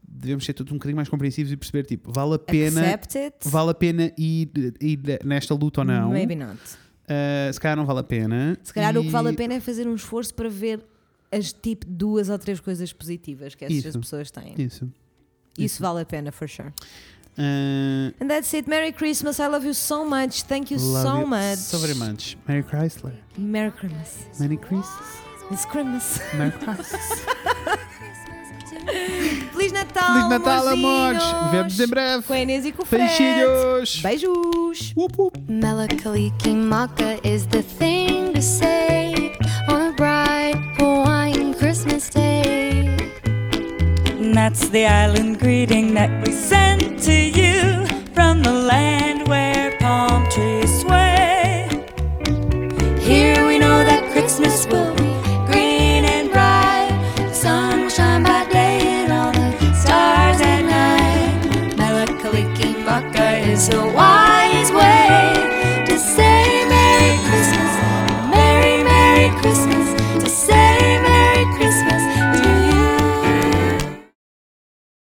[SPEAKER 2] devemos ser todos um bocadinho mais compreensivos e perceber, tipo, vale a pena,
[SPEAKER 1] Accept it.
[SPEAKER 2] vale a pena ir, ir nesta luta ou não.
[SPEAKER 1] Maybe not.
[SPEAKER 2] Ah, se calhar não vale a pena.
[SPEAKER 1] Se calhar o que
[SPEAKER 2] E-
[SPEAKER 1] vale a pena é fazer um esforço para ver as tipo duas ou três coisas positivas que essas
[SPEAKER 2] Isso.
[SPEAKER 1] pessoas têm. Isso.
[SPEAKER 2] Isso.
[SPEAKER 1] vale a pena, for sure.
[SPEAKER 2] Ah,
[SPEAKER 1] And that's it. Merry Christmas. I love you so much. Thank you
[SPEAKER 2] love
[SPEAKER 1] so
[SPEAKER 2] you
[SPEAKER 1] much.
[SPEAKER 2] So very much. Merry Chrysler.
[SPEAKER 1] Merry Christmas.
[SPEAKER 2] Merry Christmas.
[SPEAKER 1] It's Christmas.
[SPEAKER 2] Merry Christmas.
[SPEAKER 1] Feliz Natal!
[SPEAKER 2] Feliz Natal, amores!
[SPEAKER 1] amorzinhos!
[SPEAKER 2] Vemos em breve!
[SPEAKER 1] Com a Inês e com o Fred.
[SPEAKER 2] Beijinhos!
[SPEAKER 1] Beijos!
[SPEAKER 2] Up, up.
[SPEAKER 5] Melakaliki maca is the thing to say on a bright Hawaiian Christmas day.
[SPEAKER 6] And that's the island greeting that we send